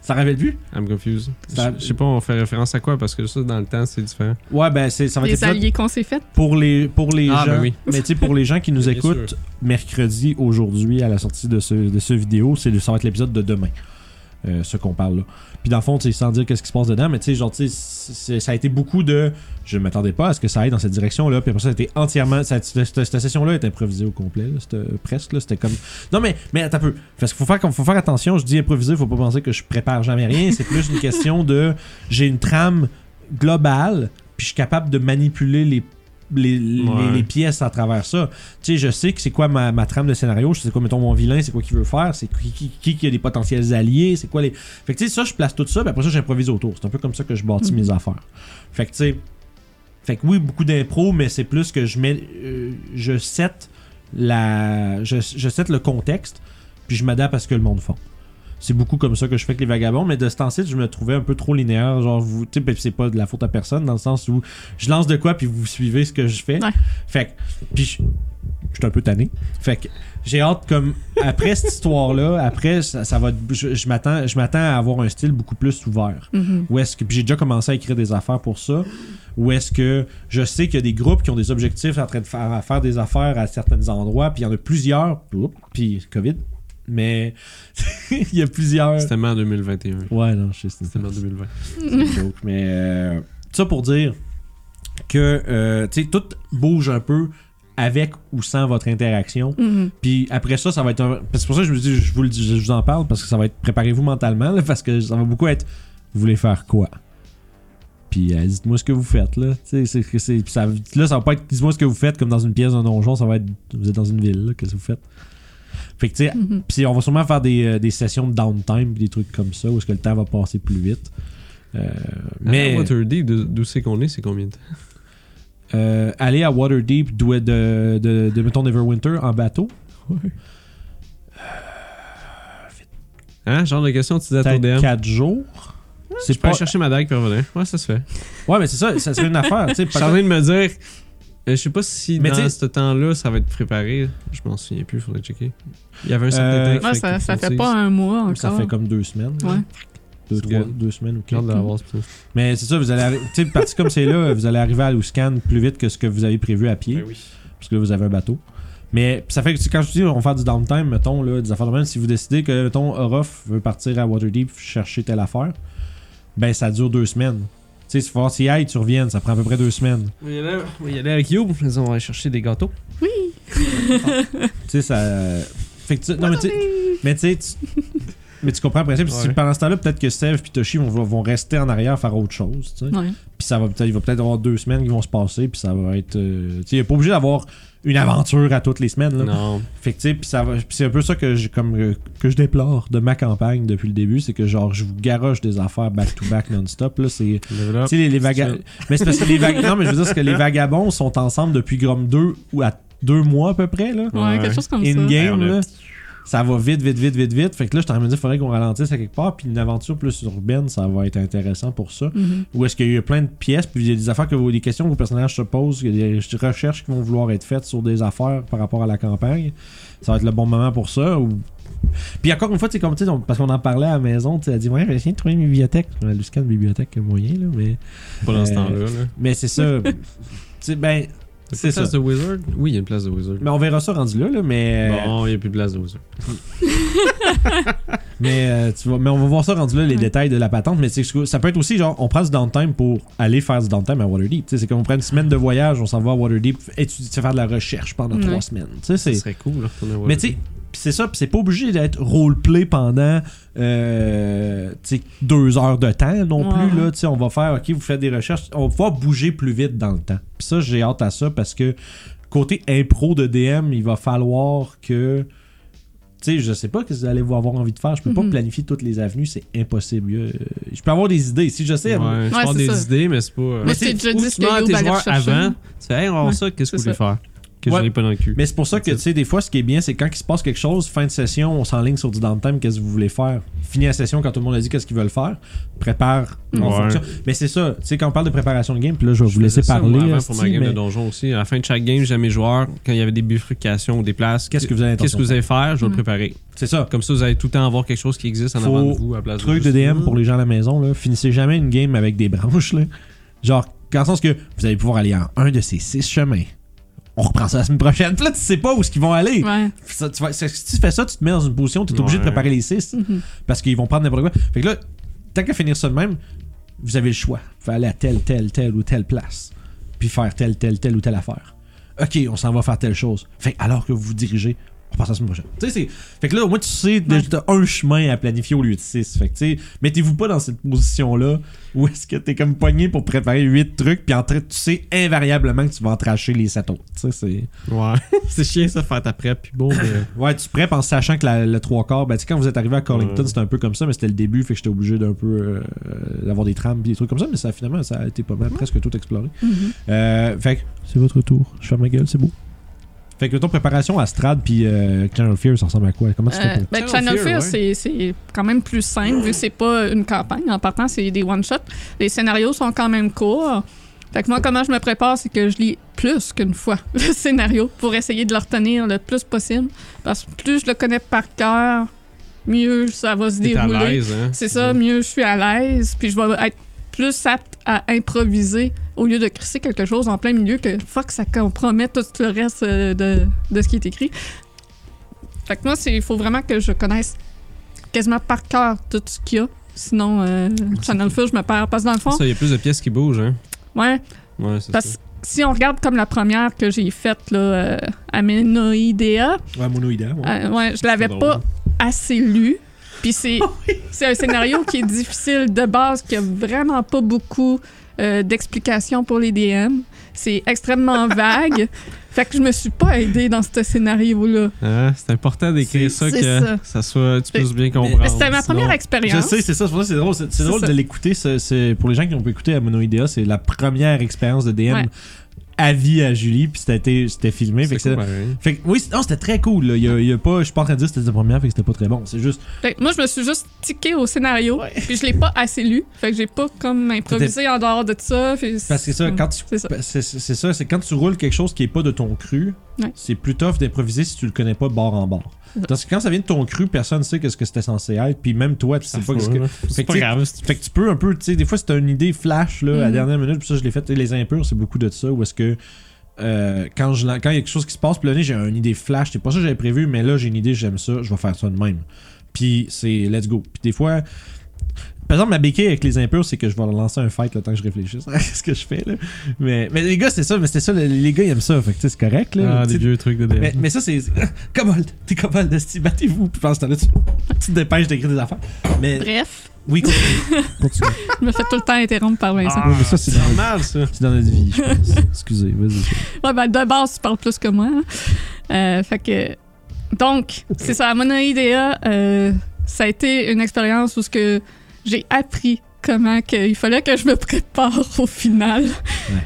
S1: ça rappelle plus?
S2: I'm confused.
S1: Ça-
S2: Je je sais pas, on fait référence à quoi parce que ça, dans le temps, c'est différent.
S1: Ouais, ben c'est, ça va être
S3: Les
S1: l'épisode
S3: alliés qu'on s'est fait.
S1: pour les, pour les
S2: Ah,
S1: gens.
S2: ben oui.
S1: Mais tu sais, pour les gens
S2: [LAUGHS]
S1: qui nous
S2: Bien
S1: écoutent
S2: sûr.
S1: mercredi, aujourd'hui, à la sortie de ce, de ce vidéo, c'est, le- ça va être l'épisode de demain. euh, ce qu'on parle là. Puis dans le fond, tu sais, sans dire qu'est-ce qui se passe dedans, mais tu sais, genre, tu sais, c'est- ça a été beaucoup de. Je ne m'attendais pas à ce que ça aille dans cette direction-là. Puis après ça, c'était entièrement. ça- Cette, cette- cette session-là est improvisée au complet, là, c'était, euh, presque. là, C'était comme. Non, mais, mais attends un peu. Parce qu'il faut faire, comme- faut faire attention. Je dis improviser, faut pas penser que je prépare jamais rien. C'est plus une question de. J'ai une trame globale, puis je suis capable de manipuler les. Les, les-
S2: Ouais.
S1: les pièces à travers ça. Tu sais, je sais que c'est quoi ma, ma trame de scénario, je sais quoi, mettons, mon vilain, c'est quoi qu'il veut faire, c'est qui, qui, qui qui a des potentiels alliés, c'est quoi les. Fait que tu sais, ça, je place tout ça, puis après ça, j'improvise autour. C'est un peu comme ça que je bâtis mes affaires. Fait que tu sais. Fait que oui, beaucoup d'impro, mais c'est plus que je mets. euh, je set la. Je, je set le contexte, puis je m'adapte à ce que le monde fait. C'est beaucoup comme ça que je fais avec les vagabonds, mais de ce temps-ci, je me trouvais un peu trop linéaire. Genre, vous. Tu sais, puis c'est pas de la faute à personne, dans le sens où je lance de quoi, puis vous suivez ce que je fais.
S3: Ouais.
S1: Fait que. Puis je. je suis un peu tanné. Fait que j'ai hâte, comme. Après cette histoire-là, après, ça, ça va. être- Je, je m'attends je m'attends à avoir un style beaucoup plus ouvert.
S3: Mhm.
S1: Ou est-ce que puis j'ai déjà commencé à écrire des affaires pour ça Ou est-ce que je sais qu'il y a des groupes qui ont des objectifs en train de faire, à faire des affaires à certains endroits, puis il y en a plusieurs, Oups, puis Covid, mais [LAUGHS] il y a plusieurs.
S2: C'était en 2021.
S1: Ouais, non, je sais, c'est une-
S2: C'était en 2020.
S1: c'est une joke, mais euh, ça pour dire que euh, tu sais, tout bouge un peu avec ou sans votre interaction.
S3: Mhm.
S1: Puis après ça, ça va être un. parce que C'est pour ça que je vous dis, je vous, le dis- je vous en parle parce que ça va être préparez-vous mentalement là, [LAUGHS] parce que ça va beaucoup être. Vous voulez faire quoi Puis euh, dites-moi ce que vous faites là. Tu sais, c'est- c'est- c'est- puis ça, là, ça va pas être. Dites-moi ce que vous faites comme dans une pièce d'un donjon. Ça va être. Vous êtes dans une ville. là, Qu'est-ce que vous faites Fait que tu sais,
S3: Mhm.
S1: puis on va sûrement faire des, euh, des sessions de downtime, des trucs comme ça, où est-ce que le temps va passer plus vite. Euh,
S2: Mais.
S1: mais
S2: Waterdeep, d'où- d'où c'est qu'on est, c'est combien de temps
S1: euh, aller à Waterdeep d'où- de, de, de, mettons, Neverwinter en bateau,
S2: Hein, genre de question, tu dis à ton DM.
S1: peut-être 4 jours.
S2: Je
S1: C'est
S2: peux
S1: pas...
S2: aller chercher ma dague puis revenir. Ouais, ça se fait.
S1: Ouais, mais c'est ça, ça serait une affaire. tu sais,
S2: Je suis en
S1: peut-être-
S2: train de me dire. euh, Je sais pas si
S1: Mais
S2: dans
S1: t'sais-
S2: ce temps-là, ça va être préparé. Je m'en souviens plus, faudrait checker. Il y avait un
S1: Euh,
S2: certain temps.
S3: Ouais,
S2: qu'il
S3: ça,
S2: fallait
S3: ça
S2: qu'on
S3: fait
S2: utilise.
S3: pas un mois encore.
S1: Ça fait comme deux semaines.
S3: Ouais.
S1: Deux,
S2: C'est
S1: trois,
S2: good.
S1: deux semaines ou
S2: J'ai hâte
S1: quatre.
S2: de l'avoir, c'est pour ça.
S1: Mais c'est ça, vous allez arri- tu sais, parti comme c'est là, vous allez arriver à Luscan plus vite que ce que vous avez prévu à pied. Parce que là, vous avez un bateau. Mais pis ça fait que tu- quand je dis on va faire du downtime, mettons, là, des affaires de même, si vous décidez que, mettons, Orof veut partir à Waterdeep chercher telle affaire, ben ça dure deux semaines. Tu sais, il faut voir s'il aille, tu reviennes, ça prend à peu près deux semaines.
S2: On va y aller- on va y aller avec You. On va aller chercher des gâteaux.
S1: Tu sais, ça. euh, Fait que tu- Non, mais tu mais tu sais, tu- mais tu comprends le principe. Si
S2: Ouais.
S1: pendant ce temps-là, peut-être que Steve et Toshi vont, vont rester en arrière faire autre chose, tu sais.
S3: Ouais.
S1: Puis ça va peut-être, il va peut-être avoir deux semaines qui vont se passer, puis ça va être. euh, tu sais, il est pas obligé d'avoir une aventure à toutes les semaines, là.
S2: Non.
S1: Fait que, tu sais, puis ça va- puis c'est un peu ça que je, comme, euh, que je déplore de ma campagne depuis le début, c'est que genre, je vous garoche des affaires back-to-back [LAUGHS] non-stop, là, c'est...
S2: Level up.
S1: Tu sais, les, les vagabonds... Mais c'est parce que les vagabonds... Non, mais je veux dire, c'est que les vagabonds sont ensemble depuis Grom 2 ou à deux mois à peu près, là.
S3: Ouais,
S2: Ouais.
S3: quelque chose comme ça.
S2: Ouais, on
S1: In-game,
S2: a-
S1: là. Ça va vite, vite, vite, vite, vite. Fait que là, je t'en train de me dire, faudrait qu'on ralentisse à quelque part, puis une aventure plus urbaine, ça va être intéressant pour ça.
S3: Mhm.
S1: Ou est-ce qu'il y a plein de pièces, puis il y a des affaires que vos, des questions que vos personnages se posent, il y a des recherches qui vont vouloir être faites sur des affaires par rapport à la campagne. Ça va être le bon moment pour ça. Ou... Puis encore une fois, c'est comme tu sais, on- parce qu'on en parlait à la maison, tu sais, elle dit ouais, j'ai essayé de trouver une bibliothèque. Je vais aller jusqu'à une bibliothèque moyen là, mais
S2: Pas dans ce
S1: Euh,
S2: temps-là. là.
S1: mais c'est [LAUGHS] ça. Tu sais, ben
S2: T'as
S1: c'est
S2: pas de place
S1: ça.
S2: de Wizard Oui, il y a une place de Wizard.
S1: Mais on verra ça rendu là, là mais
S2: Bon, il n'y a plus de place de Wizard.
S1: mais euh, tu vois, mais on va voir ça rendu là les
S3: Ouais.
S1: détails de la patente. Mais c'est que ça peut être aussi genre on prend du downtime pour aller faire du downtime à Waterdeep. Tu sais, c'est comme on prend une semaine de voyage, on s'en va à Waterdeep, étudier, faire de la recherche pendant
S3: Ouais.
S1: trois semaines. Tu sais,
S2: Ce
S1: c'est
S2: serait cool. là, retourner à
S1: Mais
S2: Wizard.
S1: tu sais, pis c'est ça, pis c'est pas obligé d'être roleplay pendant euh, tu sais, deux heures de temps non
S3: Ouais.
S1: plus. Là, Tu sais, on va faire, ok, vous faites des recherches, on va bouger plus vite dans le temps. Puis ça, j'ai hâte à ça parce que côté impro de DM, il va falloir que. Tu sais, je sais pas ce que vous allez avoir envie de faire. Je peux
S3: Mhm.
S1: pas planifier toutes les avenues, c'est impossible. Euh, je peux avoir des idées. Si je sais,
S2: Ouais, je
S3: Ouais,
S2: parle
S3: c'est
S2: des
S3: ça.
S2: idées, mais c'est pas. euh,
S3: Moi, je t'ai déjà
S2: ou
S3: dit
S2: tu
S3: ce que
S2: demandes à
S3: Yo
S2: tes
S3: va aller
S2: joueurs
S3: rechercher.
S2: avant. Tu fais, hey, on va voir ça, qu'est-ce que vous
S3: c'est
S2: voulez faire Que
S1: Ouais.
S2: j'en ai pas dans le cul.
S1: Mais c'est pour ça que,
S2: C'est
S1: tu sais, des fois, ce qui est bien, c'est quand il se passe quelque chose, fin de session, on s'enligne sur du downtime, qu'est-ce que vous voulez faire. Fini la session quand tout le monde a dit qu'est-ce qu'ils veulent faire, prépare
S3: Mm.
S1: en
S2: Ouais.
S1: fonction. Mais c'est ça, tu sais, quand on parle de préparation de game, puis là, je vais vous
S2: Je
S1: laisser
S2: faisais ça, moi,
S1: parler.
S2: avant
S1: esti,
S2: pour ma game
S1: mais
S2: de donjon aussi. À la fin de chaque game, j'ai à mes joueurs, quand il y avait des bifurcations ou des places,
S1: Qu'est-ce que vous avez
S2: qu'est-ce
S1: intention
S2: que vous allez faire Je vais
S3: Mm.
S2: le préparer.
S1: C'est ça.
S2: Comme ça, vous allez tout le temps avoir quelque chose qui existe en
S1: Faut
S2: avant de vous à la place
S1: Truc de
S2: juste-
S1: DM pour les gens à la maison, là, finissez jamais une game avec des [LAUGHS] branches, là. Genre, dans le sens que vous allez pouvoir aller en un de ces six chemins. On reprend ça la semaine prochaine. Puis là, tu sais pas où est-ce qu'ils vont aller.
S3: Ouais.
S1: Ça, tu vas- ça- si tu fais ça, tu te mets dans une position, tu es obligé de
S2: Ouais.
S1: préparer les six.
S3: Mhm.
S1: parce qu'ils vont prendre n'importe quoi. Fait que là, tant qu'à finir ça de même, vous avez le choix. Vous pouvez aller à telle, telle, telle ou telle place, puis faire telle, telle, telle ou telle affaire. Ok, on s'en va faire telle chose. Fait que alors que vous vous dirigez, on passe à la semaine prochaine. Tu sais, c'est- fait que là, au moins, tu sais,
S3: Ouais.
S1: t'as un chemin à planifier au lieu de six. Fait que, tu sais, mettez-vous pas dans cette position-là où est-ce que t'es comme pogné pour préparer huit trucs, puis en train- tu sais invariablement que tu vas en tracher les sept autres. Tu sais, c'est.
S2: Ouais. [LAUGHS] c'est chiant ça, faire ta prep. Puis bon,
S3: [LAUGHS]
S2: mais-
S1: Ouais, tu prep en sachant que la- le trois quarts, ben, tu sais, quand vous êtes arrivé à Collington,
S2: Ouais.
S1: c'était un peu comme ça, mais c'était le début, fait que j'étais obligé d'un peu euh, d'avoir des trames pis des trucs comme ça, mais ça finalement, ça a été pas mal, presque tout exploré.
S3: Mhm.
S1: Euh, fait que c'est votre tour, je ferme ma gueule, c'est beau. Fait que ton préparation à Strad puis euh, Channel Fear, ça ressemble à quoi Comment tu fais
S3: Euh,
S1: pour.
S3: ben,
S2: Channel
S3: Channel
S2: Fear,
S3: Fear,
S2: ouais.
S3: c'est- c'est quand même plus simple vu que c'est pas une campagne. En partant, c'est des one-shots. Les scénarios sont quand même courts. Fait que moi, comment je me prépare, c'est que je lis plus qu'une fois [LAUGHS] le scénario pour essayer de le retenir le plus possible. Parce que plus je le connais par cœur, mieux ça va se
S2: t'es à
S3: dérouler.
S2: l'aise. Hein?
S3: C'est ça, mieux je suis à l'aise, puis je vais être plus apte à improviser au lieu de crisser quelque chose en plein milieu que fuck, ça compromet tout le reste euh, de, de ce qui est écrit. Fait que moi, c'est- il faut vraiment que je connaisse quasiment par cœur tout ce qu'il y a. Sinon, euh, Channel Fear, je me perds. Parce que dans le fond,
S2: Ça, il y a plus de pièces qui bougent. Hein?
S3: ouais,
S2: Ouais, c'est
S3: parce
S2: ça.
S3: si on regarde comme la première que j'ai faite, là, euh, Amenoidea,
S1: Ouais, monoïdea. Ouais.
S3: euh, ouais, je l'avais
S1: C'est
S3: pas
S1: drôle.
S3: assez lu.
S1: [LAUGHS]
S3: Puis c'est c'est un scénario qui est difficile de base, qui a vraiment pas beaucoup euh, d'explications pour les DM. C'est
S1: [LAUGHS]
S3: extrêmement vague. fait que je me suis pas aidée dans ce scénario-là.
S2: Ah, c'est important d'écrire ça
S3: C'est-
S2: que
S3: c'est
S2: ça. soit, tu puisses bien comprendre.
S3: C'était ma première
S2: Sinon-
S1: Je
S3: expérience.
S1: sais, c'est ça, c'est pour ça que c'est drôle. C'est, c'est
S3: C'est
S1: drôle
S3: ça.
S1: de l'écouter. c'est- c'est- pour les gens qui ont pu écouter à Monoidea, c'est la première expérience de DM
S3: Ouais.
S1: à vie à Julie, puis c'était, c'était filmé. Fait que,
S2: C'est
S1: c'est-
S2: cool, pareil.
S1: fait que- oui, c'est- non, c'était très cool. là. Il y a, il y a pas, je suis pas en train de dire que c'était la première, fait que c'était pas très bon. C'est juste.
S3: Fait que moi, je me suis juste tiquée au scénario, puis je l'ai pas assez lu. Fait que j'ai pas comme improvisé en dehors de ça. puis
S1: Parce que ça, quand tu.
S3: Mm, C'est ça.
S1: C'est, c'est- c'est ça, c'est quand tu roules quelque chose qui est pas de ton cru,
S3: Ouais.
S1: c'est plus tough d'improviser si tu le connais pas bord en bord.
S3: Ouais.
S1: Parce que quand ça vient de ton cru, personne sait qu'est-ce que c'était censé être, puis même toi, tu sais pas qu'est-ce que.
S2: C'est
S1: que
S2: pas
S1: tu-
S2: grave. c'est-
S1: Fait que tu peux un peu, tu sais, des fois, c'est une idée flash, là, à
S2: Mm.
S1: la
S3: Mhm.
S1: dernière minute, puis ça, je l'ai fait. Tu sais, Les impurs, c'est beaucoup de ça, où est-ce que. euh, quand je lan- quand il y a quelque chose qui se passe, puis là, j'ai une idée flash, c'est pas ça que j'avais prévu, mais là, j'ai une idée, j'aime ça, je vais faire ça de même. Puis c'est let's go. Puis des fois. Par exemple, ma béquille avec les impurs, c'est que je vais lancer un fight le temps que je réfléchisse [LAUGHS] à ce que je fais. Là. Mais, mais les gars, c'est ça, mais c'était ça, les- les gars, ils aiment ça. Fait que tu sais, c'est correct. Là,
S2: Ah,
S1: Tu
S2: des
S1: sais,
S2: vieux trucs de DM.
S1: mais, mais ça, c'est. [LAUGHS] Cobalt, t'es Cobalt, esti, battez-vous. Puis pendant ce temps-là, tu, tu te dépêches d'écrire des affaires. Mais
S3: Bref,
S1: oui, continue. Continue.
S3: je me fais tout le temps interrompre par Vincent.
S1: Ouais, Ah, mais ça, c'est dans,
S2: normal, ça.
S1: c'est dans notre vie, je pense. Excusez, vas-y.
S3: Ouais, ben, de base, tu parles plus que moi. hein. Euh, fait que. Donc, c'est ça, à Monoidea, euh, ça a été une expérience où ce que j'ai appris comment que il fallait que je me prépare au final.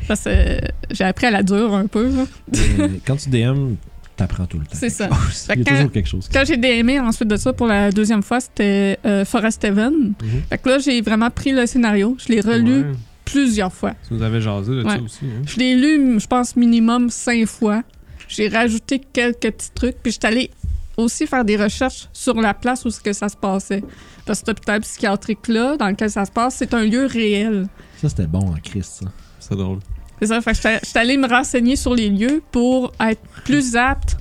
S3: Parce que euh, j'ai appris à la dure un peu. là.
S1: Mais Euh, quand tu DM, t'apprends tout le temps.
S3: C'est ça.
S1: Oh, Il y a
S3: Fait que
S1: toujours quelque chose. qui-
S3: Quand j'ai DMé ensuite de ça pour la deuxième fois, c'était euh, Forest Heaven.
S1: Mm-hmm.
S2: Mhm.
S3: Fait que là, j'ai vraiment pris le scénario. Je l'ai relu
S2: Ouais.
S3: plusieurs fois.
S2: Tu nous avais jasé de
S3: Ouais.
S2: ça aussi. Hein.
S3: Je l'ai lu, je pense, minimum cinq fois. J'ai rajouté quelques petits trucs, puis j'étais allée aussi faire des recherches sur la place où ce que ça se passait. Parce que cet hôpital psychiatrique-là, dans lequel ça se passe, c'est un lieu réel.
S1: Ça, c'était bon en Christ, ça.
S2: C'est drôle.
S3: C'est ça, fait que j'étais j'étais allée me renseigner sur les lieux pour être plus apte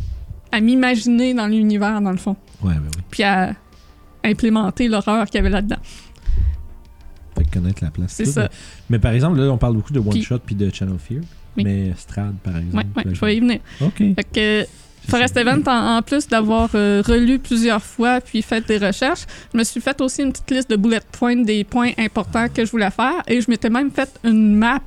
S3: à m'imaginer dans l'univers, dans le fond,
S1: Ouais, ben oui.
S3: puis à implémenter l'horreur qu'il y avait là-dedans.
S1: Fait que connaître la place.
S3: C'est
S1: tout,
S3: ça.
S1: Mais, mais par exemple, là, on parle beaucoup de One
S3: Puis-
S1: Shot puis de Channel Fear.
S3: Oui.
S1: Mais Strad, par exemple.
S3: Ouais, ouais,
S1: là,
S3: je vais y venir.
S1: Ok.
S3: Fait que
S1: C'est
S3: Forest
S1: ça.
S3: Event, en, en plus d'avoir euh, relu plusieurs fois puis fait des recherches, je me suis fait aussi une petite liste de bullet points des points importants que je voulais faire et je m'étais même fait une map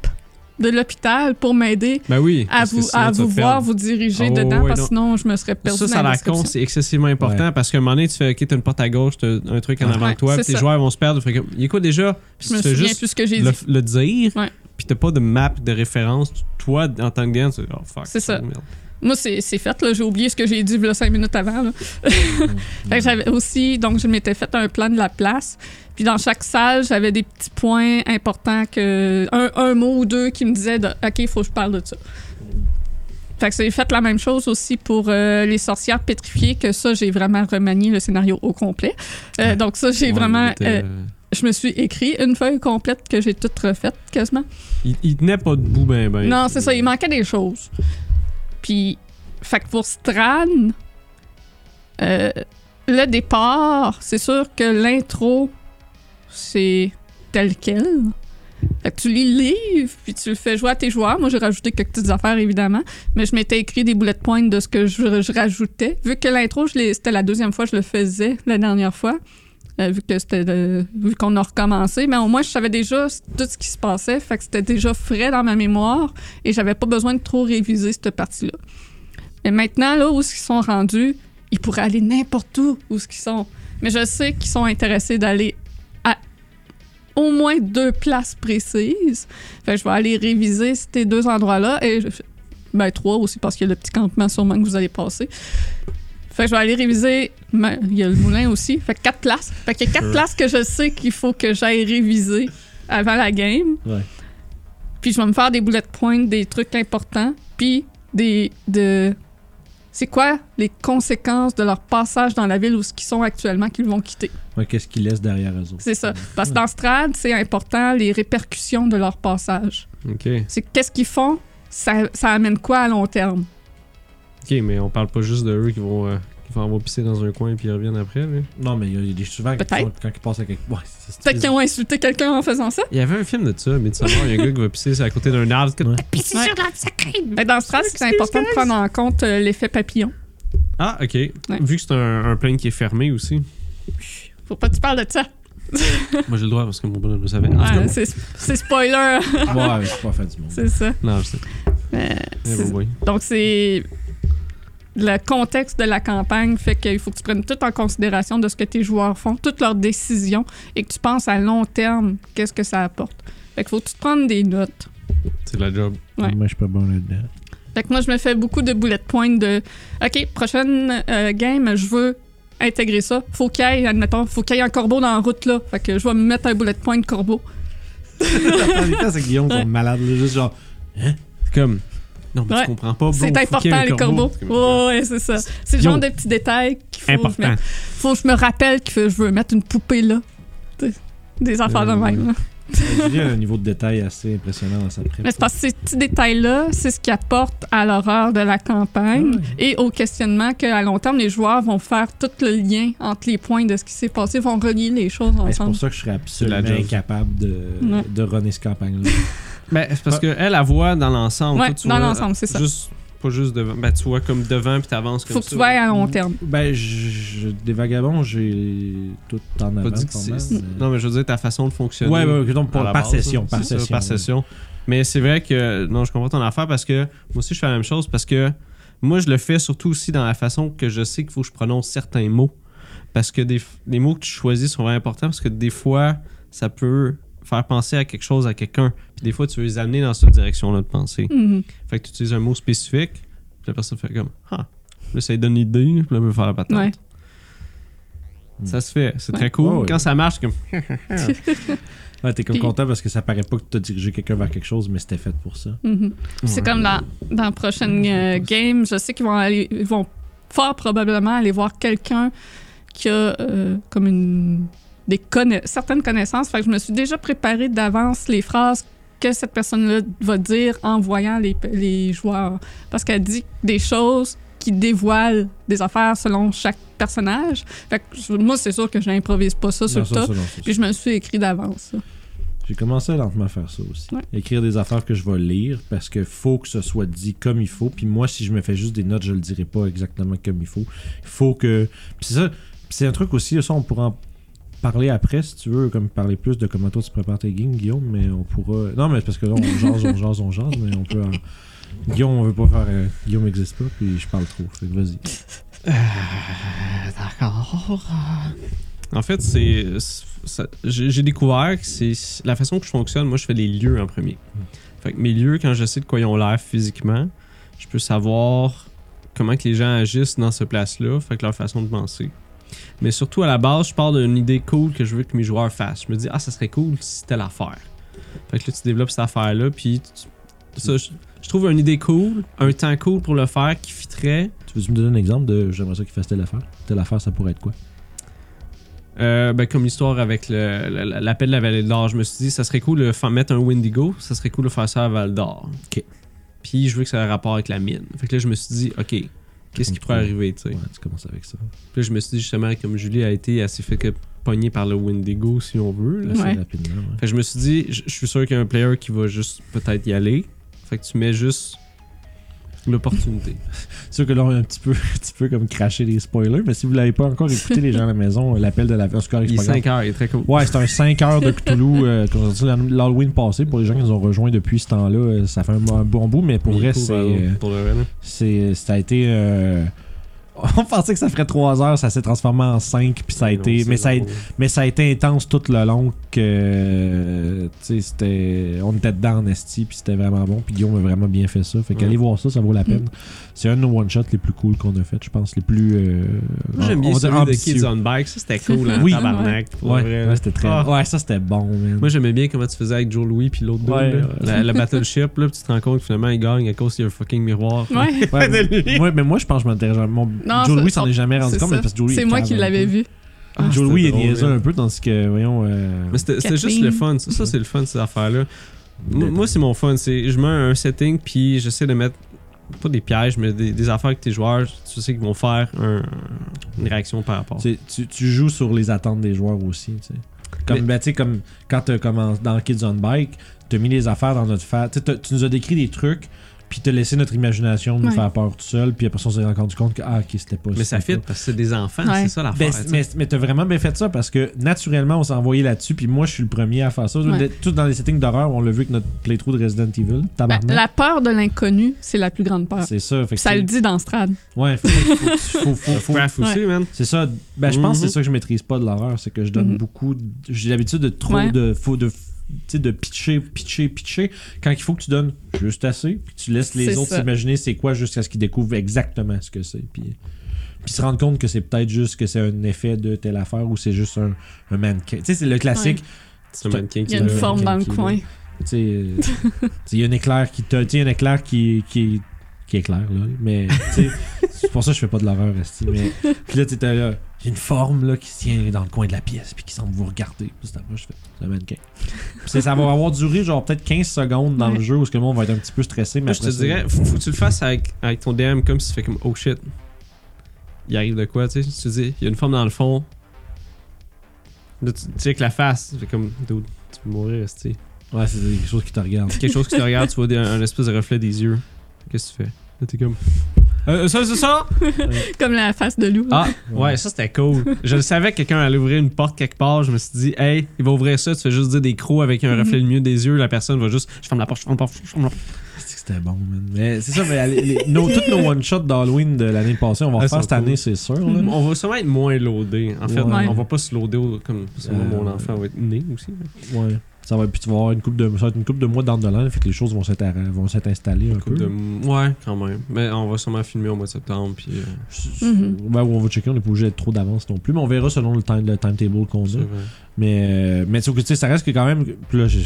S3: de l'hôpital pour m'aider
S2: Ben oui.
S3: à
S2: parce que
S3: vous,
S2: sinon,
S3: à
S2: tu vas
S3: vous
S2: te
S3: voir,
S2: perdre.
S3: vous diriger
S2: Ah ouais,
S3: dedans
S2: ouais,
S3: parce
S2: non.
S3: que sinon je me serais perdu
S2: Ça,
S3: dans
S2: ça a
S3: la
S2: l'air con,
S3: description.
S2: c'est excessivement important
S1: Ouais.
S2: parce qu'à un moment donné, tu fais OK, t'as une porte à gauche, t'as un truc en
S1: Ouais.
S2: avant de toi,
S3: Ouais,
S2: puis
S3: c'est
S2: les
S3: ça.
S2: joueurs vont se perdre. Fait que, il y a quoi déjà Puis
S3: Je me
S2: tu fais
S3: souviens
S2: juste
S3: plus ce que j'ai
S2: le,
S3: dit.
S2: le dire,
S3: Ouais.
S2: puis t'as pas de map de référence. Toi, en tant que gain, tu oh fuck.
S3: C'est ça.
S2: merde.
S3: Moi, c'est c'est fait, là. J'ai oublié ce que j'ai dit, là, cinq minutes avant, là. [LAUGHS] Fait que j'avais aussi, donc je m'étais fait un plan de la place. Puis dans chaque salle, j'avais des petits points importants que un, un mot ou deux qui me disaient de, ok, il faut que je parle de ça. Fait que j'ai fait la même chose aussi pour euh, les sorcières pétrifiées que ça j'ai vraiment remanié le scénario au complet. Euh,
S1: Ouais.
S3: Donc ça j'ai
S2: Ouais,
S3: vraiment,
S2: Il, était,
S3: euh,
S2: euh,
S3: je me suis écrit une feuille complète que j'ai toute refaite quasiment.
S2: il- il tenait pas debout, ben ben.
S3: Non, c'est ça, il manquait des choses. Puis, fait que pour Stran, euh, le départ, c'est sûr que l'intro, c'est tel quel. Fait que tu lis le livre, puis tu le fais jouer à tes joueurs. Moi, j'ai rajouté quelques petites affaires, évidemment, mais je m'étais écrit des bullet points de ce que je, je rajoutais. Vu que l'intro, je l'ai- c'était la deuxième fois que je le faisais, la dernière fois, euh, vu que c'était de- vu qu'on a recommencé, mais au moins, je savais déjà tout ce qui se passait, fait que c'était déjà frais dans ma mémoire et j'avais pas besoin de trop réviser cette partie-là. Mais maintenant, là, où ils sont rendus, ils pourraient aller n'importe où où ils sont. Mais je sais qu'ils sont intéressés d'aller à au moins deux places précises. Fait que je vais aller réviser ces deux endroits-là et je- ben trois aussi parce qu'il y a le petit campement sûrement que vous allez passer. Fait que je vais aller réviser. ben, Il y a le moulin aussi. Fait que quatre places. Fait qu'il y a quatre
S2: Sure.
S3: places que je sais qu'il faut que j'aille réviser avant la game.
S1: Ouais.
S3: Puis je vais me faire des bullet points, des trucs importants, puis des de c'est quoi les conséquences de leur passage dans la ville où ce qu'ils sont actuellement qu'ils vont quitter.
S1: Ouais, qu'est-ce qu'ils laissent derrière eux autres.
S3: C'est ça. Parce que dans Strad, c'est important les répercussions de leur passage.
S2: Ok.
S3: C'est qu'est-ce qu'ils font, ça, ça amène quoi à long terme.
S2: Ok, mais on parle pas juste de eux qui vont euh, Ils vont avoir pissé dans un coin puis ils reviennent après. Là.
S1: Non, mais il y a- il y a des souvent quand,
S3: Peut-être.
S1: quand ils passent à quelque. Ouais, c'est ça.
S3: Peut-être qu'ils ont insulté quelqu'un en faisant ça.
S2: Il y avait un film de ça, mais tu sais, il y a un gars qui va pisser à côté d'un arbre.
S1: Ouais.
S3: Ouais. Ben, dans ce cas, c'est important de prendre en compte euh, l'effet papillon.
S2: Ah, ok. Vu que c'est un, un plane qui est fermé aussi.
S3: Faut pas que tu parles de ça.
S2: Moi, j'ai le droit parce que mon bonhomme le savait.
S3: Ouais, c'est c'est spoiler, [LAUGHS]
S1: Ouais, je suis pas fan du monde.
S3: c'est ça.
S2: Non, je sais.
S3: Mais
S2: Eh,
S3: c'est-
S2: bon, oui.
S3: donc, c'est. Le contexte de la campagne fait qu'il faut que tu prennes tout en considération de ce que tes joueurs font, toutes leurs décisions, et que tu penses à long terme qu'est-ce que ça apporte. Fait qu'il faut que tu te prennes des notes.
S2: C'est de la job.
S3: Ouais.
S1: Moi, je suis pas bon [LAUGHS] là-dedans.
S3: Fait que moi, je me fais beaucoup de bullet points de OK, prochaine euh, game, je veux intégrer ça. Faut qu'il y ait, admettons, faut qu'il y ait un corbeau dans la route là. Fait que je vais me mettre un bullet point de corbeau.
S1: La plupart du temps, c'est que Guillaume sont malades. là, Juste genre. hein?
S2: C'est comme. Non, mais
S3: Ouais.
S2: tu comprends pas. bro, faut
S3: C'est
S2: qu'il y ait
S3: important,
S2: un
S3: les Oh,
S2: corbeau.
S3: corbeaux.
S2: C'est comme-
S3: Ouais, ouais, c'est ça. C'est le genre
S2: Yo.
S3: de petits détails qu'il faut que je
S2: Important.
S3: mette. Faut que je me rappelle que je veux mettre une poupée là. Tu sais, Des affaires de
S2: Euh,
S3: même. là.
S1: Julie a un niveau de détail assez impressionnant dans sa prep.
S3: Mais c'est parce que ces petits détails-là, c'est ce qui apporte à l'horreur de la campagne
S1: Mm.
S3: et au questionnement qu'à long terme, les joueurs vont faire tout le lien entre les points de ce qui s'est passé, vont relier les choses
S1: Ben, c'est
S3: ensemble.
S1: pour ça que je serais absolument
S2: C'est la job.
S1: incapable de,
S3: Ouais.
S1: de runner cette campagne-là.
S2: Ben, c'est parce qu'elle, elle voit dans l'ensemble.
S3: Ouais,
S2: Toi, tu
S3: dans
S2: vois,
S3: l'ensemble,
S1: euh,
S3: c'est ça.
S2: Juste, pas juste devant. Ben, tu vois comme devant puis t'avances comme
S3: Faut que
S2: ça.
S3: tu veilles à long terme.
S1: ben, je- je- des vagabonds, j'ai tout en
S2: Pas
S1: avant.
S2: dit que
S1: pas
S2: c'est-
S1: mal, mais-
S2: Non, mais je veux dire, ta façon de fonctionner.
S1: Ouais, ouais, donc,
S2: à
S1: par,
S2: la
S1: par
S2: base,
S1: session.
S2: là.
S1: Par
S2: C'est ça,
S1: session.
S2: par
S1: ouais.
S2: session. Mais c'est vrai que, non, je comprends ton affaire parce que moi aussi, je fais la même chose parce que moi, je le fais surtout aussi dans la façon que je sais qu'il faut que je prononce certains mots. Parce que des, les mots que tu choisis sont vraiment importants parce que des fois, ça peut faire penser à quelque chose à quelqu'un. Puis des fois, tu veux les amener dans cette direction-là de pensée.
S3: Mhm.
S2: Fait que tu utilises un mot spécifique, puis la personne fait comme Ah, là, ça lui donne l'idée, puis là, elle peut faire la patente.
S3: Ouais.
S2: Ça se fait, c'est
S3: Ouais.
S2: très cool.
S1: Ouais, ouais.
S2: Quand ça marche, comme
S1: Ouais, t'es comme
S3: Puis-
S1: content parce que ça paraît pas que t'as dirigé quelqu'un vers quelque chose, mais c'était fait pour ça.
S3: Mhm. C'est comme dans, dans la prochaine euh, game, je sais qu'ils vont aller, ils vont fort probablement aller voir quelqu'un qui a euh, comme une des conna- certaines connaissances. Fait que je me suis déjà préparé d'avance les phrases que cette personne-là va dire en voyant les, les joueurs. Parce qu'elle dit des choses qui dévoilent des affaires selon chaque personnage. Fait que je- moi, c'est sûr que je n'improvise pas ça sur
S1: Non,
S3: le tas.
S1: ça, non, ça,
S3: Puis je me suis écrit d'avance. ça.
S1: J'ai commencé à lentement faire ça aussi.
S3: Ouais.
S1: Écrire des affaires que je vais lire parce que faut que ce soit dit comme il faut. Puis moi, si je me fais juste des notes, je le dirai pas exactement comme il faut. Il faut que. Puis c'est ça. Puis c'est un truc aussi, ça, on pourra en parler après si tu veux, comme parler plus de comment toi tu prépares tes games, Guillaume. Mais on pourra. Non, mais c'est parce que là, on jase, on jase, on jase, mais on peut. en- Guillaume, on veut pas faire. euh, Guillaume existe pas, puis je parle trop. Fait que vas-y.
S2: D'accord. En fait, c'est. c'est- ça- J'ai j'ai découvert que c'est. La façon que je fonctionne, moi, je fais les lieux en premier. Fait que mes lieux, quand je sais de quoi ils ont l'air physiquement, je peux savoir comment que les gens agissent dans ce place-là, fait que leur façon de penser. Mais surtout, à la base, je pars d'une idée cool que je veux que mes joueurs fassent. Je me dis, ah, ça serait cool si c'était l'affaire. Fait que là, tu développes cette affaire-là, puis tu- ça, je, je trouve une idée cool, un temps cool pour le faire qui fitterait.
S1: Tu veux-tu me donner un exemple de j'aimerais ça qu'il fasse telle affaire Telle affaire, ça pourrait être quoi
S2: Euh, ben, comme l'histoire avec le- le- le- l'appel de la Vallée d'Or, je me suis dit, ça serait cool de fa- mettre un Wendigo, ça serait cool de faire ça à Val d'Or.
S1: Ok.
S2: Puis je veux que ça ait un rapport avec la mine. Fait que là, je me suis dit, ok, qu'est-ce qui pourrait arriver, tu sais.
S1: Ouais, tu commences avec ça.
S2: Puis là, je me suis dit, justement, comme Julie a été, elle s'est fait que pogner par le Wendigo, si on veut. là.
S1: Assez
S3: Ouais.
S1: rapidement. ouais.
S2: Fait que je me suis dit, je je suis sûr qu'il y a un player qui va juste peut-être y aller. Fait que tu mets juste l'opportunité.
S1: C'est sûr que là, on a un petit peu, [LAUGHS] un petit peu comme cracher les spoilers, mais si vous l'avez pas encore écouté, les gens à la maison, euh, l'appel de la en tout cas, c'est
S2: il est
S1: pas grave.
S2: 5 heures, il est très cool.
S1: Ouais, c'est un 5 heures de
S2: [LAUGHS]
S1: Cthulhu, euh, qu'on a sorti l'an- l'Halloween passé. Pour les gens qui nous ont rejoints depuis ce temps-là, euh, ça fait un, bon- un bon bout, mais pour
S2: Il est
S1: vrai,
S2: cool,
S1: c'est,
S2: par
S1: euh,
S2: exemple, pour le vrai, là.
S1: c'est. Ça a été. euh, [LAUGHS] on pensait que ça ferait 3 heures, ça s'est transformé en 5, puis ça a
S2: Non,
S1: été.
S2: c'est
S1: Mais ça a,
S2: drôle.
S1: mais ça a été intense tout le long que. euh, tu sais, c'était. On était dedans en Esti, puis c'était vraiment bon. Puis Guillaume a vraiment bien fait ça. Fait
S2: Ouais.
S1: qu'allez voir ça, ça vaut la peine.
S3: Mm.
S1: C'est un de nos one-shots les plus cool qu'on a fait, je pense. Les plus. euh,
S2: Moi, j'aime
S1: on- on va
S2: bien
S1: dire
S2: celui de
S1: ambitieux.
S2: Kids on Bike. Ça,
S3: [LAUGHS]
S2: c'était cool, hein,
S1: Oui.
S2: tabarnak. pour
S1: Ouais,
S2: vrai.
S1: ouais, c'était très.
S2: Ah.
S1: Ouais, ça c'était bon, man.
S2: Moi, j'aimais bien comment tu faisais avec Joe Louis puis l'autre dude,
S1: Ouais,
S2: là.
S1: ouais.
S2: La, la battleship, là, puis tu te rends compte que finalement, il gagne à cause qu'il y a un fucking miroir.
S3: Ouais.
S1: Ouais, mais- ouais, mais moi, je pense que je m'intéresse. Mon...
S3: Non,
S1: Joe
S3: ça-
S1: Louis s'en est jamais rendu
S3: C'est
S1: compte, mais
S3: ça.
S1: parce que Joe Louis
S3: [LAUGHS] C'est
S1: est
S3: moi
S1: cave
S3: qui
S1: un
S3: l'avais
S1: peu.
S3: vu.
S2: Ah,
S1: Joe Louis est
S2: c'était drôle,
S1: niaiseux
S2: man.
S1: un peu, tandis que, voyons. euh,
S2: Mais c'était c'était juste
S3: Kathleen.
S2: le fun. Ça, ça, c'est le fun, ces affaires-là. M-
S1: Détente.
S2: Moi, c'est mon fun. c'est Je mets un setting, puis j'essaie de mettre pas des pièges, mais des, des affaires que tes joueurs, tu sais qu'ils vont faire un- une réaction par rapport.
S1: Tu, tu- tu joues sur les attentes des joueurs aussi. tu sais. Comme,
S2: Mais-
S1: ben, tu sais, comme quand tu commencé dans Kids on Bike, tu as mis les affaires dans notre face. Tu sais, t'as- tu nous as décrit des trucs, puis tu as laissé notre imagination nous
S3: Ouais.
S1: faire peur tout seul, puis après ça, on s'est rendu compte que, ah, ok, c'était pas
S2: Mais ça
S1: c'était
S2: fit
S1: pas-
S2: parce que c'est des enfants,
S3: Ouais.
S2: c'est ça l'affaire.
S1: Ben,
S2: tu sais.
S1: mais mais t'as vraiment bien fait ça parce que naturellement, on s'est envoyé là-dessus, puis moi, je suis le premier à faire ça.
S3: Ouais.
S1: De- Tout dans les settings d'horreur, on l'a vu avec notre playthrough de Resident Evil.
S3: Ben,
S1: Tabarnak.
S3: la peur de l'inconnu, c'est la plus grande peur.
S1: Ah, C'est ça. Fait que
S3: Ça
S1: tu-
S3: le dit dans Strad.
S1: Ouais, faut, faut, faut- faut- [LAUGHS] faut-
S2: Craft aussi, man.
S1: C'est ça. Ben, je pense que
S2: Mhm.
S1: c'est ça que je maîtrise pas de l'horreur, c'est que je donne
S3: Mhm.
S1: beaucoup. d- J'ai l'habitude de trop
S3: Ouais.
S1: de. Faut de tu sais, de pitcher, pitcher, pitcher, quand il faut que tu donnes juste assez, puis tu laisses les
S3: C'est
S1: autres
S3: ça.
S1: s'imaginer c'est quoi jusqu'à ce qu'ils découvrent exactement ce que c'est, puis, puis se rendre compte que c'est peut-être juste que c'est un effet de telle affaire ou c'est juste un, un mannequin. Tu sais, c'est le classique,
S2: C'est un mannequin
S3: Il
S2: qui
S3: y a une
S1: Euh,
S3: forme dans le
S1: qui-
S3: coin.
S1: tu sais, euh, tu sais, il y a un éclair qui te, tu sais, il y a un éclair qui, qui, qui éclaire, là, mais, tu sais, c'est pour ça que je fais pas de l'horreur, esti, mais, puis là, tu sais, t'as, là, il y a une forme, là, qui se tient dans le coin de la pièce, puis qui semble vous regarder, puis c'est après, je fais, c'est un mannequin. Puis c'est- ça va avoir duré, genre, peut-être 15 secondes dans le
S3: Ouais.
S1: jeu, où ce que le monde va être un petit peu stressé, mais
S2: Moi, je
S1: après
S2: te
S1: ça-
S2: dirais, faut, faut que tu le fasses avec, avec ton DM comme si tu fais comme oh shit. Il arrive de quoi, tu sais? Tu te dis, il y a une forme dans le fond. Là, tu, tu sais que la face, tu fais comme dude, tu peux mourir, tu sais.
S1: Ouais, c'est quelque chose qui te regarde.
S2: Quelque chose [LAUGHS] que tu regardes, tu vois des- un, espèce de reflet des yeux. Qu'est-ce que tu fais? Là, t'es comme. Euh, ça, c'est ça!
S3: Comme la face de loup.
S2: Ah, ouais, ça c'était cool. Je le savais que quelqu'un allait ouvrir une porte quelque part. Je me suis dit, hey, il va ouvrir ça. Tu fais juste dire des crocs avec un reflet le mieux des yeux. La personne va juste, je ferme la porte, je ferme la porte, je ferme la porte.
S1: C'est que c'était bon, man. Mais c'est ça, mais les- les- nos- toutes nos one-shots d'Halloween de l'année passée, on va
S2: Ah,
S1: en faire
S2: sont
S1: cette année,
S2: cool.
S1: c'est sûr, là.
S3: Mhm.
S2: On va sûrement être moins loadé. En fait,
S1: Ouais.
S2: on va pas se loader au- comme sûrement
S1: Euh,
S2: mon enfant va être né aussi.
S1: Ouais. Ça va, puis tu vas avoir une coupe de, ça va être une coupe de mois dans de l'an, fait que les choses vont s'être- euh, vont s'être installées un peu.
S2: De- ouais, quand même. Mais on va sûrement filmer au mois de septembre. Puis, euh,
S3: Mhm.
S1: Ouais, on va checker, on n'est pas obligé d'être trop d'avance non plus, mais on verra selon le, time, le timetable qu'on
S2: ça
S1: a.
S2: va.
S1: Mais, euh, mais tu sais, ça reste que quand même. Puis là, j'ai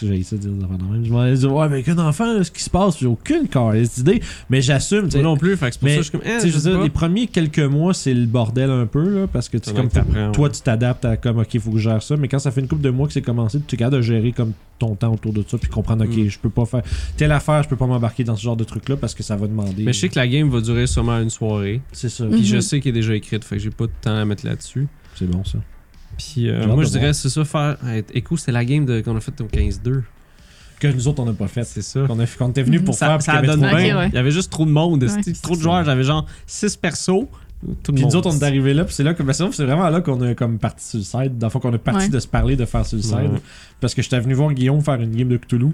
S1: j'ai ça de dire des affaires de même. Je m'en allais dire, ouais, avec un enfant, là, ce qui se passe, j'ai aucune caresse d'idée, mais j'assume. tu sais.
S2: Moi non plus, fait que c'est pour
S1: mais,
S2: ça que je suis comme, eh,
S1: Tu sais, je veux dire, les premiers quelques mois, c'est le bordel un peu, là, parce que tu sais, comme faut-
S2: Ah
S1: toi, tu t'adaptes à comme, ok, faut que je gère ça, mais quand ça fait une couple de mois que c'est commencé, tu es capable de gérer comme ton temps autour de ça, puis comprendre, ok,
S2: Mm.
S1: je peux pas faire telle affaire, je peux pas m'embarquer dans ce genre de truc-là parce que ça va demander.
S2: Mais je sais que la game va durer sûrement une soirée.
S1: C'est ça,
S2: Puis je
S3: Mhm.
S2: sais qu'elle est déjà écrite, fait que j'ai pas de temps à mettre là-dessus.
S1: c'est bon ça.
S2: Puis euh,
S1: J'ai hâte
S2: moi,
S1: de
S2: je dirais,
S1: voir.
S2: c'est ça, faire. être écho, c'était la game de- qu'on a faite au 15-2.
S1: Que nous autres, on n'a pas fait.
S2: C'est ça.
S1: Qu'on a- qu'on était venu pour
S2: Mm-hmm. ça
S1: faire, puis
S2: ça
S1: qu'il y avait
S2: donne
S1: trop de
S3: bien.
S1: monde.
S2: bien.
S3: ouais.
S2: Il y avait juste trop de monde.
S3: Ouais.
S2: c'était Trop de joueurs. J'avais genre 6 persos. Tout le
S1: Puis
S2: monde.
S1: nous autres, on est arrivés là, puis c'est là que ben, sinon, c'est vraiment là qu'on est comme parti suicide. Dans le fond, qu'on est parti
S3: Ouais.
S1: de se parler, de faire suicide.
S2: Ouais.
S1: Parce que j'étais venu voir Guillaume faire une game de Cthulhu,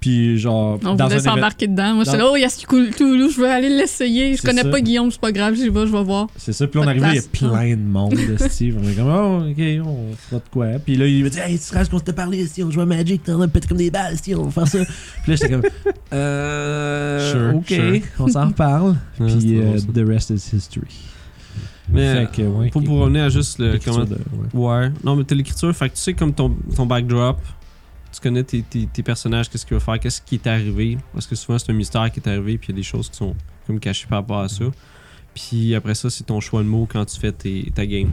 S1: puis genre,
S3: On
S1: Ah, dans un
S3: voulait
S1: événement.
S3: s'embarquer dedans. Moi,
S1: dans-
S3: c'est là, oh, il y a ce cou- Toulouse, je veux aller l'essayer. Je
S1: C'est
S3: connais
S1: ça.
S3: pas Guillaume, c'est pas grave, j'y vais, je vais voir.
S1: C'est ça. Puis là, on
S3: Pas de
S1: arrivait, il y a
S3: place.
S1: plein de monde, Steve. On est comme, oh, ok, on fera de quoi. Puis là, il me dit, hey, tu te rends qu'on s'était parlé, si on jouait à Magic, t'en as pété comme des balles, si on va faire ça. Puis là, j'étais comme, euh.
S2: Sure,
S1: ok,
S2: sure.
S1: on s'en reparle.
S2: Ouais,
S1: Puis
S2: c'était
S1: euh,
S2: Ah, drôle, ça.
S1: the rest is history.
S2: Mais
S1: fait que, ouais,
S2: pour,
S1: ok.
S2: pour revenir à juste le.
S1: L'écriture
S2: Comment...
S1: de- ouais.
S2: Ouais. Non, mais t'as l'écriture. Fait que tu sais, comme ton, ton backdrop, tu connais tes, tes, tes personnages, qu'est-ce qu'il va faire, qu'est-ce qui est arrivé. Parce que souvent, c'est un mystère qui est arrivé, puis il y a des choses qui sont comme cachées par rapport à ça. Puis après ça, c'est ton choix de mots quand tu fais tes, ta game.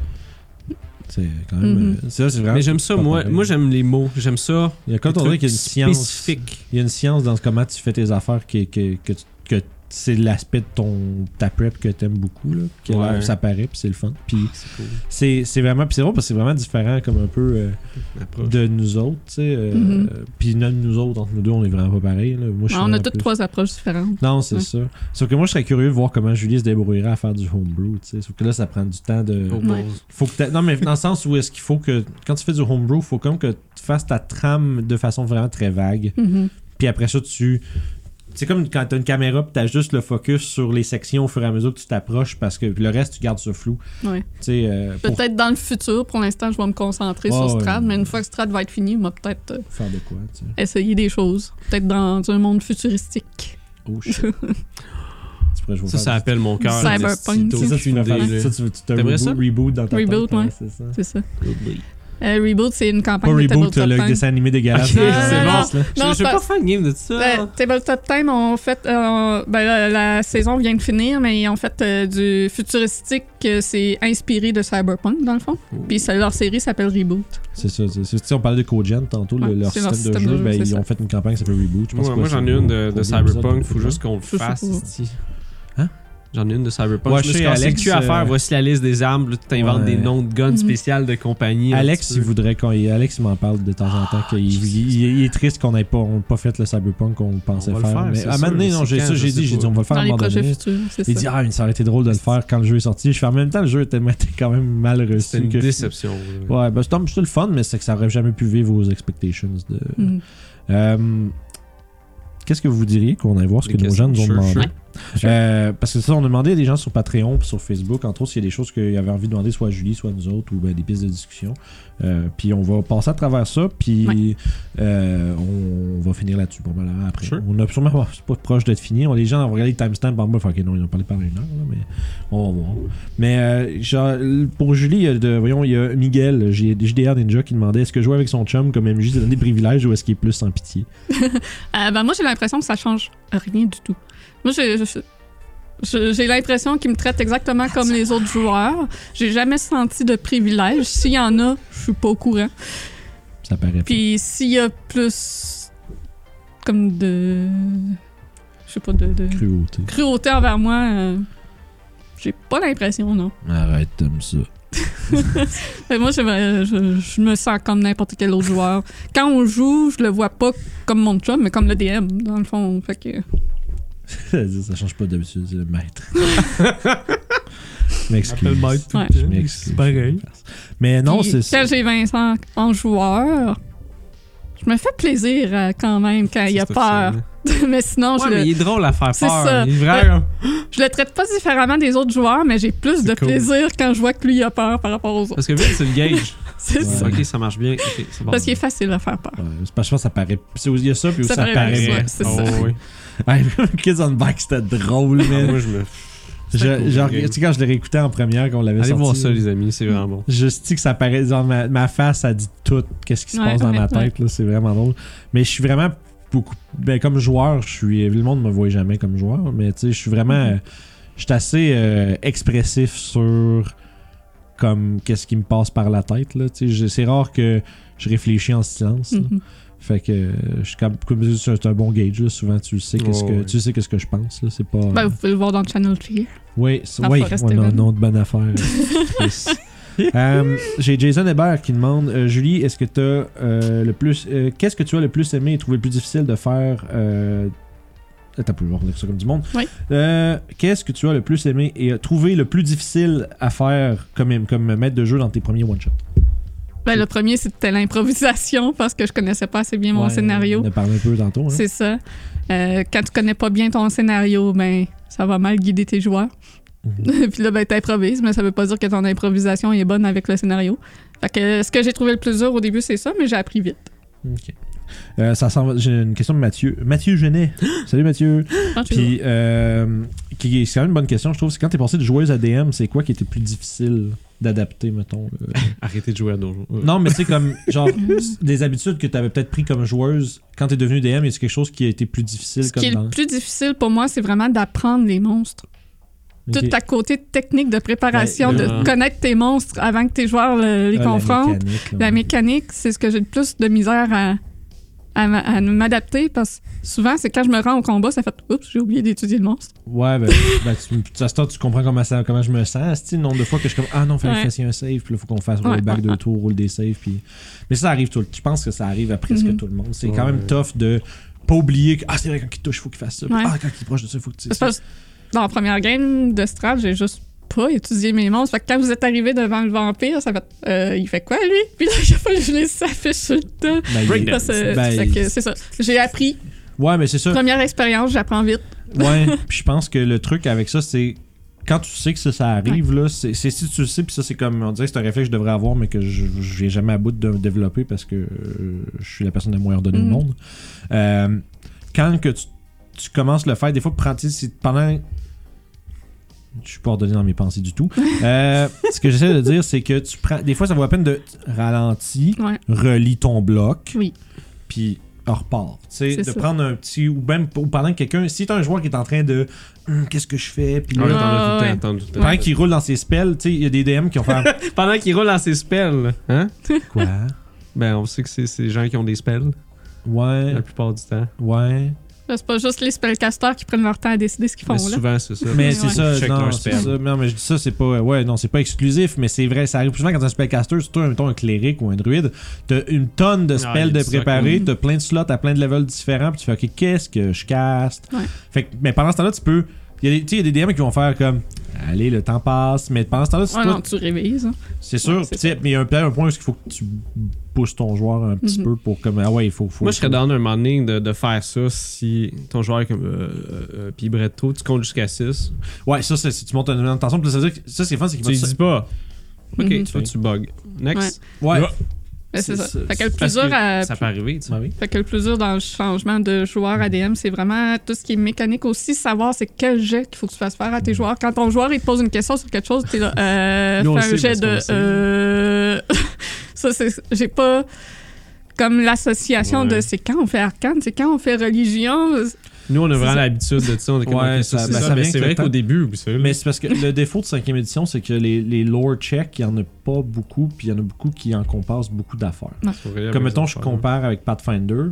S1: C'est quand même.
S3: Mhm.
S1: euh, ça, c'est vraiment.
S2: Mais j'aime ça,
S1: pas
S2: moi.
S1: pareil.
S2: Moi, j'aime les mots. J'aime ça.
S1: Il y a quand
S2: Des
S1: on dirait
S2: trucs
S1: qu'il y a une science.
S2: spécifique.
S1: Il y a une science dans comment tu fais tes affaires qui, que- que tu- que c'est l'aspect de ton, ta prep que t'aimes beaucoup. Là, que
S2: Ouais.
S1: là, ça paraît, puis c'est le fun. Puis
S2: C'est cool.
S1: Ah, c'est c'est vraiment. Puis c'est drôle parce que c'est vraiment différent, comme un peu. euh,
S2: Approche.
S1: de nous autres, tu sais. euh,
S3: Mhm.
S1: Puis même nous autres, entre nous deux, on est vraiment pas pareil. Là. Moi, je suis
S3: Ah, on a
S1: vraiment
S3: toutes
S1: plus-
S3: trois approches différentes.
S1: Non, c'est
S3: Ouais.
S1: ça. Sauf que moi, je serais curieux de voir comment Julie se débrouillerait à faire du homebrew, tu sais. Sauf que là, ça prend du temps de.
S2: Oh,
S3: Ouais.
S2: balls.
S1: Faut que t'a- non, mais dans le sens où est-ce qu'il faut que. Quand tu fais du homebrew, faut comme que tu fasses ta trame de façon vraiment très vague.
S3: Mhm.
S1: Puis après ça, tu. C'est comme quand t'as une caméra, puis t'as juste le focus sur les sections au fur et à mesure que tu t'approches, parce que le reste, tu gardes ça flou.
S3: Ouais.
S1: Tu sais, euh, pour
S3: Peut-être dans le futur, pour l'instant, je vais me concentrer
S1: Ouais,
S3: sur
S1: ouais.
S3: Strad, mais une fois que Strad va être fini, on va peut-être euh,
S1: faire de quoi, tu sais.
S3: essayer des choses. Peut-être dans un monde futuristique.
S1: Oh shit. Tu pourrais jouer
S2: Ça,
S1: faire
S2: ça
S1: du
S2: appelle mon cœur.
S3: Cyberpunk.
S2: C'est
S1: C'est ça, tu veux
S2: Des-
S1: faire-
S2: des-
S1: ça, tu veux- tu te
S2: T'aimerais
S1: reboot,
S2: ça?
S1: reboot dans ta
S3: Reboot,
S1: tête. hein,
S3: ouais.
S1: C'est ça.
S3: C'est ça. Euh, Reboot, c'est une campagne
S1: Pas
S3: de
S1: Reboot,
S3: Tabletop
S1: le
S3: Time.
S1: dessin animé dégueulasse.
S2: Ok,
S1: là,
S3: c'est
S1: euh,
S3: bon.
S1: là.
S2: Je
S3: Non,
S2: je suis
S3: pas-
S2: pas fan de game de ça.
S3: Le Ben, Tabletop Time ont fait. euh, ben, la, la saison vient de finir, mais ils ont fait euh, du futuristique. euh, c'est inspiré de Cyberpunk, dans le fond. Puis ça- leur série s'appelle Reboot.
S1: C'est ça. c'est- c'est- Si on parlait de Cogen tantôt, le-
S3: Ouais,
S1: leur,
S3: c'est
S1: système
S3: leur système
S1: de
S3: de
S1: jeu,
S3: jeu,
S1: ben,
S3: c'est
S1: ils
S3: ça.
S1: ont fait une campagne qui s'appelle Reboot. Je pense
S2: Moi,
S1: que
S2: moi,
S1: c'est
S2: j'en ai
S1: au-
S2: une de, de
S1: au-
S2: Cyberpunk,
S1: au-
S2: faut juste qu'on le
S3: Je sais
S2: fasse.
S3: pas.
S2: esti.
S1: Hein?
S2: J'en ai une de Cyberpunk.
S1: Ouais,
S2: je me suis
S1: chez
S2: cassé le
S1: Alex,
S2: cul à
S1: euh,
S2: faire. Voici la liste des armes. là, Tu t'inventes
S1: Ouais.
S2: des noms de guns
S3: Mhm.
S2: spéciales de compagnie.
S1: Alex,
S2: un petit
S1: il
S2: peu. Ah,
S1: voudrait qu'on. il- Alex, il m'en parle de temps en temps. qu'il- il, il- il est triste qu'on n'ait pas, on ait pas fait le Cyberpunk qu'on pensait
S2: va le
S1: faire.
S2: faire,
S1: Mais
S2: c'est
S1: à un
S2: sûr,
S1: moment donné,
S2: mais
S1: non,
S2: c'est
S1: j'ai
S2: quand,
S1: ça,
S2: je
S1: j'ai
S2: sais
S1: dit, j'ai
S2: pas.
S1: dit, on va le faire à
S3: Dans
S1: un
S3: les
S1: moment
S3: projets
S1: donné.
S3: futurs, c'est ça.
S1: Il dit, ah, mais ça aurait été drôle de le faire quand le jeu est sorti. Je fais en même temps, le jeu était, était quand même mal reçu.
S2: C'était une
S1: que-
S2: déception. là.
S1: Ouais, ben, c'est non, c'est le fun, mais c'est que ça aurait jamais pu vivre vos expectations. De...
S3: Mm.
S1: Euh, Qu'est-ce que vous diriez qu'on aille voir ce
S2: Des
S1: que nos gens nous ont
S2: questions, sure,
S1: demandé?
S3: sure.
S1: Euh, parce que ça, on a demandé à des gens sur Patreon puis sur Facebook, entre autres, s'il y a des choses qu'ils avaient envie de demander, soit à Julie, soit à nous autres, ou ben, des pistes de discussion. Euh, puis on va passer à travers ça, puis
S3: Ouais.
S1: euh, on, va finir là-dessus probablement après.
S2: Sure.
S1: On a sûrement [LAUGHS] c'est pas proche d'être fini. On, les gens vont regarder le timestamp en bas, fait que non, ils ont parlé par une heure, là, mais on va voir. Mais euh, genre, pour Julie, il y a de- voyons, il y a Miguel, J- JDR Ninja, qui demandait est-ce que jouer avec son chum comme MJ, c'est donner des privilèges ou est-ce qu'il est plus sans pitié
S3: Euh, ben, moi, j'ai l'impression que ça change rien du tout. Moi, j'ai, je- je- j'ai l'impression qu'ils me traitent exactement comme les autres joueurs. J'ai jamais senti de privilège. S'il y en a, je suis pas au courant.
S1: Ça paraît.
S3: Puis s'il y a plus comme de je sais pas de, de
S1: Cruauté.
S3: cruauté envers moi, euh, j'ai pas l'impression non.
S1: Arrête, t'aimes ça.
S3: Fait que moi je, me- je- je me sens comme n'importe quel autre joueur. Quand on joue, je le vois pas comme mon chum, mais comme le DM dans le fond. Fait que
S1: [LAUGHS] ça change pas d'habitude, c'est le maître.
S3: [LAUGHS]
S1: Je m'excuse.
S2: Appelle Mike tout le
S3: Ouais.
S2: temps,
S1: Je m'excuse.
S2: C'est pareil.
S3: Ah,
S1: Mais non,
S3: Puis,
S1: c'est
S3: quand j'ai Vincent en joueur, je me fais plaisir euh, quand même quand il a
S2: C'est hein.
S3: peur.
S2: obscène.
S3: [LAUGHS] mais sinon
S2: Ouais,
S3: je le
S2: mais il est drôle à faire
S3: C'est
S2: peur.
S3: ça.
S2: Il est hein. vraiment.
S3: Je le traite pas différemment des autres joueurs, mais j'ai plus
S2: C'est
S3: de
S2: cool.
S3: plaisir quand je vois que lui il a peur par rapport aux autres.
S2: Parce que vite, c'est le gauge.
S1: [LAUGHS]
S3: C'est
S1: Ouais.
S3: ça.
S2: Ok, ça marche bien. Ok, c'est bon.
S3: Parce qu'il est facile à faire peur.
S1: Ouais, c'est parce que je pense que ça paraît. c'est- Il y a ça, puis ça,
S3: Ça paraît
S1: paraît.
S3: bien, ouais, c'est
S2: Oh,
S1: [LAUGHS]
S3: ça.
S2: ouais.
S1: Hey, Kids on Bike, c'était drôle,
S2: Ah,
S1: man.
S2: Moi, je me.
S1: Je-
S2: cool,
S1: genre,
S2: game.
S1: tu sais, quand je l'ai réécouté en première, qu'on l'avait
S2: Allez
S1: sorti.
S2: voir ça, les amis, c'est vraiment bon.
S1: Je sais que ça paraît. Genre, ma, ma face, ça dit tout. Qu'est-ce qui se
S3: Ouais,
S1: passe dans
S3: ouais,
S1: ma tête, là. C'est vraiment drôle. Mais je suis vraiment beaucoup. Ben, comme joueur, je suis. Le monde me voit jamais comme joueur, mais tu sais, je suis vraiment.
S3: Mhm.
S1: euh, Je suis assez euh, expressif sur. Comme. Qu'est-ce qui me passe par la tête, là. Tu sais, je- c'est rare que je réfléchis en silence. là.
S3: Mhm.
S1: Fait que euh, je suis comme, comme je dis, c'est un bon gauge là, souvent tu le sais qu'est-ce
S2: Oh,
S1: que
S2: ouais.
S1: tu sais qu'est-ce que je pense là, c'est pas
S3: Ben, vous pouvez le voir dans le Channel Fear.
S1: oui, c'est-
S3: Ah,
S1: oui,
S3: Forest
S1: on a un
S3: Haven.
S1: nom de bonne affaire.
S3: [LAUGHS]
S1: Yes. Euh, J'ai Jason Hébert qui demande euh, Julie, est-ce que tu le plus. euh, Qu'est-ce que tu as le plus aimé et trouvé le plus difficile de faire euh, Attends, on va revenir sur ça comme du monde.
S3: Oui.
S1: Euh, Qu'est-ce que tu as le plus aimé et euh, trouvé le plus difficile à faire comme, comme maître de jeu dans tes premiers one-shots
S3: Ben, le premier, c'était l'improvisation parce que je connaissais pas assez bien mon
S1: Ouais,
S3: scénario.
S1: On en a parlé un peu tantôt. hein.
S3: C'est ça. Euh, quand tu connais pas bien ton scénario, ben ça va mal guider tes joueurs.
S1: Mhm.
S3: [LAUGHS] Puis là, ben, t'improvises, mais ça veut pas dire que ton improvisation est bonne avec le scénario. Fait que euh, ce que j'ai trouvé le plus dur au début, c'est ça, mais j'ai appris vite.
S1: Ok. Euh, ça s'en va- J'ai une question de Mathieu. Mathieu
S3: [GASPS]
S1: Genet. Salut Mathieu. Ah, Puis, euh, qui, c'est quand même une bonne question, je trouve. C'est quand t'es passé de joueuse à DM, c'est quoi qui était plus difficile d'adapter, mettons
S3: [LAUGHS]
S1: euh,
S2: Arrêtez de jouer à Dojo. Euh,
S1: Non, mais c'est comme, genre, des habitudes que t'avais peut-être pris comme joueuse, quand t'es devenue DM, est-ce quelque chose qui a été plus difficile
S3: Ce
S1: comme
S3: qui est
S1: dans...
S3: le plus difficile pour moi, c'est vraiment d'apprendre les monstres.
S1: Ok.
S3: Tout à côté technique de préparation,
S1: Ben,
S3: de
S2: euh,
S3: connaître tes monstres avant que tes joueurs le- les
S1: Ah,
S3: confrontent.
S1: La mécanique. là,
S3: La
S1: ouais.
S3: mécanique, c'est ce que j'ai le plus de misère à, à, m'a- à m'adapter parce que souvent, c'est quand je me rends au combat, ça fait Oups, j'ai oublié d'étudier le monstre.
S1: Ouais, ben, ben, tu, ça se tente, tu comprends comment, ça, comment je me sens. C'est le nombre de fois que je suis comme Ah non, fallait
S3: Ouais.
S1: que je fasse un save, puis là, faut qu'on fasse roll
S3: Ouais,
S1: back
S3: ouais,
S1: deux
S3: ouais.
S1: tours, roule des saves. Puis... Mais ça arrive tout le Je pense que ça arrive à presque
S3: Mhm.
S1: tout le monde. C'est
S2: Ouais.
S1: quand même tough de pas oublier que Ah, c'est vrai, quand il touche, faut qu'il fasse ça. Puis,
S3: Ouais.
S1: Ah, quand il est proche de ça, faut que tu.
S3: C'est parce que dans la première game de Strad, j'ai juste pas étudié mes monstres. Fait que quand vous êtes arrivé devant le vampire, ça fait Euh, il fait quoi lui [LAUGHS] Puis là, j'ai fallu que je laisse sa fiche sur le temps.
S1: Ben, il-
S2: Breakdown.
S3: Parce que-
S1: Ben,
S3: fait que c'est ça. J'ai appris.
S1: Ouais, mais c'est ça.
S3: Première expérience, j'apprends vite.
S1: Ouais, [LAUGHS] puis je pense que le truc avec ça, c'est quand tu sais que ça, ça arrive, là, c'est c'est si tu le sais, puis ça, c'est comme, on dirait que c'est un réflexe que je devrais avoir, mais que je je vais jamais à bout de développer parce que euh, je suis la personne la moins ordonnée au
S3: Mhm.
S1: monde. Euh, quand que tu, tu commences le faire, des fois, prends- tu sais, si- pendant. Je suis pas ordonné dans mes pensées du tout. Euh, ce que j'essaie de dire, c'est que tu prends. Des fois, ça vaut la peine de ralentir,
S3: Ouais.
S1: relis ton bloc,
S3: Oui.
S1: puis repart. Tu sais,
S3: C'est
S1: de
S3: ça.
S1: prendre un petit. Ou même pour- pendant que quelqu'un. Si t'as un joueur qui est en train de. Hum, Qu'est-ce que je fais Puis là,
S2: Ah ouais,
S3: Ouais,
S2: attends,
S3: ouais.
S2: attends, attends, attends.
S1: pendant qu'il roule dans ses spells, tu sais, il y a des DM qui ont
S3: [LAUGHS]
S1: fait.
S2: Pendant qu'il roule dans ses spells, hein?
S1: Quoi
S2: Ben, on sait que c'est c'est les gens qui ont des spells,
S1: Ouais,
S2: la plupart du temps.
S1: ouais.
S3: Là, C'est pas juste les spellcasters qui prennent leur temps à décider ce qu'ils font,
S2: Mais
S3: là.
S2: Ben, souvent, c'est ça.
S1: Mais
S3: Ouais.
S1: c'est ça,
S2: Check
S1: non,
S2: leur
S1: c'est
S2: spell.
S1: ça. Non, mais je dis ça, c'est pas. Ouais, non, c'est pas exclusif, mais c'est vrai, ça arrive souvent quand un spellcaster, surtout mettons, un cléric ou un druide, t'as une tonne de
S2: Ah, il y a
S1: spells
S2: du
S1: de
S2: stock,
S1: préparer,
S3: oui.
S1: t'as plein de slots à plein de levels différents, puis tu fais, ok, qu'est-ce que je caste
S3: Ouais.
S1: Fait que, mais pendant ce temps-là, tu peux. Il y, a des- tu sais, il y a des DM qui vont faire comme. Allez, le temps passe, mais pendant ce temps-là, si
S3: Ouais,
S1: toi,
S3: Ah non, tu révises. hein.
S1: c'est sûr,
S3: Ouais, c'est
S1: tu sais,
S3: ça.
S1: mais il y a un- peut-être un point où il faut que tu pousses ton joueur un petit
S3: Mhm.
S1: peu pour comme. Ah ouais, il faut. faut-
S2: Moi, je serais
S1: faut-
S2: dans un moment donné de, de faire ça si ton joueur est comme. Euh, euh, euh, puis Bretto, tu comptes jusqu'à 6.
S1: Ouais, ça, c'est si tu montes une intention, puis là, ça veut dire que ça, c'est fun, c'est
S2: Tu
S1: qu'il
S2: lui dis pas. Ok,
S3: Mhm.
S2: tu vois, tu bug. Next.
S1: Ouais.
S3: Mais C'est
S1: C'est-
S3: ça.
S1: c'est-
S3: Fait que le
S2: Parce
S3: plus
S2: que
S3: dur à-
S2: Ça peut arriver, tu sais.
S1: Ouais, oui.
S3: Fait que le plus dur dans le changement de joueur à DM, c'est vraiment tout ce qui est mécanique aussi, savoir c'est quel jet qu'il faut que tu fasses faire à tes joueurs. Quand ton joueur il te pose une question sur quelque chose, t'es là, euh,
S2: Mm. Nous, on
S3: fais
S2: le sait,
S3: un
S2: parce
S3: jet
S2: qu'on
S3: de.
S2: le sait.
S3: euh, [LAUGHS] ça, c'est. J'ai pas. Comme l'association
S2: Ouais.
S3: de c'est quand on fait arcane, c'est quand on fait religion.
S2: Nous, on a
S3: C'est
S2: vraiment
S3: ça.
S2: l'habitude de ça. On est comme,
S1: Ouais,
S2: ok, ça,
S1: ça-
S2: c'est
S1: ben,
S2: ça.
S1: ça
S2: Mais
S1: vient
S2: c'est
S1: avec le
S2: vrai
S1: temps.
S2: qu'au début, vous savez.
S1: Mais c'est parce que le défaut de 5 édition, c'est que les, les lore checks, il y en a pas beaucoup, puis il y en a beaucoup qui en compensent beaucoup d'affaires. Comme mettons, je compare avec Pathfinder.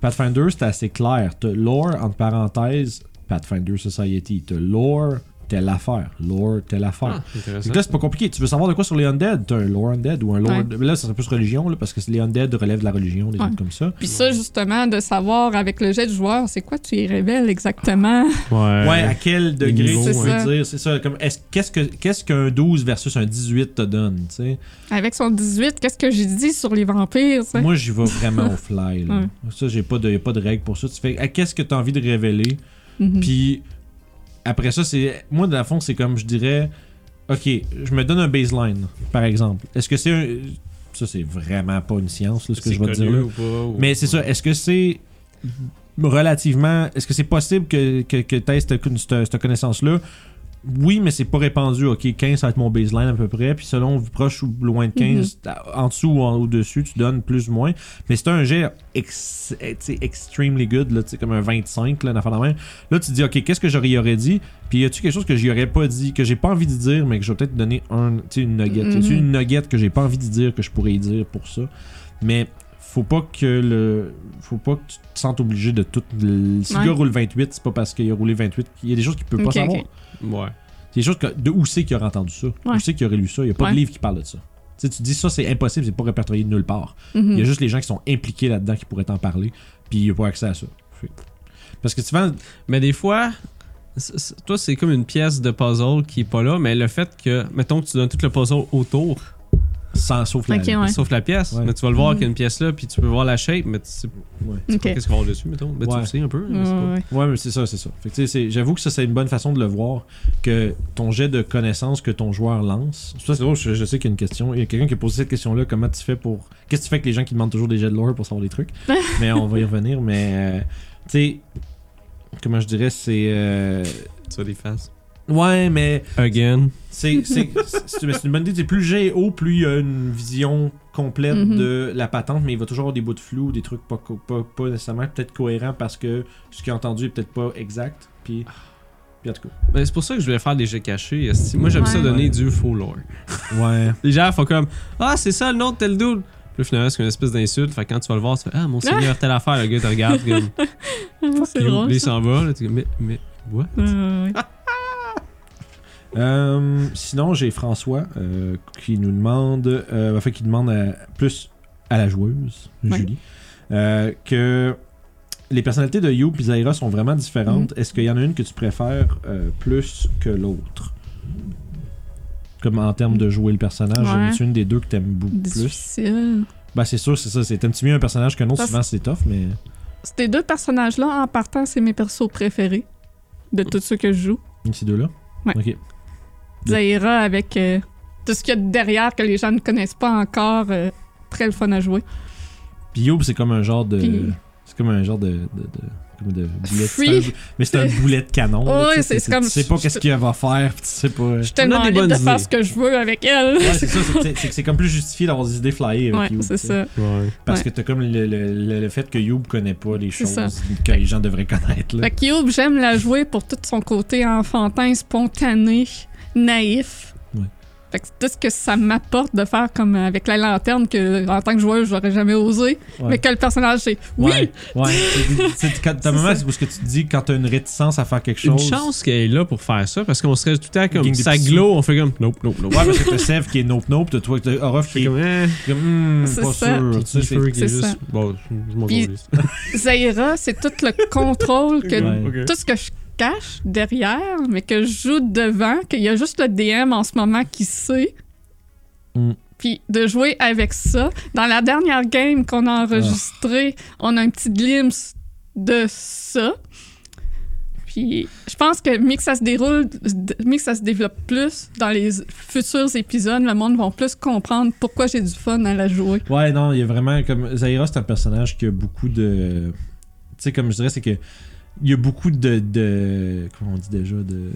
S1: Pathfinder, c'est assez clair. T'as lore, entre parenthèses, Pathfinder Society. T'as lore, telle affaire. Lore, telle affaire.
S2: Ah, intéressant.
S1: Fait que Là, c'est pas compliqué. Tu veux savoir de quoi sur les Undead T'as un lore Undead ou un lore.
S3: Ouais.
S1: mais Là, ça serait plus religion, là, parce que les Undead relèvent de la religion, des
S3: Ouais.
S1: trucs comme ça.
S3: Puis ça, justement, de savoir avec le jet du joueur, c'est quoi tu y révèles exactement.
S2: Ouais.
S1: Ouais, à quel
S2: les
S1: degré
S2: niveaux,
S1: tu veux
S3: ouais.
S1: dire C'est ça. Comme, est-ce- qu'est-ce que- qu'est-ce qu'un 12 versus un 18 te donne tu sais?
S2: Ah.
S3: Avec son 18, qu'est-ce que j'ai dit sur les vampires? ça?
S1: Moi, j'y vais vraiment au fly. Là.
S3: Ouais.
S1: Ça, j'ai pas de, y a pas de règle pour ça. Tu fais, à qu'est-ce que t'as envie de révéler?
S3: Mhm.
S1: Puis après ça, c'est. Moi, dans le fond, c'est comme je dirais. Ok, je me donne un baseline, par exemple. Est-ce que c'est un. Ça, c'est vraiment pas une science, là, ce que
S2: C'est
S1: je vais te dire
S2: connu
S1: là.
S2: ou pas, ou-
S1: Mais c'est ça. Est-ce que c'est relativement. Est-ce que c'est possible que, que, que t'aies cette, cette- cette connaissance-là? Oui, mais c'est pas répandu. Ok, 15, ça va être mon baseline à peu près. Puis selon proche ou loin de 15, t'as- en dessous ou en au-dessus, tu donnes plus ou moins. Mais c'est un jet ex- eh, tu sais, extremely good, là, tu sais, comme un 25, là, une affaire de même. Là, tu te dis, OK, qu'est-ce que j'aurais y aurais dit? Puis y a-tu quelque chose que j'y aurais pas dit, que j'ai pas envie de dire, mais que je vais peut-être donner un, tu sais, une nugget? Y a-tu
S3: Mhm.
S1: une nugget que j'ai pas envie de dire, que je pourrais y dire pour ça? Mais faut pas que le. Faut pas que tu te sentes obligé de tout. le- Si le
S3: Ouais.
S1: gars roule 28, c'est pas parce qu'il a roulé 28. Il y a des choses qu'il peut pas
S3: Ok,
S1: savoir.
S3: ok.
S2: Ouais.
S1: Il y a des choses que, de où c'est qu'il aurait entendu ça? Où c'est qu'il aurait lu ça? Il y a pas
S3: Ouais.
S1: de livre qui parle de ça. Tu sais, tu dis ça, c'est impossible, c'est pas répertorié de nulle part.
S3: Mhm.
S1: Il y a juste les gens qui sont impliqués là-dedans qui pourraient t'en parler, puis il n'y a pas accès à ça. Fait que- Parce que souvent,
S2: Mais des fois, c- c- toi, c'est comme une pièce de puzzle qui est pas là, mais le fait que, mettons que tu donnes tout le puzzle autour,
S1: sans sauf la.
S3: Ok, ouais.
S2: sauf la pièce,
S1: Ouais.
S2: mais tu vas le voir
S3: Mhm.
S2: qu'une pièce là, puis tu peux voir la shape, mais tu sais pas
S1: Ouais.
S3: Ok. Mm.
S2: qu'est-ce qu'il va y avoir dessus, mettons. Ben, tu
S1: Ouais.
S2: le sais un peu. mais c'est pas-
S3: Ouais, ouais.
S1: Ouais, mais c'est ça, c'est ça. Fait que, tu sais, c'est- J'avoue que ça, c'est une bonne façon de le voir, que ton jet de connaissances que ton joueur lance. Ça, c'est drôle, je, je sais qu'il y a une question. Il y a quelqu'un qui a posé cette question-là comment tu fais pour. Qu'est-ce que tu fais avec les gens qui demandent toujours des jets de lore pour savoir des trucs Mais on va y revenir, mais. euh, tu sais, comment je dirais, c'est. euh,
S2: Tu vois les faces.
S1: Ouais, mais.
S2: Again.
S1: C'est c'est- c'est- mais c'est une bonne idée. C'est Plus le jet est haut, plus il y a une vision complète
S3: Mhm.
S1: de la patente, mais il va toujours avoir des bouts de flou, des trucs pas, co- pas, pas nécessairement peut-être cohérents parce que ce qu'il a entendu est peut-être pas exact. Puis, puis en tout cas.
S2: Ben, c'est pour ça que je voulais faire des jeux cachés. esti. Moi, j'aime ça
S3: Ouais.
S2: donner du faux lore.
S1: Ouais.
S2: Les gens font comme Ah, c'est ça le nom de tel dude. Puis là, finalement, c'est une espèce d'insulte. Fait que quand tu vas le voir, tu fais Ah, mon
S3: [LAUGHS]
S2: seigneur, telle affaire, le gars te regarde. Comme,
S3: Ah,
S2: Puis
S3: [LAUGHS] C'est drôle.
S2: il
S3: ça.
S2: s'en va. là, tu dis, mais, mais, what?
S3: Ouais, ouais, ouais.
S1: Euh, sinon, j'ai François euh, qui nous demande, euh, enfin qui demande à- plus à la joueuse,
S3: Ouais.
S1: Julie, euh, que les personnalités de You et Zaira sont vraiment
S3: Mhm.
S1: différentes. Est-ce qu'il y en a une que tu préfères euh, plus que l'autre Comme en termes de jouer le personnage,
S3: Ouais.
S1: c'est une des deux que t'aimes beaucoup plus.
S3: Difficile.
S1: Bah c'est sûr, c'est ça. C'est un petit mieux un personnage qu'un autre.
S3: Parce-
S1: Souvent, c'est tough, mais
S3: Ces deux personnages-là, en partant, c'est mes persos préférés de tous ceux que je joue.
S1: ces deux-là.
S3: Ouais.
S1: Ok. De-
S3: Zaira avec euh, tout ce qu'il y a de derrière que les gens ne connaissent pas encore. euh, très le fun à jouer.
S1: Puis Youb, c'est comme un genre de.
S3: Puis-
S1: C'est comme un genre de. de- de- comme de boulet.
S3: Free.
S1: c'est un- Mais
S3: [LAUGHS]
S1: c'est un boulet de canon. là,
S3: Ouais,
S1: tu sais,
S3: c'est- c'est comme-
S1: Tu sais pas qu'est-ce qu'elle va faire, pis tu sais pas. euh.
S3: [LAUGHS] Je suis tellement
S2: des
S3: libre de
S2: bonnes
S3: faire
S2: idées.
S3: ce que je veux avec elle. [LAUGHS]
S1: Ouais, c'est ça, c'est- c'est- c'est que c'est comme plus justifié d'avoir des idées flyées avec
S3: Ouais,
S1: Youb,
S3: c'est
S1: tu sais.
S3: ça.
S2: Ouais.
S1: Parce
S3: ouais.
S1: que t'as comme le, le- le- le fait que Youb connaît pas les
S3: C'est
S1: choses
S3: ça.
S1: que les gens devraient connaître. Là.
S3: Fait que Youb, j'aime la jouer pour tout son côté enfantin, spontané, naïf.
S1: Ouais.
S3: Fait que c'est tout ce que ça m'apporte de faire comme avec la lanterne que en tant que joueur j'aurais jamais osé,
S1: Ouais.
S3: mais que le personnage c'est oui,
S1: Ouais, ouais. C'est- c'est- quand- T'as un
S3: [LAUGHS] C'est
S1: moment
S3: ça.
S1: où ce que tu te dis quand t'as une réticence à faire quelque
S2: Une
S1: chose.
S2: chance qu'elle est là pour faire ça, parce qu'on serait tout le temps comme
S1: Gang des
S2: ça
S1: pissous.
S2: glow, on fait comme nope, nope, nope.
S1: Ouais, parce que t'as Sev qui est nope nope, t'as toi t'as Orof
S2: Fait
S1: qui est
S2: comme, eh,
S1: comme hmm,
S3: C'est
S1: pas
S3: ça.
S1: sûr.
S2: puis
S1: tu sais,
S2: petit
S1: c'est-
S2: cheveu qui est
S3: c'est ça.
S2: juste. Bon, je m'en
S3: Puis-
S2: calisse.
S3: Zaira, c'est tout le contrôle que
S1: Ouais.
S2: Ok.
S3: tout ce que je cache derrière, mais que je joue devant, qu'il y a juste le DM en ce moment qui sait.
S1: Mm.
S3: Puis de jouer avec ça. Dans la dernière game qu'on
S1: Ah.
S3: a enregistrée, on a un petit glimpse de ça. Puis je pense que mieux que ça se déroule, mieux que ça se développe plus dans les futurs épisodes, le monde va plus comprendre pourquoi j'ai du fun à la jouer.
S1: Ouais, non, il y a vraiment comme. Zaira, c'est un personnage qui a beaucoup de. Tu sais, comme je dirais, c'est que. Il y a beaucoup de, de. Comment on dit déjà De.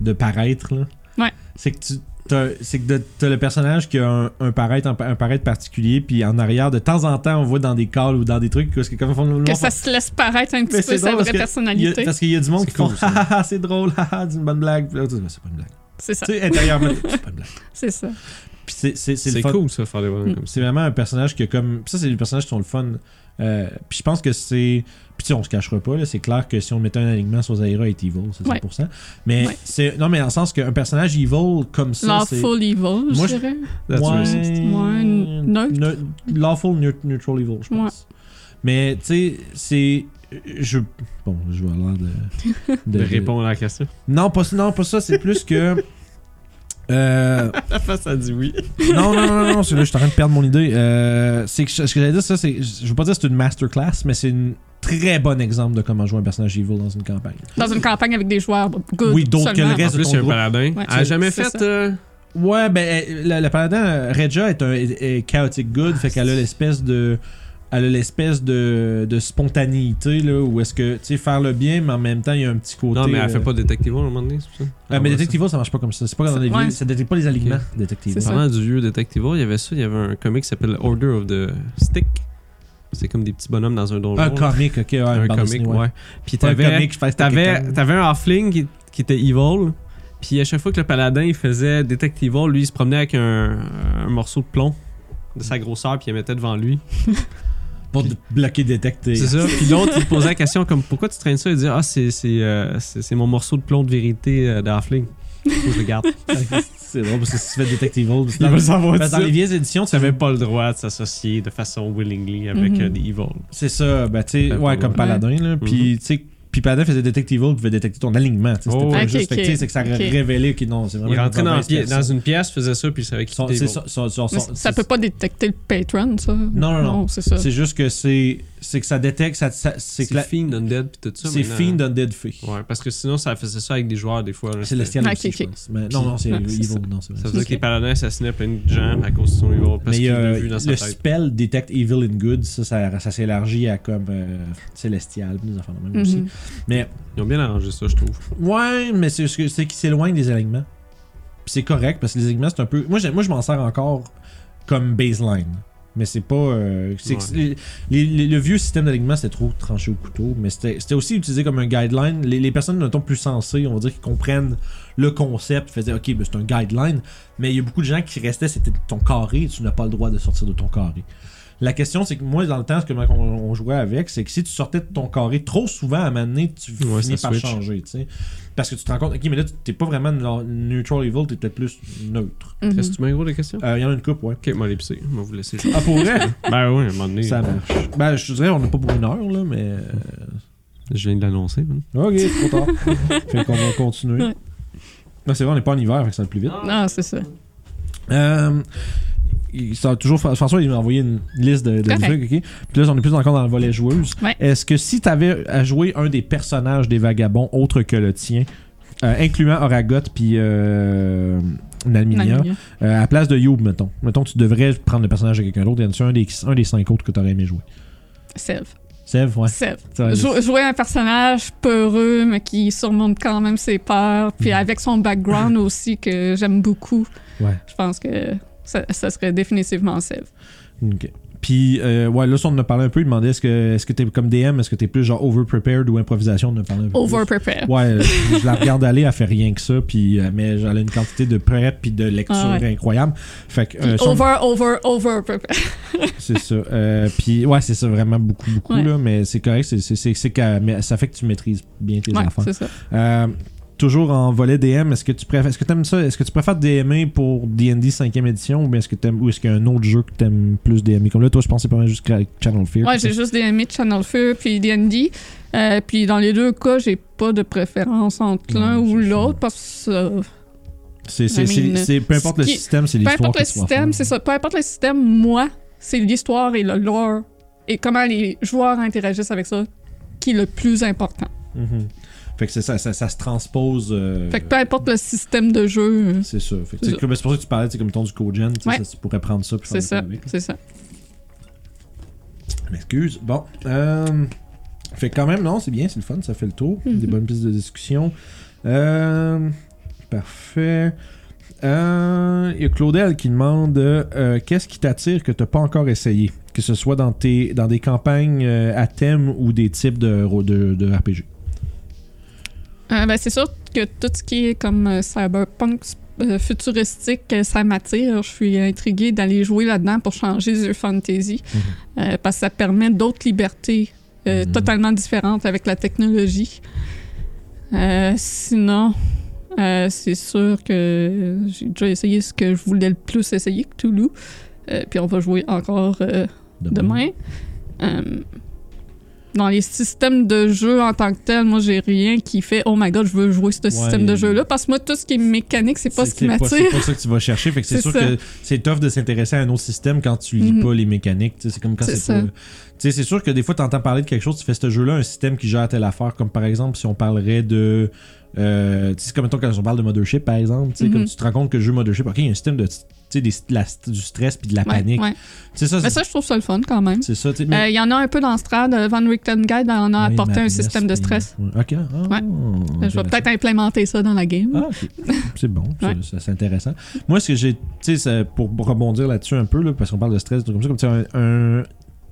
S1: De paraître, là.
S3: Ouais.
S1: C'est que tu. t'as- C'est que de- t'as le personnage qui a un, un paraître, un, paraître particulier, puis en arrière, de temps en temps, on voit dans des calls ou dans des trucs, parce que comme ils font le
S3: Que
S1: monde
S3: ça se laisse paraître un
S1: Mais
S3: petit peu
S1: c'est drôle
S3: sa
S1: parce
S3: vraie
S1: que il y a-
S3: personnalité.
S1: parce qu'il y a du monde
S2: C'est
S1: qui font
S2: cool, ça.
S1: [LAUGHS] ah ah, c'est drôle, ah ah, c'est une bonne blague. Puis là, tu dis, C'est pas une blague.
S3: C'est ça.
S1: Tu sais, intérieurement, c'est pas une blague.
S3: C'est ça.
S1: Puis c'est- c'est c'est le
S2: C'est
S1: fun.
S2: cool ça, faire des bonhommes
S3: Mm.
S2: comme ça.
S1: C'est vraiment un personnage que comme. Ça, c'est des personnages qui sont le fun. Euh, puis je pense que c'est. Puis tu sais, on se cachera pas, là. C'est clair que si on mettait un alignement sur Zaira et Evil, c'est
S3: Ouais.
S1: 100%. Mais
S3: Ouais.
S1: c'est. Non, mais dans le sens qu'un personnage Evil comme ça. c'est
S3: Lawful evil, je
S1: Moi, je-
S3: dirais.
S2: That's
S1: Ouais.
S2: racist.
S3: Ouais, neutre.
S1: Neu- Lawful neu- Neutral Evil, je pense.
S3: Ouais.
S1: Mais tu sais, c'est. Je. Bon, je vais avoir l'air de.
S2: [LAUGHS] De répondre à la question.
S1: Non, pas, non, pas ça, c'est plus que. Euh,
S2: La face a dit oui.
S1: non, non, non, non, c'est là, je suis en train de perdre mon idée. Euh, c'est que je- ce que j'allais dire, ça, c'est. Je veux pas dire que c'est une masterclass, mais c'est un très bon exemple de comment jouer un personnage evil dans une campagne.
S3: Dans une campagne avec des joueurs good.
S1: Oui, d'autres
S3: seulement.
S1: que le
S2: En
S1: reste. de
S2: plus,
S1: ton
S2: c'est un
S1: groupe.
S2: paladin.
S3: Ouais.
S2: Elle a jamais
S3: C'est
S2: fait.
S3: ça.
S2: euh,
S1: Ouais, ben, euh, la, la paladin euh, Regia est un est- est chaotic good, fait qu'elle a l'espèce de. Elle a l'espèce de, de spontanéité, là, où est-ce que, tu sais, faire le bien, mais en même temps, il y a un petit côté.
S2: Non, mais elle
S1: euh,
S2: fait pas Detective War à un moment donné, c'est pour ça.
S1: euh, mais
S2: Ah, ouais,
S1: Detective Evil, ça marche pas comme ça. C'est pas dans les
S3: Ouais.
S1: villes, ça détecte pas les alignements,
S2: Ok.
S1: Detective
S3: C'est
S1: Evil.
S3: ça.
S2: Parlant du vieux Detective War, il y avait ça, il y avait un comic qui s'appelle Order of the Stick. C'est comme des petits bonhommes dans un donjon.
S1: Un comique, ok, ouais, une
S2: un
S1: bande dessinée,
S2: comic, ouais. Puis
S1: Pas un
S2: t'avais,
S1: comique, je fais
S2: t'avais, t'avais un halfling qui, qui était evil. Puis à chaque fois que le paladin il faisait Detective War, lui il se promenait avec un, un morceau de plomb de sa grosseur puis il le mettait devant lui.
S1: Pour te bloquer, détecter.
S2: C'est ça. Puis l'autre il posait la question comme pourquoi tu traînes ça et dit ah c'est c'est, euh, c'est, c'est mon morceau de plomb de vérité euh, de halfling. Faut que Je le garde.
S1: C'est drôle parce que si tu fais Detective Evil,
S2: Il veut savoir
S1: Parce que dans les
S2: ça.
S1: vieilles éditions, tu
S2: Tu n'avais
S1: savais.
S2: pas le droit de s'associer de façon willingly avec
S3: Mhm.
S2: euh, des evil.
S1: C'est ça, bah tu sais,
S2: Ben,
S1: ouais,
S2: pas
S1: comme
S2: vrai.
S1: Paladin, là. Puis, tu sais, puis Paladin faisait Detective Evil, pouvait détecter ton alignement. tu sais, C'était
S2: Oh,
S1: pas
S3: ok,
S1: juste. fait que,
S3: ok.
S1: tu sais, c'est que ça
S3: Ok.
S1: révélait que non, c'est vraiment.
S2: Il rentrait
S1: une
S2: dans,
S1: mauvaise
S2: pièce- dans
S1: personne.
S2: une pièce, faisait ça, puis il savait qui
S1: Son-
S2: était
S1: c'est
S2: evil.
S1: ça- son- son-
S3: Mais
S1: son-
S3: ça peut pas détecter le patron, ça.
S1: Non, non, non.
S3: c'est ça.
S1: C'est juste que c'est. C'est que ça détecte. ça- ça- C'est
S2: C'est
S1: que la-
S2: Fiend, Undead, puis tout ça.
S1: c'est
S2: maintenant.
S1: Fiend Undead Fee.
S2: Ouais, parce que sinon, ça faisait ça avec des joueurs, des fois. là.
S1: C'est Celestial
S3: Ok,
S1: aussi,
S3: ok.
S1: je pense. Mais Non, non, c'est
S3: Ouais, c'est
S1: Evil,
S3: ça.
S1: non, c'est vrai.
S2: Ça faisait
S3: Ok.
S2: que les paladins assassinaient plein de gens à cause de son evil, parce
S1: mais
S2: qu'il
S1: euh,
S2: l'a vu dans sa
S1: le
S2: tête.
S1: spell Detect Evil and Good, ça, ça, ça s'élargit à comme euh, Célestial, des affaires de même
S3: Mhm.
S1: aussi. Mais
S2: Ils ont bien arrangé ça, je
S1: Mhm.
S2: trouve.
S1: ouais, mais c'est ce que- c'est qu'ils s'éloignent des alignements. Puis c'est correct parce que les alignements, c'est un peu. Moi, j'ai- moi je m'en sers encore comme baseline. Mais c'est pas. euh, c'est que les- les- les- le vieux système d'alignement, c'était trop tranché au couteau. Mais c'était c'était aussi utilisé comme un guideline. Les, les personnes, mettons, plus sensées, on va dire, qui comprennent le concept, faisaient OK, ben, c'est un guideline. Mais il y a beaucoup de gens qui restaient, c'était ton carré, et tu n'as pas le droit de sortir de ton carré. La question, c'est que moi, dans le temps, ce que on, on jouait avec, c'est que si tu sortais de ton carré trop souvent, à un moment donné, tu
S2: Ouais,
S1: finis
S2: ça
S1: par
S2: switch.
S1: changer, tu sais. Parce que tu te rends compte, OK, mais là, tu- t'es pas vraiment no- neutral evil, t'es peut-être plus neutre. Euh,
S3: Mhm.
S2: Est-ce que tu m'as gros des questions?
S1: Il y en a une coupe, ouais.
S2: Ok, moi, les pisser. Moi, vous laisser. jouer.
S1: Ah, pour vrai?
S2: ben [LAUGHS] oui, à un moment donné.
S1: Ça marche. Ben, je te dirais, on n'a pas pour une heure, là, mais.
S2: [LAUGHS]
S1: euh,
S2: Je viens de l'annoncer. man.
S1: Ok, c'est trop tard.
S2: [LAUGHS]
S1: fait qu'on va continuer.
S3: Ouais.
S1: Non, c'est vrai, on n'est pas en hiver, fait que ça va plus vite.
S3: Non, Ah, c'est ça.
S1: Euh, il- ça a toujours, François, il m'a envoyé une liste de, de
S3: Correct.
S1: trucs, ok? Puis là, on est plus encore dans le volet joueuse.
S3: Ouais.
S1: Est-ce que si t'avais à jouer un des personnages des vagabonds autre que le tien, euh, incluant Oragot puis euh, Nalminia,
S3: Nalminia.
S1: euh, à place de Youb, mettons. Mettons, tu devrais prendre le personnage de quelqu'un d'autre. Y en a un des, un des cinq autres que t'aurais aimé jouer.
S3: Self.
S1: Sèvres, ouais.
S3: Sèvres.
S1: Ça,
S3: Jou- jouer un personnage peureux, mais qui surmonte quand même ses peurs, puis
S1: Mhm.
S3: avec
S1: [LAUGHS]
S3: son background aussi que j'aime beaucoup,
S1: Ouais.
S3: je pense que ça, ça serait définitivement Sèvres.
S1: Ok. Puis, euh, ouais, là, si on en a parlé un peu, il demandait est-ce que est-ce que t'es comme DM, est-ce que t'es plus genre over-prepared ou improvisation, on en a parlé un peu. plus.
S3: Over-prepare.
S1: Ouais, euh, je la regarde aller, elle fait rien que ça, puis euh, mais elle a une quantité de prep puis de lecture
S3: Ah ouais.
S1: incroyable. Fait que
S3: Puis
S1: euh, son-
S3: Over, over, over-prepare.
S1: c'est ça. Euh, puis ouais, c'est ça vraiment beaucoup beaucoup
S3: Ouais.
S1: là, mais c'est correct, c'est c'est c'est- c'est qu'elle- mais ça fait que tu maîtrises bien tes
S3: Ouais,
S1: affaires.
S3: c'est ça.
S1: Euh, toujours en volet DM, est-ce que tu préfères est-ce que t'aimes ça Est-ce que tu préfères DM pour D&D 5e édition ou bien est-ce que t'aimes ou est-ce qu'il y a un autre jeu que t'aimes plus DM comme là toi je pensais pas mal juste à Channel Fear.
S3: Ouais, j'ai juste des amis de Channel Feu puis D&D. Euh, puis dans les deux cas, j'ai pas de préférence entre l'un
S1: Ouais,
S3: ou
S1: c'est ça.
S3: l'autre parce que euh,
S1: c'est c'est
S3: I mean,
S1: c'est- c'est- peu importe le
S3: ce qui-
S1: système, c'est
S3: peu
S1: l'histoire
S3: importe
S1: que
S3: le
S1: tu vas
S3: système, c'est
S1: faire.
S3: ça. Peu importe le système, moi, c'est l'histoire et le lore et comment les joueurs interagissent avec ça qui est le plus important.
S1: Mhm. Fait que c'est ça, ça, ça se transpose. euh,
S3: Fait que peu importe le système de jeu, euh,
S1: C'est ça. Fait que,
S3: C'est
S1: tu sais, c'est pour ça que tu parlais, c'est comme ton du cogen, tu sais,
S3: Ouais.
S1: ça, tu pourrais prendre ça. puis faire
S3: c'est ça,
S1: des trucs avec.
S3: c'est ça.
S1: Je M'excuse. Bon. euh, fait que quand même, non, c'est bien, c'est le fun, ça fait le tour. Des
S3: Mhm.
S1: bonnes pistes de discussion. Euh, parfait. Euh, Il y a Claudel qui demande euh, qu'est-ce qui t'attire que t'as pas encore essayé, que ce soit dans tes dans des campagnes euh, à thème ou des types de ro- de, de RPG.
S3: Euh, ben, c'est sûr que tout ce qui est comme euh, cyberpunk euh, futuristique, euh, ça m'attire. Je suis intriguée d'aller jouer là-dedans pour changer The Fantasy
S1: Mhm.
S3: euh, parce que ça permet d'autres libertés euh,
S1: Mhm.
S3: totalement différentes avec la technologie. Euh, sinon, euh, c'est sûr que j'ai déjà essayé ce que je voulais le plus essayer, Cthulhu. Euh, puis on va jouer encore euh, demain. Euh, dans les systèmes de jeu en tant que tel, moi, j'ai rien qui fait Oh my god, je veux jouer ce système de jeu-là. Parce que moi, tout ce qui est mécanique, c'est pas ce qui
S1: c'est C'est
S3: m'attire.
S1: pas ça que tu vas chercher. Fait que c'est
S3: C'est
S1: sûr
S3: ça.
S1: que c'est tough de s'intéresser à un autre système quand tu lis
S3: Mhm.
S1: pas les mécaniques. tu sais, C'est comme quand
S3: C'est
S1: c'est
S3: ça.
S1: pas. Tu sais, c'est sûr que des fois, t'entends parler de quelque chose, tu fais ce jeu-là, un système qui gère telle affaire. Comme par exemple, si on parlerait de. Euh, tu sais, c'est comme mettons, quand on parle de Mothership, par exemple, tu sais,
S3: Mhm.
S1: comme tu te rends compte que le jeu Mothership, ok, il y a un système de. Tu sais, des- la- du stress puis de la
S3: Ouais,
S1: panique.
S3: ouais.
S1: Tu sais, ça,
S3: Mais
S1: c'est
S3: ça, Euh, je trouve ça le fun quand même.
S1: c'est ça. tu sais,
S3: Il
S1: mais-
S3: y en a un peu dans Strad. euh, Van Richten Guide en a
S1: Oui,
S3: apporté un
S1: madness,
S3: système de
S1: puis-
S3: stress.
S1: ouais. Ok. ah,
S3: Ouais. Je vais
S1: intéressant.
S3: peut-être implémenter ça dans la game.
S1: Ah, ok. c'est bon, ça-
S3: Ouais.
S1: ça, c'est intéressant. Moi, ce que j'ai, tu sais, ça- pour rebondir là-dessus un peu, là, parce qu'on parle de stress, des trucs comme ça, comme tu sais, un, un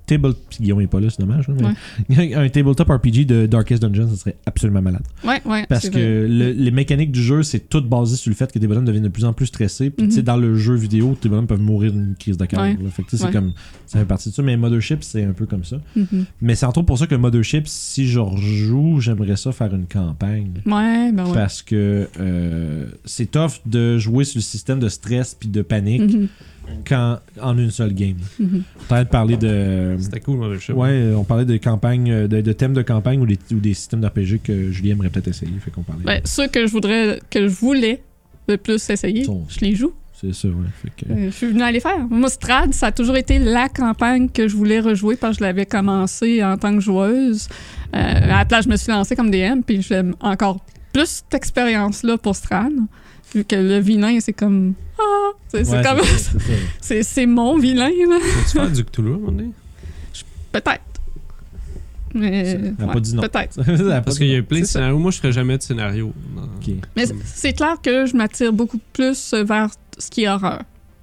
S1: table, si Guillaume est pas là, c'est dommage, hein, mais [LAUGHS] un tabletop RPG de Darkest Dungeon, ça serait absolument malade.
S3: Ouais, ouais.
S1: Ah, Parce
S3: c'est
S1: que
S3: vrai.
S1: le- les mécaniques du jeu, c'est tout basé sur le fait que tes bonhommes deviennent de plus en plus stressés. Puis, tu sais,
S3: Mhm.
S1: dans le jeu vidéo, tes bonhommes peuvent mourir d'une crise de cœur.
S3: Ouais.
S1: là. Fait que, tu sais, c'est
S3: Ouais.
S1: comme. Ça fait partie de ça. Mais Mothership, c'est un peu comme ça.
S3: Mhm.
S1: Mais c'est entre autres pour ça que Mothership, si je rejoue, j'aimerais ça faire une campagne
S3: Ouais, ben ouais.
S1: parce que euh, c'est tough de jouer sur le système de stress puis de panique
S3: Mhm,
S1: quand, en une seule game.
S3: mhm.
S1: Peut-être parler de.
S2: C'était cool, moi, le show.
S1: Ouais, euh, on parlait de campagne, euh, de, de thèmes de campagne ou des, ou des systèmes d'RPG que Julie aimerait peut-être essayer. Fait qu'on parlait.
S3: Ben, ceux que je voudrais, que je voulais le plus essayer,
S1: Sont-
S3: je les joue.
S1: C'est ça, ouais. Fait que-
S3: Euh, je suis venue aller faire. Moi, Strad, ça a toujours été la campagne que je voulais rejouer parce que je l'avais commencé en tant que joueuse. Euh, à la place, je me suis lancée comme DM, puis j'aime encore plus cette expérience-là pour Strad, vu que le vilain, c'est comme. Ah! C'est c'est
S1: Ouais,
S3: comme.
S1: c'est
S3: [LAUGHS]
S1: ça, c'est ça.
S3: C'est c'est mon vilain, là.
S2: Faut-tu faire du Cthulhu, à un moment donné?
S3: Peut-être. Mais.
S1: Elle a pas dit non.
S3: Peut-être.
S1: Elle a pas
S2: Parce
S1: de-
S2: qu'il y a plein de
S3: C'est ça.
S2: scénarios. Moi, je ferais jamais de scénario. Non.
S1: Ok.
S3: Mais c'est- c'est clair que je m'attire beaucoup plus vers ce qui est horreur.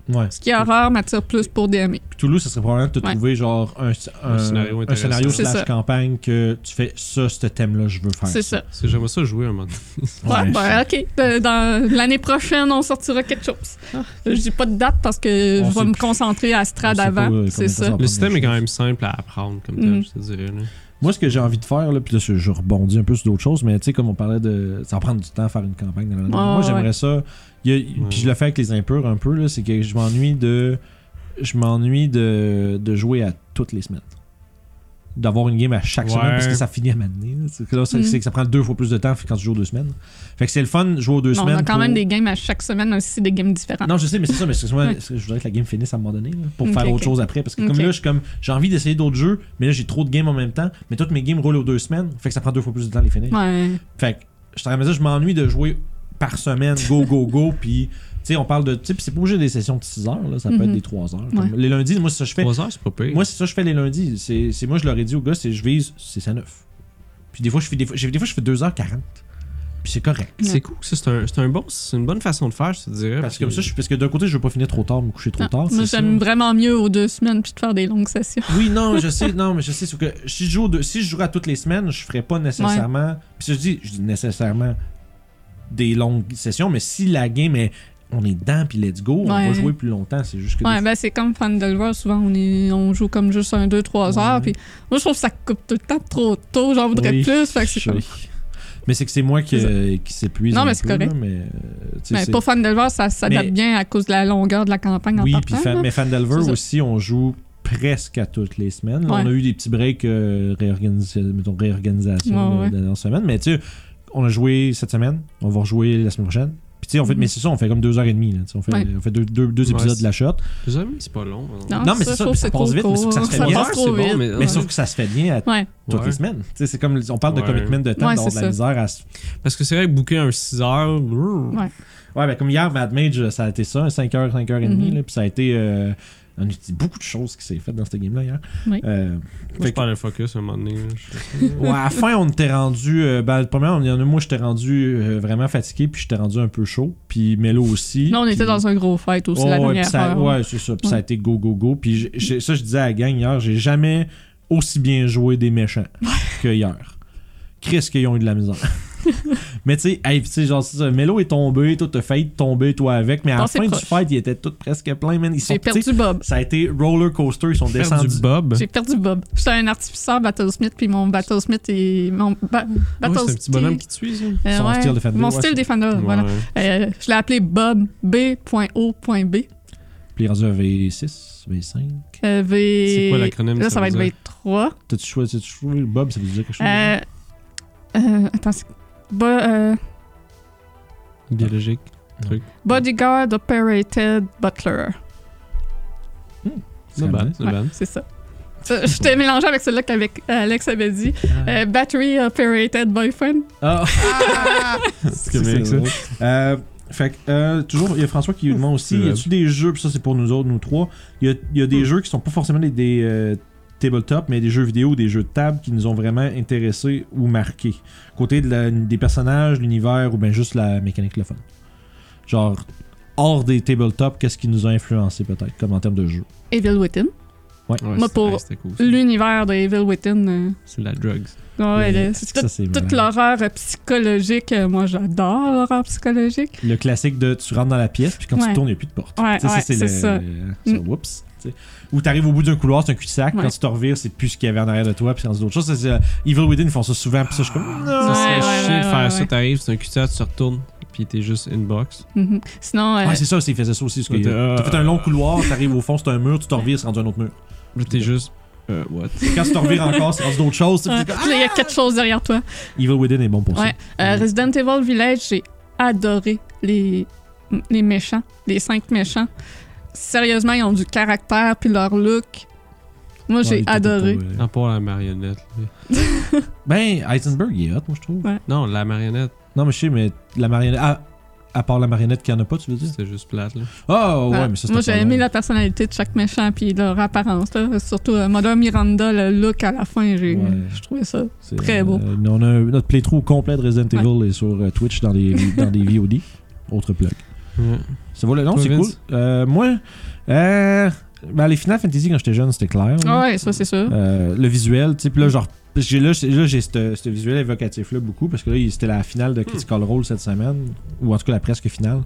S1: Ouais.
S3: Ce qui est horreur m'attire plus pour E. DM.
S1: Cthulhu, ça serait probablement de te
S3: Ouais.
S1: trouver genre un, un-
S2: Un scénario
S1: un
S2: intéressant.
S1: scénario
S3: C'est
S1: slash
S3: ça.
S1: campagne que tu fais ça, ce thème-là, je veux faire.
S3: C'est ça.
S2: Parce que J'aimerais ça jouer à un moment donné.
S1: Ouais.
S3: Ouais, ben, ok. Euh, Dans l'année prochaine, on sortira quelque chose. Je dis pas de date parce que
S1: Ah, On
S3: je
S1: sait
S3: vais me
S1: plus.
S3: concentrer à Strad
S1: On sait pas, euh,
S3: avant.
S1: combien
S3: C'est
S1: de temps
S3: ça.
S1: va
S2: Le
S1: prendre
S2: système
S1: les
S2: est quand
S1: choses.
S2: même simple à apprendre, comme
S3: Mm.
S1: Mhm.
S2: tel, je te dirais. là.
S1: Moi, ce que j'ai envie de faire, là, puis là, je je rebondis un peu sur d'autres choses, mais tu sais, comme on parlait de. Ça va prendre du temps à faire une campagne. nanana.
S3: Ah,
S1: Moi, j'aimerais ça. il y a-
S2: Ouais.
S1: Puis je le fais avec les impurs un peu, là, c'est que je m'ennuie de. Je m'ennuie de, de jouer à toutes les semaines. D'avoir une game à chaque
S2: Ouais.
S1: semaine parce que ça finit à m'amener. C'est que là, c'est-
S3: Mm.
S1: c'est que ça prend deux fois plus de temps quand tu joues aux deux semaines. Fait que c'est le fun jouer aux deux
S3: Mais on
S1: semaines.
S3: a quand
S1: pour-
S3: même des games à chaque semaine, même si c'est des games différents.
S1: non, je sais, mais c'est ça, mais excuse-moi,
S3: Ouais.
S1: je voudrais que la game finisse à un moment donné là, pour
S3: Ok,
S1: faire autre
S3: ok.
S1: chose après. Parce que comme
S3: Ok.
S1: là, je suis comme j'ai envie d'essayer d'autres jeux, mais là j'ai trop de games en même temps, mais toutes mes games roulent aux deux semaines, fait que ça prend deux fois plus de temps à les finir.
S3: Ouais.
S1: Fait que je t'aurais aimé ça, je m'ennuie de jouer par semaine, go, [LAUGHS] go, go, puis sais, on parle de. Tu sais, puis c'est pas obligé des sessions de 6 heures, là, ça peut être
S3: Mhm.
S1: des 3 heures.
S3: Ouais.
S1: Comme Les lundis, moi, c'est ça que je fais.
S2: 3 heures, c'est pas pire.
S1: Moi, c'est ça que je fais les lundis. C'est c'est- moi, je leur ai dit aux gars, c'est je vise, c'est ça 9. Puis des fois, je fais, des fois, j'ai- des fois, je fais 2h40. Puis c'est correct.
S2: c'est cool. ça, C'est un, c'est un bon, c'est une bonne façon de faire, je te dirais.
S1: Parce que comme ça, je, parce que d'un côté, je veux pas finir trop tard, me coucher trop
S3: Ah,
S1: tard.
S3: moi,
S1: c'est
S3: j'aime
S1: ça.
S3: vraiment mieux aux deux semaines puis de faire des longues sessions.
S1: Oui, non, je sais, non, mais je sais, c'est que si je joue, de, si je jouerais à toutes les semaines, je ferais pas nécessairement. Puis ça, je dis, je dis nécessairement des longues sessions, mais si la game est, on est dedans puis let's go, on va
S3: Ouais.
S1: jouer plus longtemps. C'est juste que.
S3: Ouais,
S1: des-
S3: ben c'est comme Fandelver, souvent on, est, on joue comme juste un, deux, trois
S1: Ouais.
S3: heures. Puis moi, je trouve que ça coupe tout le temps trop tôt, j'en voudrais
S1: Oui,
S3: plus. Fait que c'est
S1: je
S3: comme-
S1: sais. Mais c'est que c'est moi qui,
S3: C'est ça.
S1: euh, qui s'épuise.
S3: Non,
S1: un
S3: mais c'est
S1: peu,
S3: correct.
S1: là,
S3: Ben,
S1: mais euh, tu sais,
S3: Mais
S1: c'est-
S3: pour Fandelver, ça s'adapte
S1: Mais-
S3: bien à cause de la longueur de la campagne en
S1: Oui, puis
S3: partant.
S1: Fan-
S3: là.
S1: mais
S3: C'est
S1: Fandelver
S3: ça.
S1: aussi, on joue presque à toutes les semaines. Là,
S3: Ouais.
S1: On a eu des petits breaks, euh, réorganisa- mettons, réorganisation
S3: Ouais,
S1: de-
S3: ouais.
S1: de la dernière semaine. Mais tu sais, on a joué cette semaine, on va rejouer la semaine prochaine. Puis tu sais, en fait,
S3: Mhm.
S1: mais c'est ça, on fait comme deux heures et demie. là, tu sais, on fait,
S3: Ouais.
S1: on fait deux, deux- deux
S2: Ouais,
S1: épisodes
S2: c'est-
S1: de la shot.
S2: Deux heures et demie, c'est pas long.
S3: Non,
S1: Non, mais c'est
S3: ça,
S1: ça,
S3: je trouve
S1: mais ça
S3: que
S1: passe
S3: c'est
S1: vite,
S3: trop
S1: mais c'est que ça
S3: court.
S1: se fait
S3: Ça
S1: bien.
S2: Trois
S3: passe
S2: heures,
S3: trop
S2: c'est bon,
S3: vite.
S2: mais,
S1: Mais sauf que ça se fait bien à
S3: Ouais.
S1: toutes
S2: Ouais.
S1: les semaines. Tu sais, c'est comme on parle de
S2: Ouais.
S1: commitment de temps,
S3: Ouais,
S1: d'avoir
S3: c'est
S1: de la misère à se-
S2: Parce que c'est vrai que booker un 6 heures. brrr.
S3: Ouais.
S1: Ouais, ben comme hier, Mad Mage, ça a été ça, 5h, 5h30,
S3: Mhm.
S1: puis ça a été. euh, on a dit beaucoup de choses qui s'est faites dans ce game-là hier.
S3: Oui.
S1: Euh,
S2: Moi, je perds le focus à un moment donné. là. Je-
S1: Ouais, à la fin, on était rendu. euh, ben, premièrement, on- il y en a, moi, j'étais rendu euh, vraiment fatigué, puis j'étais rendu un peu chaud. Puis Melo aussi.
S3: Là, on était
S1: puis-
S3: dans un gros fight aussi la
S1: Oh, ouais, puis
S3: dernière
S1: ça,
S3: heure.
S1: ouais, c'est ça. Puis ça a
S3: Ouais.
S1: été go, go, go. Puis j'ai- j'ai- ça, je disais à la gang hier, j'ai jamais aussi bien joué des méchants que hier. Chris, qu'ils ont eu de la
S3: [LAUGHS]
S1: misère. mais tu sais, hey, puis tu sais, genre, c'est ça, Melo est tombé, toi, t'as failli tomber, toi, avec. Mais à
S3: Non,
S1: la
S3: c'est
S1: fin
S3: proche.
S1: du fight, ils étaient tous presque pleins, man. Ils sont,
S3: J'ai
S1: tu sais,
S3: perdu Bob.
S1: Ça a été roller coaster, ils sont
S2: Faire
S1: descendus.
S2: du bob.
S3: J'ai perdu Bob. J'étais un artificeur Battlesmith, puis mon Battlesmith est. Mon ba-
S2: Ah ouais, c'est un
S3: Battlesmith-
S2: petit bonhomme qui tue, ça.
S3: Euh,
S1: Son
S3: ouais,
S1: style Defender,
S3: Mon
S1: ouais,
S3: style
S1: c'est-
S3: Defender, voilà.
S2: Ouais.
S3: Euh, je l'ai appelé Bob B.O.B.
S1: Puis ils sont rendus à V6, V5.
S3: Euh, v...
S2: C'est quoi l'acronyme
S3: Là, ça va
S2: veut
S3: être
S2: dire?
S3: V3.
S1: T'as-tu choisi, t'as-tu choisi Bob, ça veut dire quelque chose? hein?
S3: Euh, euh, attends, c'est- Bo- euh,
S2: Biologique.
S3: Bodyguard Operated Butler.
S1: C'est
S2: C'est
S1: quand
S2: bad,
S1: même.
S2: c'est
S3: Ouais,
S2: bad.
S3: c'est ça. Ça, [LAUGHS] Je t'ai mélangé avec celui-là qu'avec Alex avait dit. Euh, battery Operated Boyfriend.
S1: [LAUGHS] Ah!
S2: C'est correct, ça.
S1: drôle. Euh, fait que, euh, toujours, il y a François qui nous demande aussi,
S2: C'est
S1: y a-tu des jeux, puis ça c'est pour nous autres, nous trois, il y a, il y a des jeux qui sont pas forcément des, des, euh, tabletop, mais des jeux vidéo ou des jeux de table qui nous ont vraiment intéressés ou marqués. Côté de la- des personnages, l'univers ou bien juste la mécanique, le fun. Genre, hors des tabletops, qu'est-ce qui nous a influencé peut-être, comme en termes de jeu?
S3: Evil Within.
S2: Ouais,
S3: Moi,
S2: c'est-
S3: pour
S2: ouais, c'était cool, ça.
S3: L'univers de Evil Within. euh,
S2: C'est de la drugs.
S3: ouais,
S1: Mais
S3: le-
S1: est-ce
S3: c'est
S1: que
S3: tout-
S1: ça, c'est
S3: toute
S1: malade?
S3: l'horreur euh, psychologique. euh, Moi, j'adore l'horreur psychologique.
S1: Le classique de tu rentres dans la pièce, puis quand tu
S3: Ouais.
S1: tournes, il n'y a plus de porte.
S3: Ouais,
S1: Tu sais,
S3: ouais, c'est
S1: ça.
S3: ça. Mm.
S1: le- c'est le whoops, tu sais. Ou t'arrives au bout d'un couloir, c'est un cul-de-sac.
S3: Ouais.
S1: Quand tu te revires, c'est plus ce qu'il y avait en arrière de toi, puis c'est d'autres choses. Ça, c'est, euh, Evil Within, ils font ça souvent, puis ça, je suis
S3: Ah.
S1: comme. Non!
S2: Ça
S3: Ouais,
S2: serait
S3: ouais,
S2: chier
S3: ouais,
S2: de faire
S3: ouais,
S2: ça.
S3: ouais.
S2: T'arrives, c'est un cul-de-sac, tu retournes, puis t'es juste inbox.
S3: Mhm. Sinon, euh,
S1: Ouais, c'est ça, c'est- ils faisaient ça aussi. Parce que,
S2: Ouais,
S1: euh,
S2: t'as-
S1: t'as fait un long couloir, t'arrives au fond, c'est un mur, tu te revires, c'est rendu un autre mur.
S2: Là, t'es juste. Euh,
S3: [LAUGHS]
S2: what?
S1: Puis quand tu te revires encore, c'est rendu d'autres choses. tu sais,
S3: ouais,
S1: puis t'es comme, Mhm.
S3: puis hein, là, il y a quelque chose derrière toi.
S1: ah! Evil Within est bon pour
S3: Ouais. Euh, Resident Evil Village, j'ai adoré les, les méchants, les cinq méchants. Sérieusement, ils ont du caractère, puis leur look. Moi,
S1: ça. Ouais,
S3: j'ai
S1: il était
S3: adoré.
S1: pas, euh,
S2: Non, pas la marionnette. lui.
S1: Ben, Heisenberg, il est hot, moi, je trouve.
S3: Ouais.
S2: Non, la marionnette,
S1: Non, mais je sais, mais la marionnette. ah, à part la marionnette qu'il n'y en a pas, tu veux dire?
S2: c'était juste plate. Là.
S1: Ah, ouais,
S3: Ah,
S1: mais ça, c'était
S3: Moi,
S1: pas
S3: j'ai aimé
S1: long.
S3: la personnalité de chaque méchant, puis leur apparence. là. Surtout euh, Mother Miranda, le look à la fin, j'ai
S1: Ouais.
S3: je trouvais ça.
S1: C'est,
S3: Très beau.
S1: euh, on a un- notre playthrough complet de Resident Evil est sur euh, Twitch dans
S3: [LAUGHS]
S1: des dans des VOD. Autre plug.
S2: Ouais.
S1: Ça vaut le nom,
S2: Toi,
S1: c'est cool.
S2: Vince?
S1: Euh, moi, euh, ben, les Final Fantasy, quand j'étais jeune, c'était clair.
S3: Ah
S1: là.
S3: ouais, ça, c'est sûr.
S1: Euh, le visuel, tu sais, puis là, genre, j'ai, là, j'ai- là, j'ai ce ce visuel évocatif-là beaucoup, parce que là, il- c'était la finale de Critical Role cette semaine, ou en tout cas la presque finale.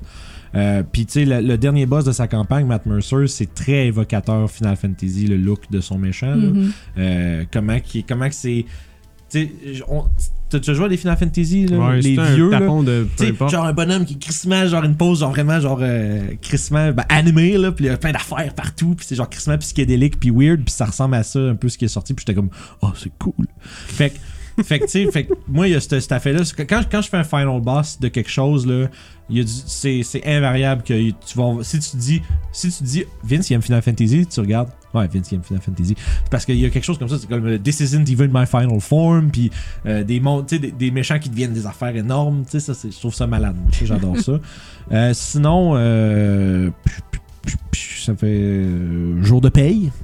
S1: Euh, puis, tu sais, le, le dernier boss de sa campagne, Matt Mercer, c'est très évocateur Final Fantasy, le look de son méchant. là.
S3: Mhm.
S1: Euh, comment qui comment que c'est tu sais, on- t'as déjà joué à des Final Fantasy là,
S2: Ouais,
S1: les
S2: c'était un
S1: vieux là
S2: tapon de. Peu
S1: Tu sais,
S2: importe.
S1: genre un bonhomme qui est crissement, genre une pose genre vraiment genre euh, crissement ben, animé là puis il y a plein d'affaires partout puis c'est genre crissement psychédélique puis weird puis ça ressemble à ça un peu ce qui est sorti puis j'étais comme oh c'est cool fait que fait que tu sais fait que moi il y a cette, cette affaire là quand, quand je fais un final boss de quelque chose là il y a du- c'est c'est invariable que tu vas si tu dis si tu dis Vince il aime Final Fantasy tu regardes Ouais, 20e Final Fantasy. Parce qu'il y a quelque chose comme ça, c'est comme euh, This isn't even my final form, puis euh, des, mon- tu sais, des, des méchants qui deviennent des affaires énormes. Tu sais, ça, c'est- je trouve ça malade. moi. Tu sais, J'adore
S3: [LAUGHS]
S1: ça. Euh, sinon, euh, ça fait euh, jour de paye. [LAUGHS]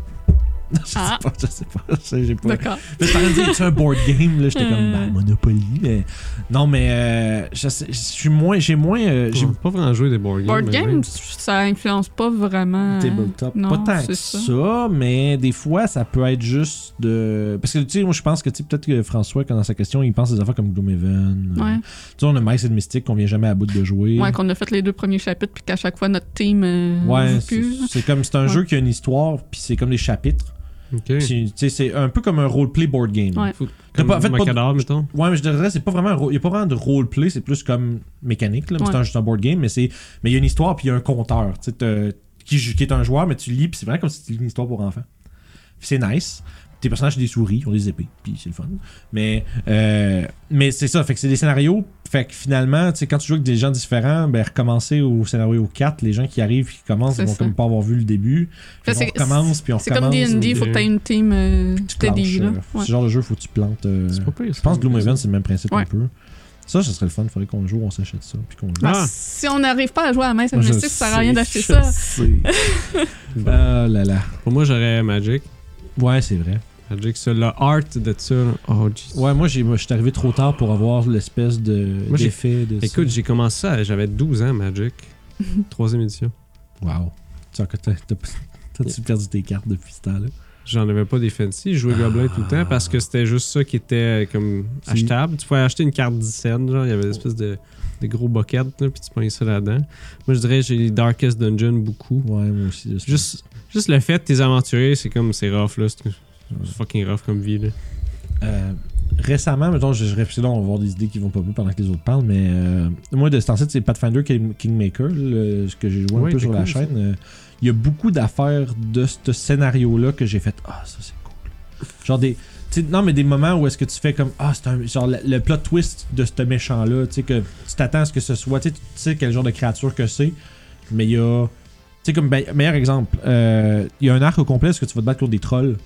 S1: Je sais
S3: Ah.
S1: pas, je sais pas. je sais- J'ai pas.
S3: D'accord.
S1: Mais t'as rien dit, c'est un board game, là. J'étais comme,
S3: Euh.
S1: ben, Monopoly. mais- Non, mais euh, je sais- je suis moins. J'ai moins. euh, j'ai
S2: J'ai pas vraiment joué des board games.
S3: Board
S2: mais
S3: game,
S2: même.
S3: ça influence pas vraiment. hein.
S1: tabletop.
S3: Non,
S1: pas tant
S3: c'est
S1: que ça.
S3: ça.
S1: mais des fois, ça peut être juste de. Parce que, tu sais, moi, je pense que, tu sais, peut-être que François, quand dans sa question, il pense à des affaires comme Gloomhaven. euh,
S3: Ouais.
S1: Tu sais, on a Mice et Mystic qu'on vient jamais à bout de jouer.
S3: Ouais, qu'on a fait les deux premiers chapitres, puis qu'à chaque fois notre team. euh,
S1: Ouais,
S3: joue
S1: c'est
S3: plus.
S1: c'est comme. C'est un
S3: Ouais.
S1: jeu qui a une histoire, puis c'est comme des chapitres.
S2: Ok.
S1: Puis, Tu sais, c'est un peu comme un roleplay board game.
S3: Ouais.
S2: Faut-
S1: T'as
S2: Comme
S1: pas- en fait, pas de-
S2: Macadam, mettons.
S1: Ouais, mais je dirais c'est pas vraiment un ro- y a pas vraiment de roleplay, c'est plus comme mécanique là, mais
S3: Ouais.
S1: c'est un- juste un board game mais c'est mais il y a une histoire puis il y a un compteur, tu sais t'as- qui ju- qui est un joueur mais tu lis puis c'est vraiment comme si tu lis une histoire pour enfants. Puis c'est nice. Tes personnages ont des souris, ont des épées, puis c'est le fun. Mais euh, mais c'est ça, fait que c'est des scénarios, fait que finalement, tu sais quand tu joues avec des gens différents, ben recommencer au scénario 4, les gens qui arrivent qui commencent ils
S3: C'est
S1: vont
S3: ça.
S1: comme pas avoir vu le début. Fait qu'on
S3: Fait c'est-
S1: recommence puis on
S3: C'est comme
S1: recommence,
S3: D&D,
S1: puis
S3: faut que t'aies une team euh,
S1: tu
S3: steady,
S1: clenches,
S3: là.
S1: euh,
S3: Ouais.
S1: Ce genre de jeu faut que tu plantes euh,
S2: C'est pas pire.
S1: je pense que Gloomhaven, c'est le même principe un
S3: Ouais.
S1: peu. Ça, ça serait le fun. Faudrait qu'on joue, on s'achète ça, puis qu'on joue.
S3: Ben,
S2: Ah.
S3: Si on n'arrive pas à jouer à Mass
S1: Moi, je
S3: Mystic, ça sert à rien
S1: sais,
S3: d'acheter
S1: je
S3: ça. [LAUGHS]
S1: sais. Ah là là.
S2: Pour moi, j'aurais Magic.
S1: Ouais, c'est vrai.
S2: Magic, ça, le art de ça. là. Oh, jeez.
S1: Ouais, moi, j'ai- moi, je suis arrivé trop tard pour avoir l'espèce de
S2: Moi, j'ai-
S1: d'effet de ça.
S2: Écoute, j'ai commencé ça, à- j'avais 12 ans,
S3: [LAUGHS]
S2: Magic. Troisième édition.
S1: Wow. Tu as tu perdu tes cartes depuis ce temps-là?
S2: J'en avais pas des fancy. Je jouais Goblin tout le temps parce que c'était juste ça qui était euh, comme
S1: C'est-
S2: achetable. Tu pouvais acheter une carte 10 cents, genre, il y avait des espèces de, de gros buckets, là, puis tu prenais ça là-dedans. Moi, je dirais, j'ai les Darkest Dungeon beaucoup.
S1: Ouais, moi aussi. je-
S2: Juste, juste le fait de tes aventuriers, c'est comme, c'est rough, là. C'est c'est fucking rough comme vie, là.
S1: Euh, récemment, mettons, je, je réfléchis là, on va voir des idées qui vont pas mieux pendant que les autres parlent, mais euh, moi, de ce temps-ci, c'est Pathfinder King- Kingmaker, le- ce que j'ai joué un
S2: Ouais,
S1: peu
S2: c'est
S1: sur la
S2: cool, ça.
S1: chaîne. euh, Il y a beaucoup d'affaires de ce scénario-là que j'ai fait. Ah, ça, c'est cool. Genre des. tu sais, non, mais des moments où est-ce que tu fais comme Ah, c'est un. Genre le, le plot twist de ce méchant-là, tu sais, que tu t'attends à ce que ce soit, tu sais, tu sais quel genre de créature que c'est, mais il y a. Tu sais, comme ben- meilleur exemple, euh, il y a un arc au complet, est-ce que tu vas te battre contre des trolls?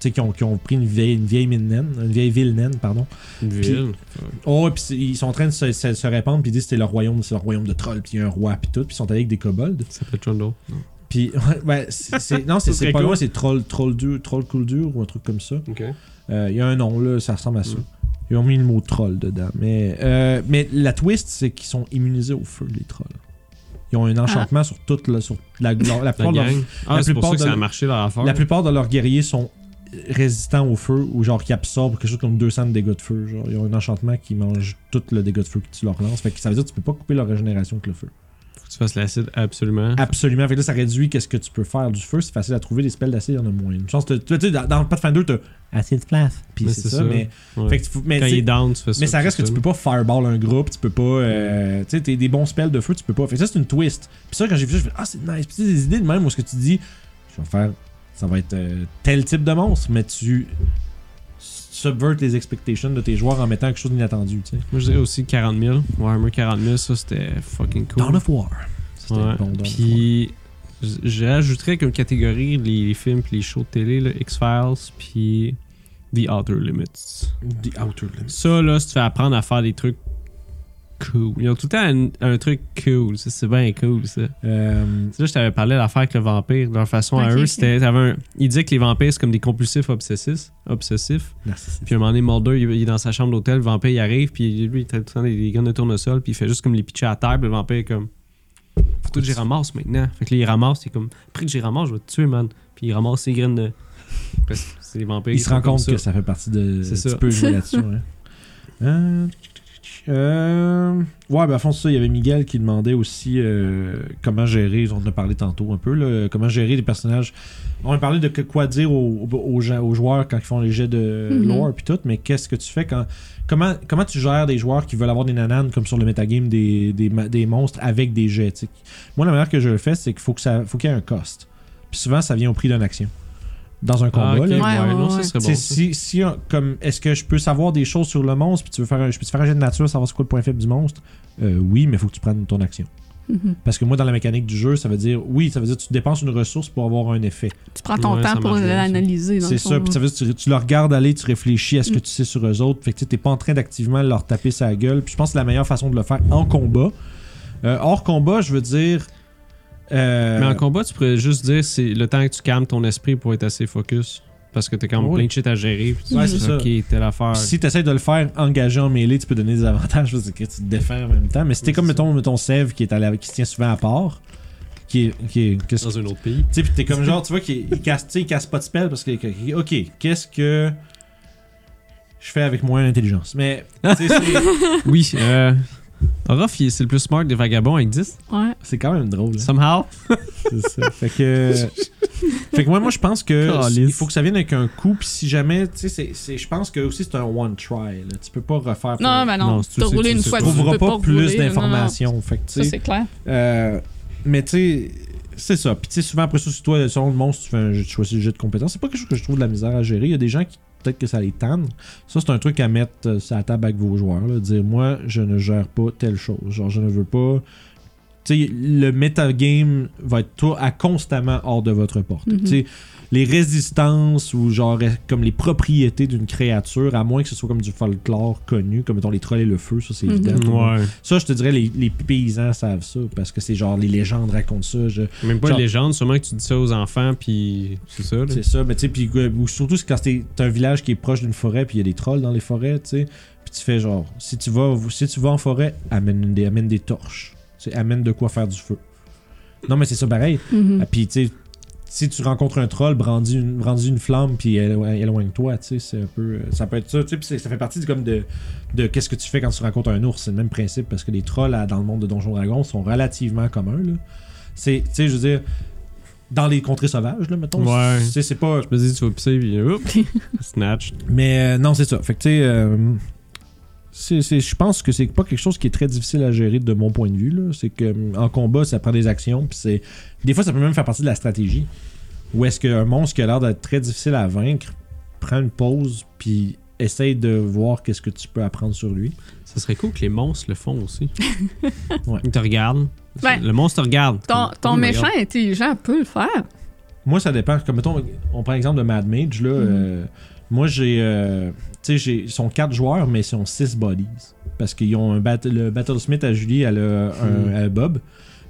S1: tu sais, qui ont, qui ont pris une vieille, une vieille mine naine, une vieille ville naine, pardon.
S2: Une ville.
S1: Oh, et puis c'est- ils sont en train de se, se- se répandre, puis ils disent que c'est le royaume, c'est le royaume de trolls, puis il y a un roi, puis tout, puis ils sont allés avec des kobolds.
S2: Ça s'appelle Trundle.
S1: Puis, [LAUGHS] ouais, ben, c'est- c'est- non, c'est c'est
S2: Ça serait
S1: pas
S2: cool.
S1: loin, c'est troll, troll dur, troll cool dur, ou un truc comme ça.
S2: Ok.
S1: Euh, Il y a un nom, là, ça ressemble à ça.
S2: Mm.
S1: Ils ont mis le mot troll dedans. Mais, euh, mais la twist, c'est qu'ils sont immunisés au feu, les trolls. Ils ont un enchantement sur toute la, sur la, la, la
S2: La
S1: plupart de leur-
S2: gang. Ah, c'est pour
S1: plupart
S2: ça que
S1: de
S2: ça a
S1: le-
S2: marché leur affaire.
S1: la plupart de leurs guerriers sont résistants au feu ou genre qui absorbent quelque chose comme 200 de dégâts de feu. Genre, ils ont un enchantement qui mange tout le dégât de feu que tu leur lances. Fait que ça veut dire que tu peux pas couper leur régénération avec le feu.
S2: Faut que tu fasses l'acide,
S1: Ah,
S2: absolument.
S1: Absolument. Fait que là, ça réduit qu'est-ce que tu peux faire du feu. C'est facile à trouver. Les spells d'acide, il y en a moins. Une chance, t'as- tu sais, dans, dans Pathfinder, t'as assez de place. Puis
S2: Mais
S1: c'est
S2: c'est
S1: ça,
S2: ça.
S1: mais.
S2: Ouais.
S1: Fait que tu fous- mais
S2: Quand
S1: tu
S2: il
S1: sais,
S2: est down, tu fais ça.
S1: mais ça
S2: tout
S1: reste que tu
S2: seul.
S1: peux pas fireball un groupe, tu peux pas. euh, tu sais, t'es des bons spells de feu, tu peux pas. Fait que ça, c'est une twist. Puis ça, quand j'ai vu ça, je fais Ah, c'est nice. Puis tu sais, des idées de même où ce que tu dis, je vais faire. Ça va être euh, tel type de monstre, mais tu subvertes les expectations de tes joueurs en mettant quelque chose d'inattendu, tu sais.
S2: Moi, je dirais aussi 40 000. Warhammer 40 000, ça, c'était fucking cool.
S1: Dawn of War. Ça, c'était
S2: Ouais.
S1: bon, Dawn of
S2: Puis, j'ajouterais comme catégorie les, les films puis les shows de télé, là, X-Files, puis The Outer Limits.
S1: War. The Outer Limits.
S2: Ça, là, si tu fais apprendre à faire des trucs cool. Ils ont tout le temps un, un truc cool. Ça, c'est bien cool, ça.
S1: Euh,
S2: Tu sais, là, je t'avais parlé de l'affaire avec le vampire. Leur façon à
S3: Ok,
S2: eux,
S3: ok.
S2: c'était. t'avais un- Ils disaient que les vampires, c'est comme des compulsifs obsessifs. obsessifs.
S1: narcissique.
S2: Puis à un moment donné, Mulder, il il est dans sa chambre d'hôtel, le vampire, il arrive, puis lui, il traite tout le temps des, des graines de tournesol, puis il fait juste comme les pitcher à terre, puis le vampire est comme. Faut tout que j'y ramasse maintenant. Fait que là, il ramasse, il est comme. Après que j'y ramasse, je vais te tuer, man. Puis il ramasse ses graines de. Parce que C'est les vampires.
S1: Il se
S2: sont
S1: rend
S2: comme
S1: compte
S2: ça.
S1: que ça fait partie de.
S2: C'est ça.
S1: Tu peux jouer là-dessus, hein.
S2: [LAUGHS]
S1: Euh, euh, Ouais, ben à fond, c'est ça, il y avait Miguel qui demandait aussi euh, comment gérer, on en a parlé tantôt un peu, là, comment gérer les personnages. On a parlé de que- quoi dire aux, aux gens- aux joueurs quand ils font les jets de
S3: Mhm.
S1: lore puis tout, mais qu'est-ce que tu fais quand. Comment, comment tu gères des joueurs qui veulent avoir des nananes comme sur le metagame des, des, ma- des monstres avec des jets tu sais? Moi, la manière que je le fais, c'est qu'il faut que ça- faut qu'il y ait un cost. Puis souvent, ça vient au prix d'une action. Dans un combat,
S2: Ah, ok,
S1: là,
S2: ouais,
S3: Ouais,
S2: non, ça
S3: ouais,
S2: serait
S1: T'sais,
S2: bon. ça.
S1: si, si on- comme est-ce que je peux savoir des choses sur le monstre puis tu veux faire un, je peux te faire un jet de nature savoir c'est quoi le point faible du monstre Euh, oui mais faut que tu prennes ton action
S3: Mhm.
S1: Parce que moi, dans la mécanique du jeu, ça veut dire, oui, ça veut dire que tu dépenses une ressource pour avoir un effet.
S3: Tu prends ton
S2: Ouais, ça
S3: temps pour
S2: marche bien, ça.
S3: l'analyser. dans
S1: C'est
S3: le
S1: ça.
S3: fond,
S1: Puis ça veut dire que tu, tu le regardes aller, tu réfléchis à ce que
S3: Mm.
S1: tu sais sur eux autres. Fait que tu n'es pas en train d'activement leur taper sa gueule. Puis je pense que c'est la meilleure façon de le faire en combat. Euh, hors combat, je veux dire. euh,
S2: Mais en combat, tu pourrais juste dire c'est le temps que tu calmes ton esprit pour être assez focus. Parce que t'es quand même
S1: Oui.
S2: plein de shit à gérer. Puis tu
S1: Ouais,
S2: dis,
S1: c'est ça.
S2: Ok, telle affaire.
S1: Puis Si tu essaies de le faire engagé en mêlée, tu peux donner des avantages parce que tu te défends en même temps. Mais c'était
S2: Oui,
S1: comme,
S2: c'est
S1: mettons, mettons Sève qui, est à la- qui se tient souvent à part. Qui est. Qui est qu'est-ce-
S2: Dans un autre
S1: Tu
S2: pays.
S1: sais, pis t'es comme genre, tu vois, qu'il il casse, tu sais, il casse pas de spell parce que, que- ok, qu'est-ce que je fais avec moyen d'intelligence?
S2: [LAUGHS]
S1: Mais, tu sais, c'est-
S2: Oui. Euh, Orof, il- c'est le plus smart des vagabonds avec 10.
S3: Ouais.
S1: c'est quand même drôle. hein.
S2: Somehow.
S1: C'est ça. Fait que. fait que moi, moi je pense
S2: [LAUGHS]
S1: que
S2: Calisse.
S1: il faut que ça vienne avec un coup, pis si jamais, tu sais, c'est- c'est- je pense que aussi c'est un one try, là. Tu peux pas refaire.
S3: Non, mais non,
S2: Non,
S3: tu
S2: tu
S3: t'as
S2: le sais,
S3: roulé
S2: tu
S3: une
S2: le sais
S3: fois,
S1: tu
S2: pas.
S3: tu
S1: trouveras
S3: peux
S1: pas,
S3: rouler,
S1: plus
S3: non, non, non.
S1: d'informations. Fait que, tu
S3: Ça,
S1: sais.
S3: c'est
S1: [LAUGHS]
S3: clair.
S1: Euh, mais tu sais, c'est ça. Puis tu sais, souvent après ça, si toi, selon le monstre, tu fais un jeu, tu choisis le jeu de compétences. C'est pas quelque chose que je trouve de la misère à gérer. Il y a des gens qui, peut-être que ça les tanne. Ça, c'est un truc à mettre euh, sur la table avec vos joueurs. là. Dire, moi, je ne gère pas telle chose. Genre, je ne veux pas. Tu sais, le metagame va être toi à constamment hors de votre porte.
S3: Mhm.
S1: Tu sais, les résistances ou genre euh, comme les propriétés d'une créature, à moins que ce soit comme du folklore connu, comme mettons les trolls et le feu, ça c'est
S3: Mhm.
S1: évident. Tout le monde
S2: Ouais.
S1: ça, je te dirais, les, les paysans savent ça, parce que c'est genre les légendes racontent ça. je-
S2: Même pas
S1: Genre-
S2: de légende. Sûrement que tu dis ça aux enfants. Puis c'est ça. là.
S1: C'est ça, mais tu sais, puis euh, ou surtout c'est quand t'es t'as un village qui est proche d'une forêt, puis il y a des trolls dans les forêts, tu sais. Puis tu fais genre, si tu vas, si tu vas en forêt, amène, une- des, amène des torches. Tu sais, amène de quoi faire du feu. Non, mais c'est ça pareil.
S3: Mhm.
S1: Ah, Puis tu sais, si tu rencontres un troll, brandis une, brandis une flamme, puis élo- éloigne-toi, tu sais, c'est un peu. euh, Ça peut être ça, tu sais, puis c'est- ça fait partie du- comme de, de qu'est-ce que tu fais quand tu rencontres un ours. C'est le même principe, parce que les trolls à- dans le monde de Donjon Dragon sont relativement communs, là. C'est, tu sais, je veux dire, dans les contrées sauvages, là, mettons.
S2: Ouais.
S1: Tu sais, c'est pas.
S2: Je me dis, tu vas pisser. Puis hop, snatch.
S1: Mais euh, non, c'est ça. Fait que tu sais. euh, c'est- c'est- Je pense que c'est pas quelque chose qui est très difficile à gérer de mon point de vue. là. C'est que hum, en combat, ça prend des actions. Puis c'est des fois, ça peut même faire partie de la stratégie. Ou est-ce qu'un monstre qui a l'air d'être très difficile à vaincre prend une pause puis essaye de voir qu'est-ce que tu peux apprendre sur lui.
S2: Ça serait cool que les monstres le font aussi.
S1: Ouais.
S2: Ils te regardent.
S3: Ouais.
S2: Le monstre te regarde.
S3: Ton,
S2: Comme,
S3: ton
S2: oh my
S3: méchant
S2: God.
S3: intelligent peut le faire.
S1: Moi, ça dépend. Comme mettons, on prend l'exemple de Mad Mage là. euh, moi, j'ai, euh, tu sais, j'ai, ils sont quatre joueurs, mais ils sont six bodies parce qu'ils ont un bat- le Battlesmith à Julie, elle a un,
S2: Hmm.
S1: un Bob,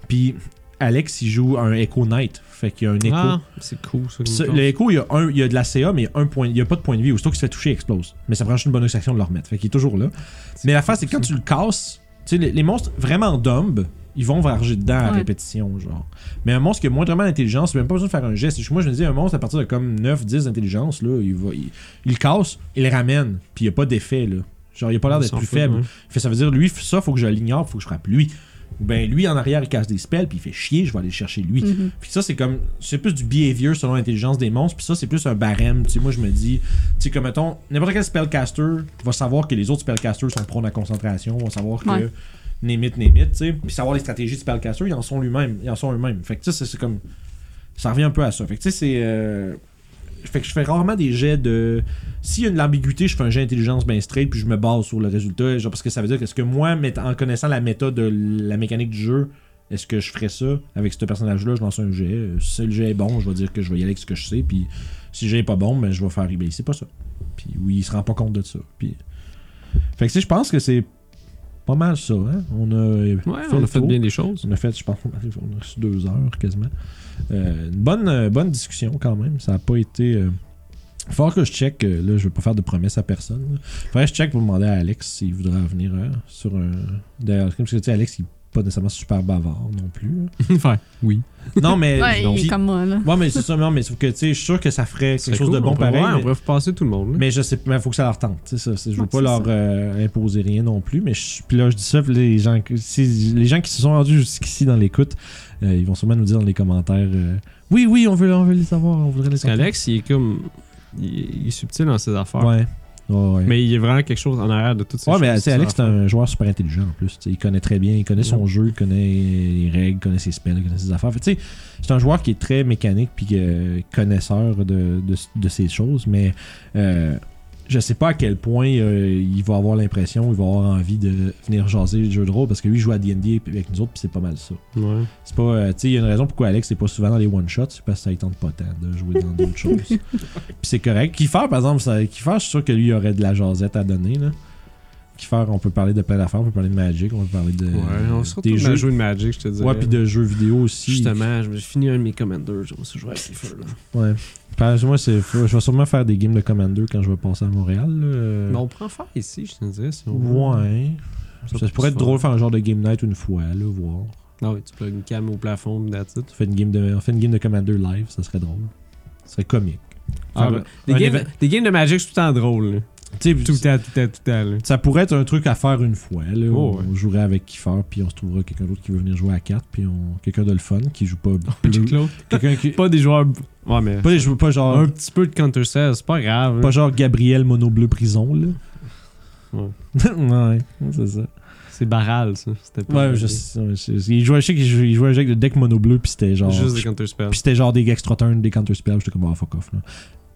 S1: puis Alex il joue un Echo Knight, fait qu'il y a un écho.
S2: Ah, c'est cool ça.
S1: Puis ça, le écho, il y, a un, il y a de la CA, mais il y a, un point, il y a pas de point de vie. Aussitôt qu'il se fait toucher, il explose. Mais ça prend juste une bonne action de le remettre. Fait qu'il est toujours là. Mais la face, c'est que quand tu le casses, tu sais, les, les monstres vraiment dumb, ils vont varger dedans à
S3: Ouais.
S1: répétition, genre. Mais un monstre qui a moindrement d'intelligence, il a même pas besoin de faire un geste. Moi, je me dis, un monstre, à partir de comme 9-10 d'intelligence, là, il va. Il, il le casse, il le ramène, puis il n'y a pas d'effet, là. Genre, il a pas l'air d'être plus faible. Fait, ça veut dire, lui, ça, faut que je l'ignore, faut que je frappe lui. Ou ben lui, en arrière, il casse des spells, puis il fait chier, je vais aller le chercher lui.
S3: Mhm.
S1: Puis ça, c'est comme. C'est plus du behavior selon l'intelligence des monstres. Puis ça, c'est plus un barème. Tu sais, moi, je me dis. Tu sais, comme mettons, n'importe quel spellcaster va savoir que les autres spellcasters sont prônes à concentration, vont savoir que.
S3: Ouais.
S1: Némit, némit, tu sais. Puis savoir les stratégies de spellcaster, ils en sont lui-même. Ils en sont eux-mêmes. Fait que ça, c'est- c'est comme. Ça revient un peu à ça. Fait que tu sais, c'est. euh, Fait que je fais rarement des jets de. S'il y a de l'ambiguïté, je fais un jet d'intelligence bien straight, puis je me base sur le résultat. Genre, parce que ça veut dire que ce que moi, mett- en connaissant la méta de la mécanique du jeu, est-ce que je ferais ça avec ce personnage-là Je lance un jet. Euh, Si le jet est bon, je vais dire que je vais y aller avec ce que je sais. Puis si le jet est pas bon, ben je vais faire eBay. C'est pas ça. Puis oui, il se rend pas compte de ça. Puis. Fait que si je pense que c'est pas mal ça. Hein? On a euh,
S2: Ouais,
S1: fait
S2: on
S1: le
S2: a fait
S1: tour.
S2: bien des [LAUGHS] choses.
S1: On a fait, je pense, on arrive- on a reçu deux heures quasiment. Euh, une bonne, euh, bonne discussion quand même. Ça n'a pas été. euh, Faut que je check. euh, là, je veux pas faire de promesses à personne. là. Faudrait que je check pour demander à Alex s'il voudrait venir euh, sur un. D'ailleurs, parce que tu sais, Alex, il est pas nécessairement super bavard non plus. là.
S2: Enfin, oui.
S1: Eh, Non, mais.
S3: Ouais, il est
S1: Puis-
S3: comme moi, là.
S1: Ouais, mais c'est ça, non, mais sauf que tu sais, je suis sûr que ça ferait
S2: C'est
S1: quelque chose de bon
S2: on pourrait-
S1: pareil.
S2: ouais,
S1: mais-
S2: on pourrait passer tout le monde. là.
S1: mais je sais, mais faut que ça leur tente. tu sais, ça, c'est- je veux
S3: Ouais,
S1: pas
S3: c'est
S1: leur
S3: ça.
S1: euh, imposer rien non plus. Mais je- puis là, je dis ça, puis les gens, que- si- les gens qui se sont rendus jusqu'ici dans l'écoute, euh, ils vont sûrement nous dire dans les commentaires. euh, oui, oui, on veut, on veut les savoir, on voudrait les
S2: Parce
S1: savoir.
S2: qu'Alex, il est comme. Il, il est subtil dans ses affaires.
S1: Ouais. Ouais, ouais.
S2: Mais il y a vraiment quelque chose en arrière de tout ça.
S1: Ouais, mais tu sais, Alex, c'est un joueur super intelligent en plus. tu sais, il connaît très bien, il connaît son
S2: Ouais.
S1: jeu, il connaît les règles, il connaît ses spells, il connaît ses affaires. Fait que, tu sais, c'est un joueur qui est très mécanique puis euh, connaisseur de, de, de ces choses, mais euh, je sais pas à quel point euh, il va avoir l'impression, il va avoir envie de venir jaser le jeu de rôle parce que lui il joue à D&D avec nous autres, puis c'est pas mal ça.
S2: Ouais.
S1: C'est pas, euh, tu sais, il y a une raison pourquoi Alex n'est pas souvent dans les one shots, c'est parce que ça lui tente pas tant de jouer dans d'autres choses. Puis c'est correct. Kiefer, par exemple, ça, Kiefer, je suis sûr que lui il aurait de la jasette à donner là. Kiefer, on peut parler de plein d'affaires, on peut parler de Magic, on peut parler de
S2: ouais, on se
S1: Euh, des
S2: retrouve à
S1: jeux,
S2: jouer de Magic, je te dis.
S1: ouais, puis de jeux vidéo aussi.
S2: Justement, je me suis fini un de mes Commanders, je me suis joué à Kiefer. là.
S1: Ouais. Parce que moi, c'est, faut- je vais sûrement faire des games de Commander quand je vais passer à Montréal. là. Euh,
S2: Mais on pourrait en faire ici, je te disais. Si on veut.
S1: Ouais. Ça,
S2: peut
S1: pourrait
S2: se
S1: être drôle de faire un genre de game night une fois, là, voir.
S2: Ah oui, tu plugues une cam au plafond, pis that's it.
S1: On fait une game de, on fait une game de Commander live, ça serait drôle. Ça serait comique.
S2: Ah,
S1: Faire
S2: ben,
S1: un-
S2: des,
S1: un
S2: games,
S1: éve-
S2: des games de Magic, c'est tout le temps drôle. là.
S1: tu sais,
S2: Tout le temps, tout le temps, tout le temps. là.
S1: Ça pourrait être un truc à faire une fois. Là,
S2: Oh, ouais.
S1: On jouerait avec Kiefer, puis on se trouvera quelqu'un d'autre qui veut venir jouer à 4, puis on... quelqu'un de le fun qui
S2: [LAUGHS]
S1: joue pas bleu.
S2: Claude,
S1: quelqu'un qui.
S2: Pas des joueurs. Ouais, mais.
S1: Mm. Pas, je veux pas genre.
S2: Un petit peu de Counter-Strike, c'est pas grave.
S1: Pas genre Gabriel Mono Bleu Prison, là.
S2: Ouais.
S1: [LAUGHS] ouais, c'est ça.
S2: C'est barral, ça. C'était pas-
S1: Ouais, je sais. ouais, je sais. Il jouait, je sais qu'il jouait, il jouait avec le deck mono bleu, puis c'était genre.
S2: Juste des
S1: je-
S2: Counter-Strike.
S1: Puis c'était genre des extra turns, des counter spells, j'étais comme, ah, fuck off, là.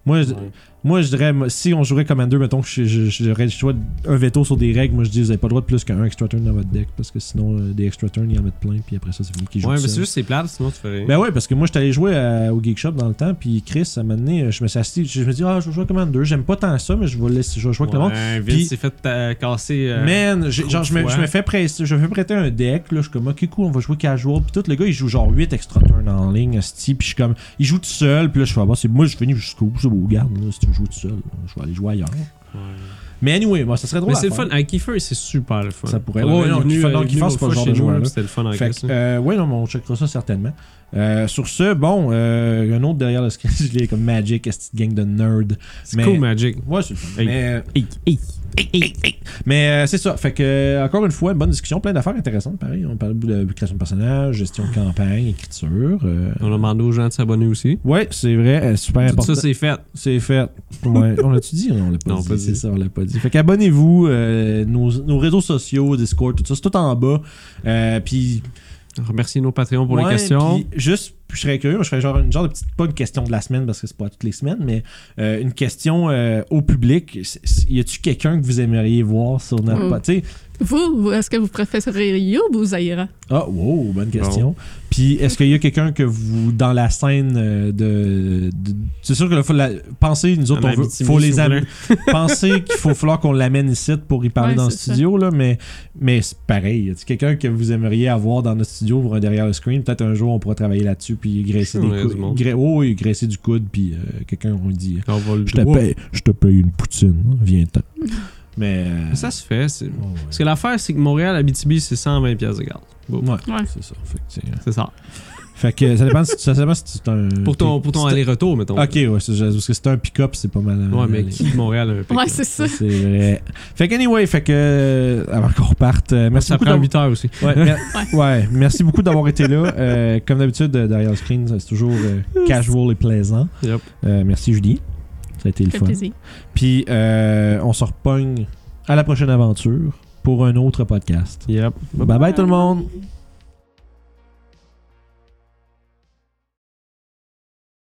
S1: Moi, je-
S2: Ouais.
S1: moi, je dirais, moi, si on jouerait Commander, mettons que je- je- j'aurais le choix d'un veto sur des règles, moi je dis, vous avez pas le droit de plus qu'un extra turn dans votre deck, parce que sinon, euh, des extra turns, ils en mettent plein, puis après ça, c'est fini qui joue.
S2: Ouais,
S1: tout
S2: mais c'est
S1: seul.
S2: juste c'est plate, sinon tu ferais.
S1: Ben ouais, parce que moi, je allé jouer à- au Geek Shop dans le temps, puis Chris, à un moment donné, euh, je me suis assis, je me dis, ah, je vais jouer à Commander, j'aime pas tant ça, mais je vais laisser, je vais jouer avec le monde.
S2: Ouais,
S1: Puis-
S2: Vince s'est fait euh, casser. euh,
S1: Man, j'ai- genre, je me,
S2: fois.
S1: je me fais prêter, je me fais prêter un deck, là, je suis comme, ok, cool, on va jouer casual, puis tout, le gars, il joue genre 8 extra turns en ligne, esti, puis je suis comme, il joue tout seul, puis là, je fais, ah, bah, c'est moi, je finis jusqu'au, je vous garde, là, si tu veux jouer tout seul, là, je vais aller jouer ailleurs.
S2: Ouais.
S1: Mais anyway, bah, ça serait drôle.
S2: Mais
S1: à
S2: c'est le
S1: faire.
S2: fun. Avec Kiefer, c'est super le fun.
S1: Ça pourrait-
S2: Pour le
S1: Ouais,
S2: vrai,
S1: non,
S2: il est venu,
S1: Kiefer-
S2: euh,
S1: non,
S2: il est
S1: Kiefer,
S2: venu
S1: c'est pas
S2: une fois
S1: le genre de
S2: chez nous,
S1: joueur,
S2: puis
S1: là.
S2: C'était le fun en
S1: Fait
S2: Grèce,
S1: que,
S2: là.
S1: euh, ouais, non, mais on checkera ça certainement. Euh, sur ce, bon, euh, un autre derrière le [LAUGHS] screen, je l'ai comme Magic, esti de gang de nerd.
S2: C'est
S1: mais-
S2: cool, Magic.
S1: Ouais, c'est le fun.
S2: Hey.
S1: Mais, euh,
S2: Hey, hey.
S1: Mais euh, c'est ça. Fait que, euh, encore une fois, une bonne discussion, plein d'affaires intéressantes, pareil. On parle de création de personnages, gestion de campagne, écriture. euh,
S2: On a demandé aux gens de s'abonner aussi.
S1: Ouais, c'est vrai, euh, super
S2: Tout
S1: important.
S2: ça, c'est fait.
S1: c'est fait.
S2: [LAUGHS]
S1: Ouais, on l'a-tu dit? Non, on l'a pas
S2: Non,
S1: dit.
S2: pas dit.
S1: C'est ça, on l'a pas dit. Fait qu'abonnez-vous, euh, nos, nos réseaux sociaux, Discord, tout ça, c'est tout en bas. Euh, puis
S2: Remercie nos Patreons pour les
S1: Ouais,
S2: questions.
S1: puis juste, puis je serais curieux, moi, je ferais genre une genre de petite, pas une question de la semaine parce que c'est pas toutes les semaines, mais euh, une question euh, au public. C'est- c'est- Y a-tu quelqu'un que vous aimeriez voir sur notre
S3: Mm.
S1: pod- tu sais,
S3: Vous, vous- est-ce que vous préférez Youb ou Zaira?
S1: Ah, wow, bonne question. Puis, est-ce qu'il y a quelqu'un que vous, dans la scène euh, de. de- c'est sûr que là, faut la, pensez, nous autres,
S2: En
S1: on veut,
S2: Abitibi,
S1: faut
S2: s'il
S1: les
S2: vous
S1: amener.
S2: plaît.
S1: pensez qu'il faut falloir qu'on l'amène ici pour y parler
S3: Ouais,
S1: dans le
S3: c'est ça.
S1: studio, là, mais, mais c'est pareil. Y a quelqu'un que vous aimeriez avoir dans notre studio pour un derrière le screen Peut-être un jour, on pourra travailler là-dessus, puis graisser
S2: Ouais,
S1: des
S2: du
S1: coudes.
S2: monde.
S1: Gra- oh, oui, graisser du coude, puis euh, quelqu'un, on lui dit Oh.
S2: On va le
S1: Je te
S2: Wow.
S1: paye, je te paye une poutine, hein, viens-t'en. [LAUGHS] mais. euh,
S2: Ça se fait. c'est-
S1: oh, ouais.
S2: Parce que l'affaire, c'est que Montréal, Abitibi, c'est 120$ piastres de garde. Bon,
S1: Ouais,
S3: Ouais.
S1: c'est ça. Fait que, tu sais,
S2: C'est ça.
S1: Fait que ça dépend si ça dépend si c'est un.
S2: Pour ton, pour ton
S1: c'est-
S2: aller-retour, mettons.
S1: Ok, ouais, c'est- parce que c'est un pick-up, c'est pas mal. à-
S2: Ouais, mais
S1: aller.
S2: qui de Montréal a un pic, là?
S3: Ouais, c'est ça.
S1: Ça, C'est vrai. Fait que, anyway, fait que. euh, Avant qu'on reparte, euh, merci
S2: Ça
S1: beaucoup
S2: prend
S1: d'avoir-
S2: 8 heures aussi.
S1: Ouais, mer- [LAUGHS] ouais, merci beaucoup d'avoir été là. Euh, comme d'habitude, euh, derrière le screen, c'est toujours euh,
S3: [LAUGHS]
S1: casual et plaisant.
S2: Yep.
S1: Euh, merci Julie. Ça a été le
S3: Fait
S1: fun.
S3: plaisir.
S1: Puis, euh, on se repogne à la prochaine aventure pour un autre podcast.
S2: Yep.
S1: Bye bye tout le monde!